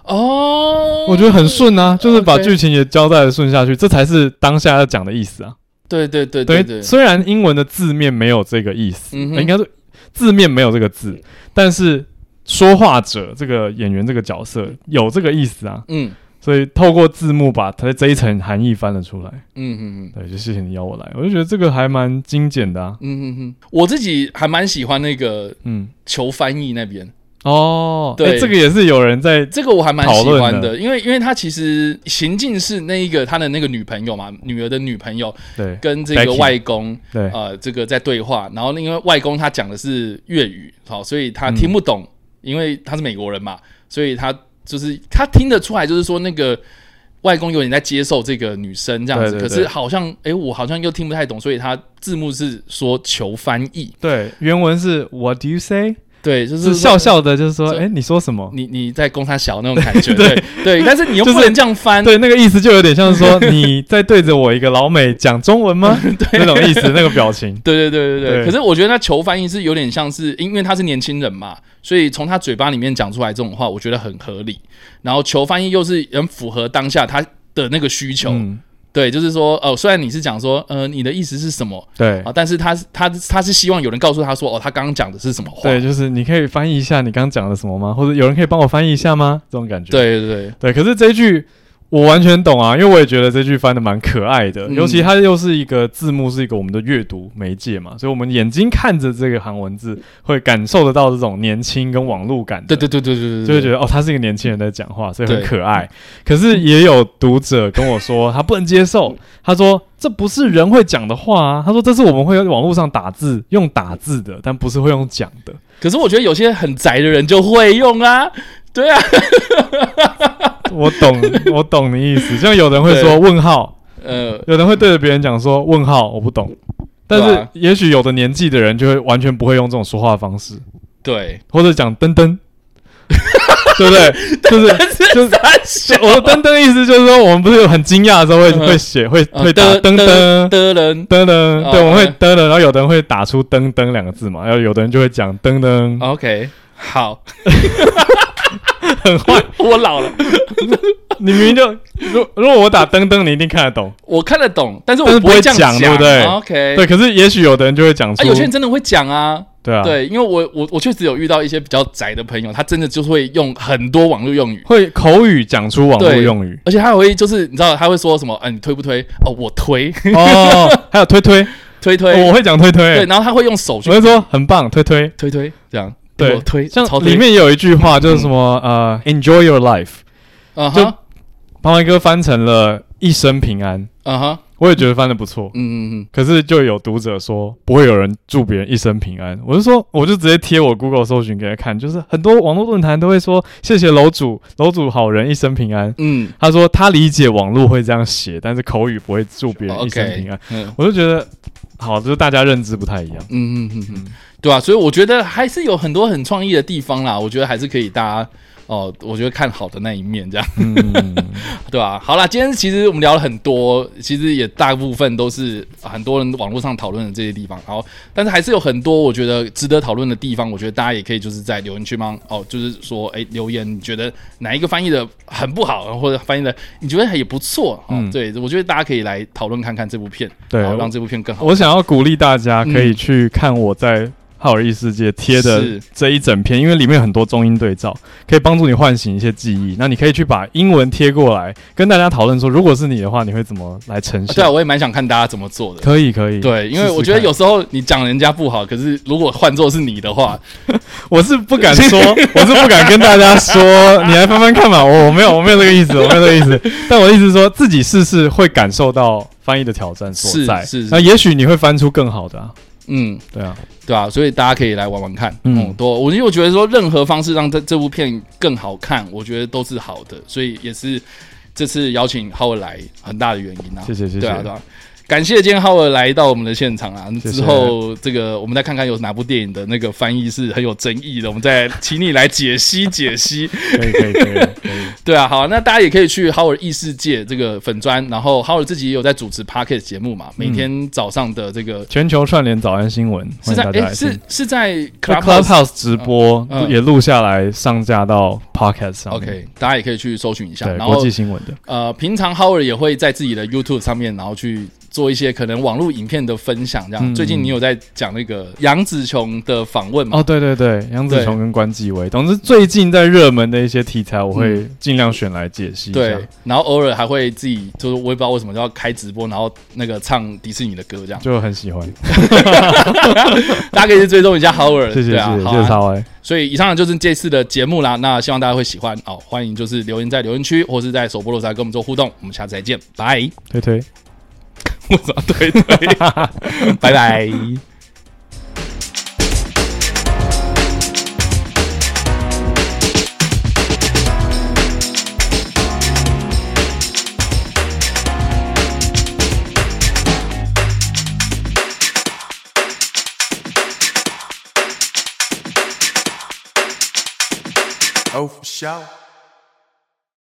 [SPEAKER 1] 哦”，，
[SPEAKER 2] 我觉得很，顺啊，就是把
[SPEAKER 1] OK
[SPEAKER 2] 剧情也交代的顺下去，这才是当下要讲的意思啊。
[SPEAKER 1] 对对对
[SPEAKER 2] 等
[SPEAKER 1] 对
[SPEAKER 2] 于
[SPEAKER 1] 对，
[SPEAKER 2] 虽然英文的字面没有这个意思，呃
[SPEAKER 1] 嗯哼
[SPEAKER 2] 应该说字面没有这个字，但是说话者这个演员这个角色有这个意思啊，
[SPEAKER 1] 嗯
[SPEAKER 2] 所以透过字幕把它这一层含义翻了出来。
[SPEAKER 1] 嗯嗯嗯。
[SPEAKER 2] 对，就谢谢你邀我来，我就觉得这个还蛮精简的啊。
[SPEAKER 1] 嗯嗯嗯，我自己还蛮喜欢那个
[SPEAKER 2] 嗯，
[SPEAKER 1] 求翻译那边，
[SPEAKER 2] 哦，
[SPEAKER 1] 对
[SPEAKER 2] 诶这个也是有人在，
[SPEAKER 1] 这个我还蛮喜
[SPEAKER 2] 讨
[SPEAKER 1] 欢
[SPEAKER 2] 论的
[SPEAKER 1] 的，因为因为他其实行径是那一个他的那个女朋友嘛，女儿的女朋友
[SPEAKER 2] 对
[SPEAKER 1] 跟这个
[SPEAKER 2] Becky
[SPEAKER 1] 外公
[SPEAKER 2] 对，
[SPEAKER 1] 呃这个在对话，然后因为外公他讲的是粤语，好，所以他听不懂，因为他是美国人嘛，所以他就是他听得出来，就是说那个。外公有点在接受这个女生这样子，
[SPEAKER 2] 对对
[SPEAKER 1] 可
[SPEAKER 2] 对
[SPEAKER 1] 是好像哎、诶我好像又听不太懂，所以他字幕是说求翻译，
[SPEAKER 2] 对，原文是 What do you say？
[SPEAKER 1] 对，就是是
[SPEAKER 2] 笑笑的，就是说，
[SPEAKER 1] 这
[SPEAKER 2] 哎，你说什么？
[SPEAKER 1] 你你在攻他小那种感觉， *laughs* 对对，但是你又
[SPEAKER 2] 就是
[SPEAKER 1] 不能这样翻，
[SPEAKER 2] 对，那个意思就有点像是
[SPEAKER 1] *laughs*
[SPEAKER 2] 说你在对着我一个老美讲中文吗？那种意思，那个表情。
[SPEAKER 1] 对对对对
[SPEAKER 2] 对
[SPEAKER 1] 对。可是我觉得他求翻译是有点像是，因为他是年轻人嘛，所以从他嘴巴里面讲出来这种话，我觉得很合理。然后求翻译又是很符合当下他的那个需求，
[SPEAKER 2] 嗯，
[SPEAKER 1] 对，就是说，哦，虽然你是讲说，呃，你的意思是什么
[SPEAKER 2] 对
[SPEAKER 1] 啊，但是他他他是希望有人告诉他说，哦，他刚刚讲的是什么话。
[SPEAKER 2] 对，就是你可以翻译一下你刚讲的什么吗？或者有人可以帮我翻译一下吗？这种感觉。
[SPEAKER 1] 对对对
[SPEAKER 2] 对，可是这一句我完全懂啊，因为我也觉得这句翻的蛮可爱的，
[SPEAKER 1] 嗯
[SPEAKER 2] 尤其它又是一个字幕，是一个我们的阅读媒介嘛，所以我们眼睛看着这个韩文字，会感受得到这种年轻跟网络感的
[SPEAKER 1] 对对对对对对，
[SPEAKER 2] 就会觉
[SPEAKER 1] 得
[SPEAKER 2] 得哦，他是一个年轻人在讲话，所以很
[SPEAKER 1] 对嗯
[SPEAKER 2] 可爱。可是也有读者跟我说，他不能接受，他说这不是人会讲的话啊，他说这是我们会在网络上打字用打字的，但不是会用讲的。
[SPEAKER 1] 可是我觉得有些很宅的人就会用啊，对啊，
[SPEAKER 2] 我
[SPEAKER 1] *laughs*
[SPEAKER 2] 懂，我懂你意思。像有人会
[SPEAKER 1] 对
[SPEAKER 2] 说问号，
[SPEAKER 1] 呃，
[SPEAKER 2] 有人会对着别人讲说问号，我不懂。但
[SPEAKER 1] 对
[SPEAKER 2] 是
[SPEAKER 1] 啊
[SPEAKER 2] 也许有的年纪的人就会完全不会用这种说话方式，
[SPEAKER 1] 对，
[SPEAKER 2] 或者讲噔噔， *laughs* 对不对？就是就是
[SPEAKER 1] 傻笑
[SPEAKER 2] 我的噔噔意思就是说，我们不是有很惊讶的时候会会写会
[SPEAKER 1] 呃
[SPEAKER 2] 会打
[SPEAKER 1] 的
[SPEAKER 2] 噔
[SPEAKER 1] 的的
[SPEAKER 2] 噔
[SPEAKER 1] 人
[SPEAKER 2] 噔噔，
[SPEAKER 1] 哦
[SPEAKER 2] 对，我们会
[SPEAKER 1] 嗯
[SPEAKER 2] 噔噔，然后有的人会打出噔噔两个字嘛，然后有的人就会讲噔噔，
[SPEAKER 1] ，OK，好， *laughs*
[SPEAKER 2] 很坏。
[SPEAKER 1] 我老了，
[SPEAKER 2] 你明明就如如果我打噔噔，你一定看得懂，
[SPEAKER 1] 我看得懂，但是
[SPEAKER 2] 但是
[SPEAKER 1] 我
[SPEAKER 2] 不
[SPEAKER 1] 会
[SPEAKER 2] 会
[SPEAKER 1] 这样啊
[SPEAKER 2] 讲对不对
[SPEAKER 1] ？OK，
[SPEAKER 2] 对。可是也许有的人就会讲出
[SPEAKER 1] 啊，，有些人真的会讲啊，
[SPEAKER 2] 对啊，
[SPEAKER 1] 对，因为我我我确实有遇到一些比较宅的朋友，他真的就会用很多网络用语。
[SPEAKER 2] 会口语讲出网络
[SPEAKER 1] 对 *laughs*
[SPEAKER 2] 用语
[SPEAKER 1] 而且他还会就是你知道他会说什么？嗯、你推不推？哦，我推
[SPEAKER 2] *laughs* 哦，还有推推，
[SPEAKER 1] 推推，
[SPEAKER 2] 我会讲推推
[SPEAKER 1] 对，，然后他会用手去
[SPEAKER 2] 我会说很棒，推推。
[SPEAKER 1] 推推这样，
[SPEAKER 2] 对
[SPEAKER 1] 我推，
[SPEAKER 2] 像
[SPEAKER 1] 超推嗯
[SPEAKER 2] 里面有一句话就是什么呃，enjoy your life，
[SPEAKER 1] 啊
[SPEAKER 2] 就
[SPEAKER 1] 哈
[SPEAKER 2] 旁白哥翻成了一生平安，
[SPEAKER 1] 啊哈，
[SPEAKER 2] 我也觉得翻的不错。
[SPEAKER 1] 嗯嗯
[SPEAKER 2] 可是就有读者说，不会有人祝别人一生平安。我就说，我就直接贴我 Google 搜寻给他看，就是很多网络论坛都会说，谢谢楼主，楼主好人一生平安。
[SPEAKER 1] 嗯
[SPEAKER 2] 他说他理解网络会这样写，但是口语不会祝别
[SPEAKER 1] 嗯
[SPEAKER 2] 人一生平
[SPEAKER 1] ，OK，
[SPEAKER 2] 安。
[SPEAKER 1] 嗯
[SPEAKER 2] 我就觉得，好，就是大家认知不太一样。
[SPEAKER 1] 嗯嗯嗯嗯。
[SPEAKER 2] 嗯，
[SPEAKER 1] 对啊，所以我觉得还是有很多很创意的地方啦。我觉得还是可以大家哦，我觉得看好的那一面这样，
[SPEAKER 2] 嗯
[SPEAKER 1] *laughs* 对啊，好啦，今天其实我们聊了很多，其实也大部分都是很多人网络上讨论的这些地方。然后，但是还是有很多我觉得值得讨论的地方。我觉得大家也可以就是在留言区帮哦，就是说哎留言，你觉得哪一个翻译的很不好，或者翻译的你觉得也不错哦、
[SPEAKER 2] 嗯
[SPEAKER 1] 对，我觉得大家可以来讨论看看这部片，
[SPEAKER 2] 对
[SPEAKER 1] 好
[SPEAKER 2] 我
[SPEAKER 1] 让这部片更好。
[SPEAKER 2] 我想要鼓励大家可以去看我在《浩尔异世界》贴的
[SPEAKER 1] 嗯是
[SPEAKER 2] 这一整篇，因为里面有很多中英对照，可以帮助你唤醒一些记忆。那你可以去把英文贴过来，跟大家讨论说，如果是你的话，你会怎么来呈
[SPEAKER 1] 啊
[SPEAKER 2] 现？
[SPEAKER 1] 对啊，我也蛮想看大家怎么做的。
[SPEAKER 2] 可以可以。
[SPEAKER 1] 对，因
[SPEAKER 2] 试
[SPEAKER 1] 为
[SPEAKER 2] 试
[SPEAKER 1] 我觉得
[SPEAKER 2] 看
[SPEAKER 1] 有时候你讲人家不好，可是如果换做是你的话，
[SPEAKER 2] 我是不敢说，我是不敢跟大家说，你来翻翻看嘛。我我没有我没有这个意思，我没有这
[SPEAKER 1] *laughs*
[SPEAKER 2] 个意思。但我的意思是说，自己试试会感受到翻译的挑战所
[SPEAKER 1] 是
[SPEAKER 2] 在。
[SPEAKER 1] 是是
[SPEAKER 2] 那也许你会翻出更好的、啊。
[SPEAKER 1] 嗯，
[SPEAKER 2] 对啊，
[SPEAKER 1] 对啊，所以大家可以来玩玩看。
[SPEAKER 2] 嗯
[SPEAKER 1] 嗯，多我因为我觉得说任何方式让这这部片更好看，我觉得都是好的，所以也是这次邀请浩尔来很大的原因啊。
[SPEAKER 2] 谢谢谢谢
[SPEAKER 1] 对啊对啊。感谢今天浩尔来到我们的现场啊！
[SPEAKER 2] 谢
[SPEAKER 1] 之后这个我们再看看有哪部电影的那个翻译是很有争议的，我们再请你来解析解析。
[SPEAKER 2] 可以可以可以可以，
[SPEAKER 1] 对啊，好，那大家也可以去 Howard 异世界这个粉砖，然后 Howard 自己也有在主持 Pocket 节目嘛，每天早上的这个、
[SPEAKER 2] 全球串联早安新闻，
[SPEAKER 1] 是
[SPEAKER 2] 欢
[SPEAKER 1] 在
[SPEAKER 2] 迎大
[SPEAKER 1] 诶
[SPEAKER 2] 家来听
[SPEAKER 1] 是。是在 Clubhouse。
[SPEAKER 2] Clubhouse 直播
[SPEAKER 1] 嗯
[SPEAKER 2] 也录下来，上架到 Podcast 上面。
[SPEAKER 1] OK，大家也可以去搜寻一下，
[SPEAKER 2] 对，
[SPEAKER 1] 然
[SPEAKER 2] 国
[SPEAKER 1] 后
[SPEAKER 2] 际新闻的，
[SPEAKER 1] 呃，平常 Howard 也会在自己的 YouTube 上面，然后去做一些可能网络影片的分享，这样。
[SPEAKER 2] 嗯
[SPEAKER 1] 最近你有在讲那个杨紫琼的访问嘛？
[SPEAKER 2] 哦，对对对，杨
[SPEAKER 1] 嗯
[SPEAKER 2] 紫
[SPEAKER 1] 对嗯
[SPEAKER 2] 琼跟关继威，总之最近在热门的一些题材，我会尽量选来解析一下。
[SPEAKER 1] 对，然后偶尔还会自己，就是我也不知道为什么要开直播，然后那个唱迪士尼的歌这样，
[SPEAKER 2] 就很喜欢，
[SPEAKER 1] 大家可以去追踪一下 Howard，
[SPEAKER 2] 谢谢谢
[SPEAKER 1] 对啊，
[SPEAKER 2] 谢
[SPEAKER 1] 好
[SPEAKER 2] 谢谢
[SPEAKER 1] 啊
[SPEAKER 2] 超哎，
[SPEAKER 1] 所以以上就是这次的节目啦，那希望大家会喜欢哦。欢迎就是留言在留言区，或是在首播的时候跟我们做互动。我们下次再见，拜。
[SPEAKER 2] 推推。
[SPEAKER 1] 我怎么对对？ *laughs* 拜拜。
[SPEAKER 4] Oh, for sure.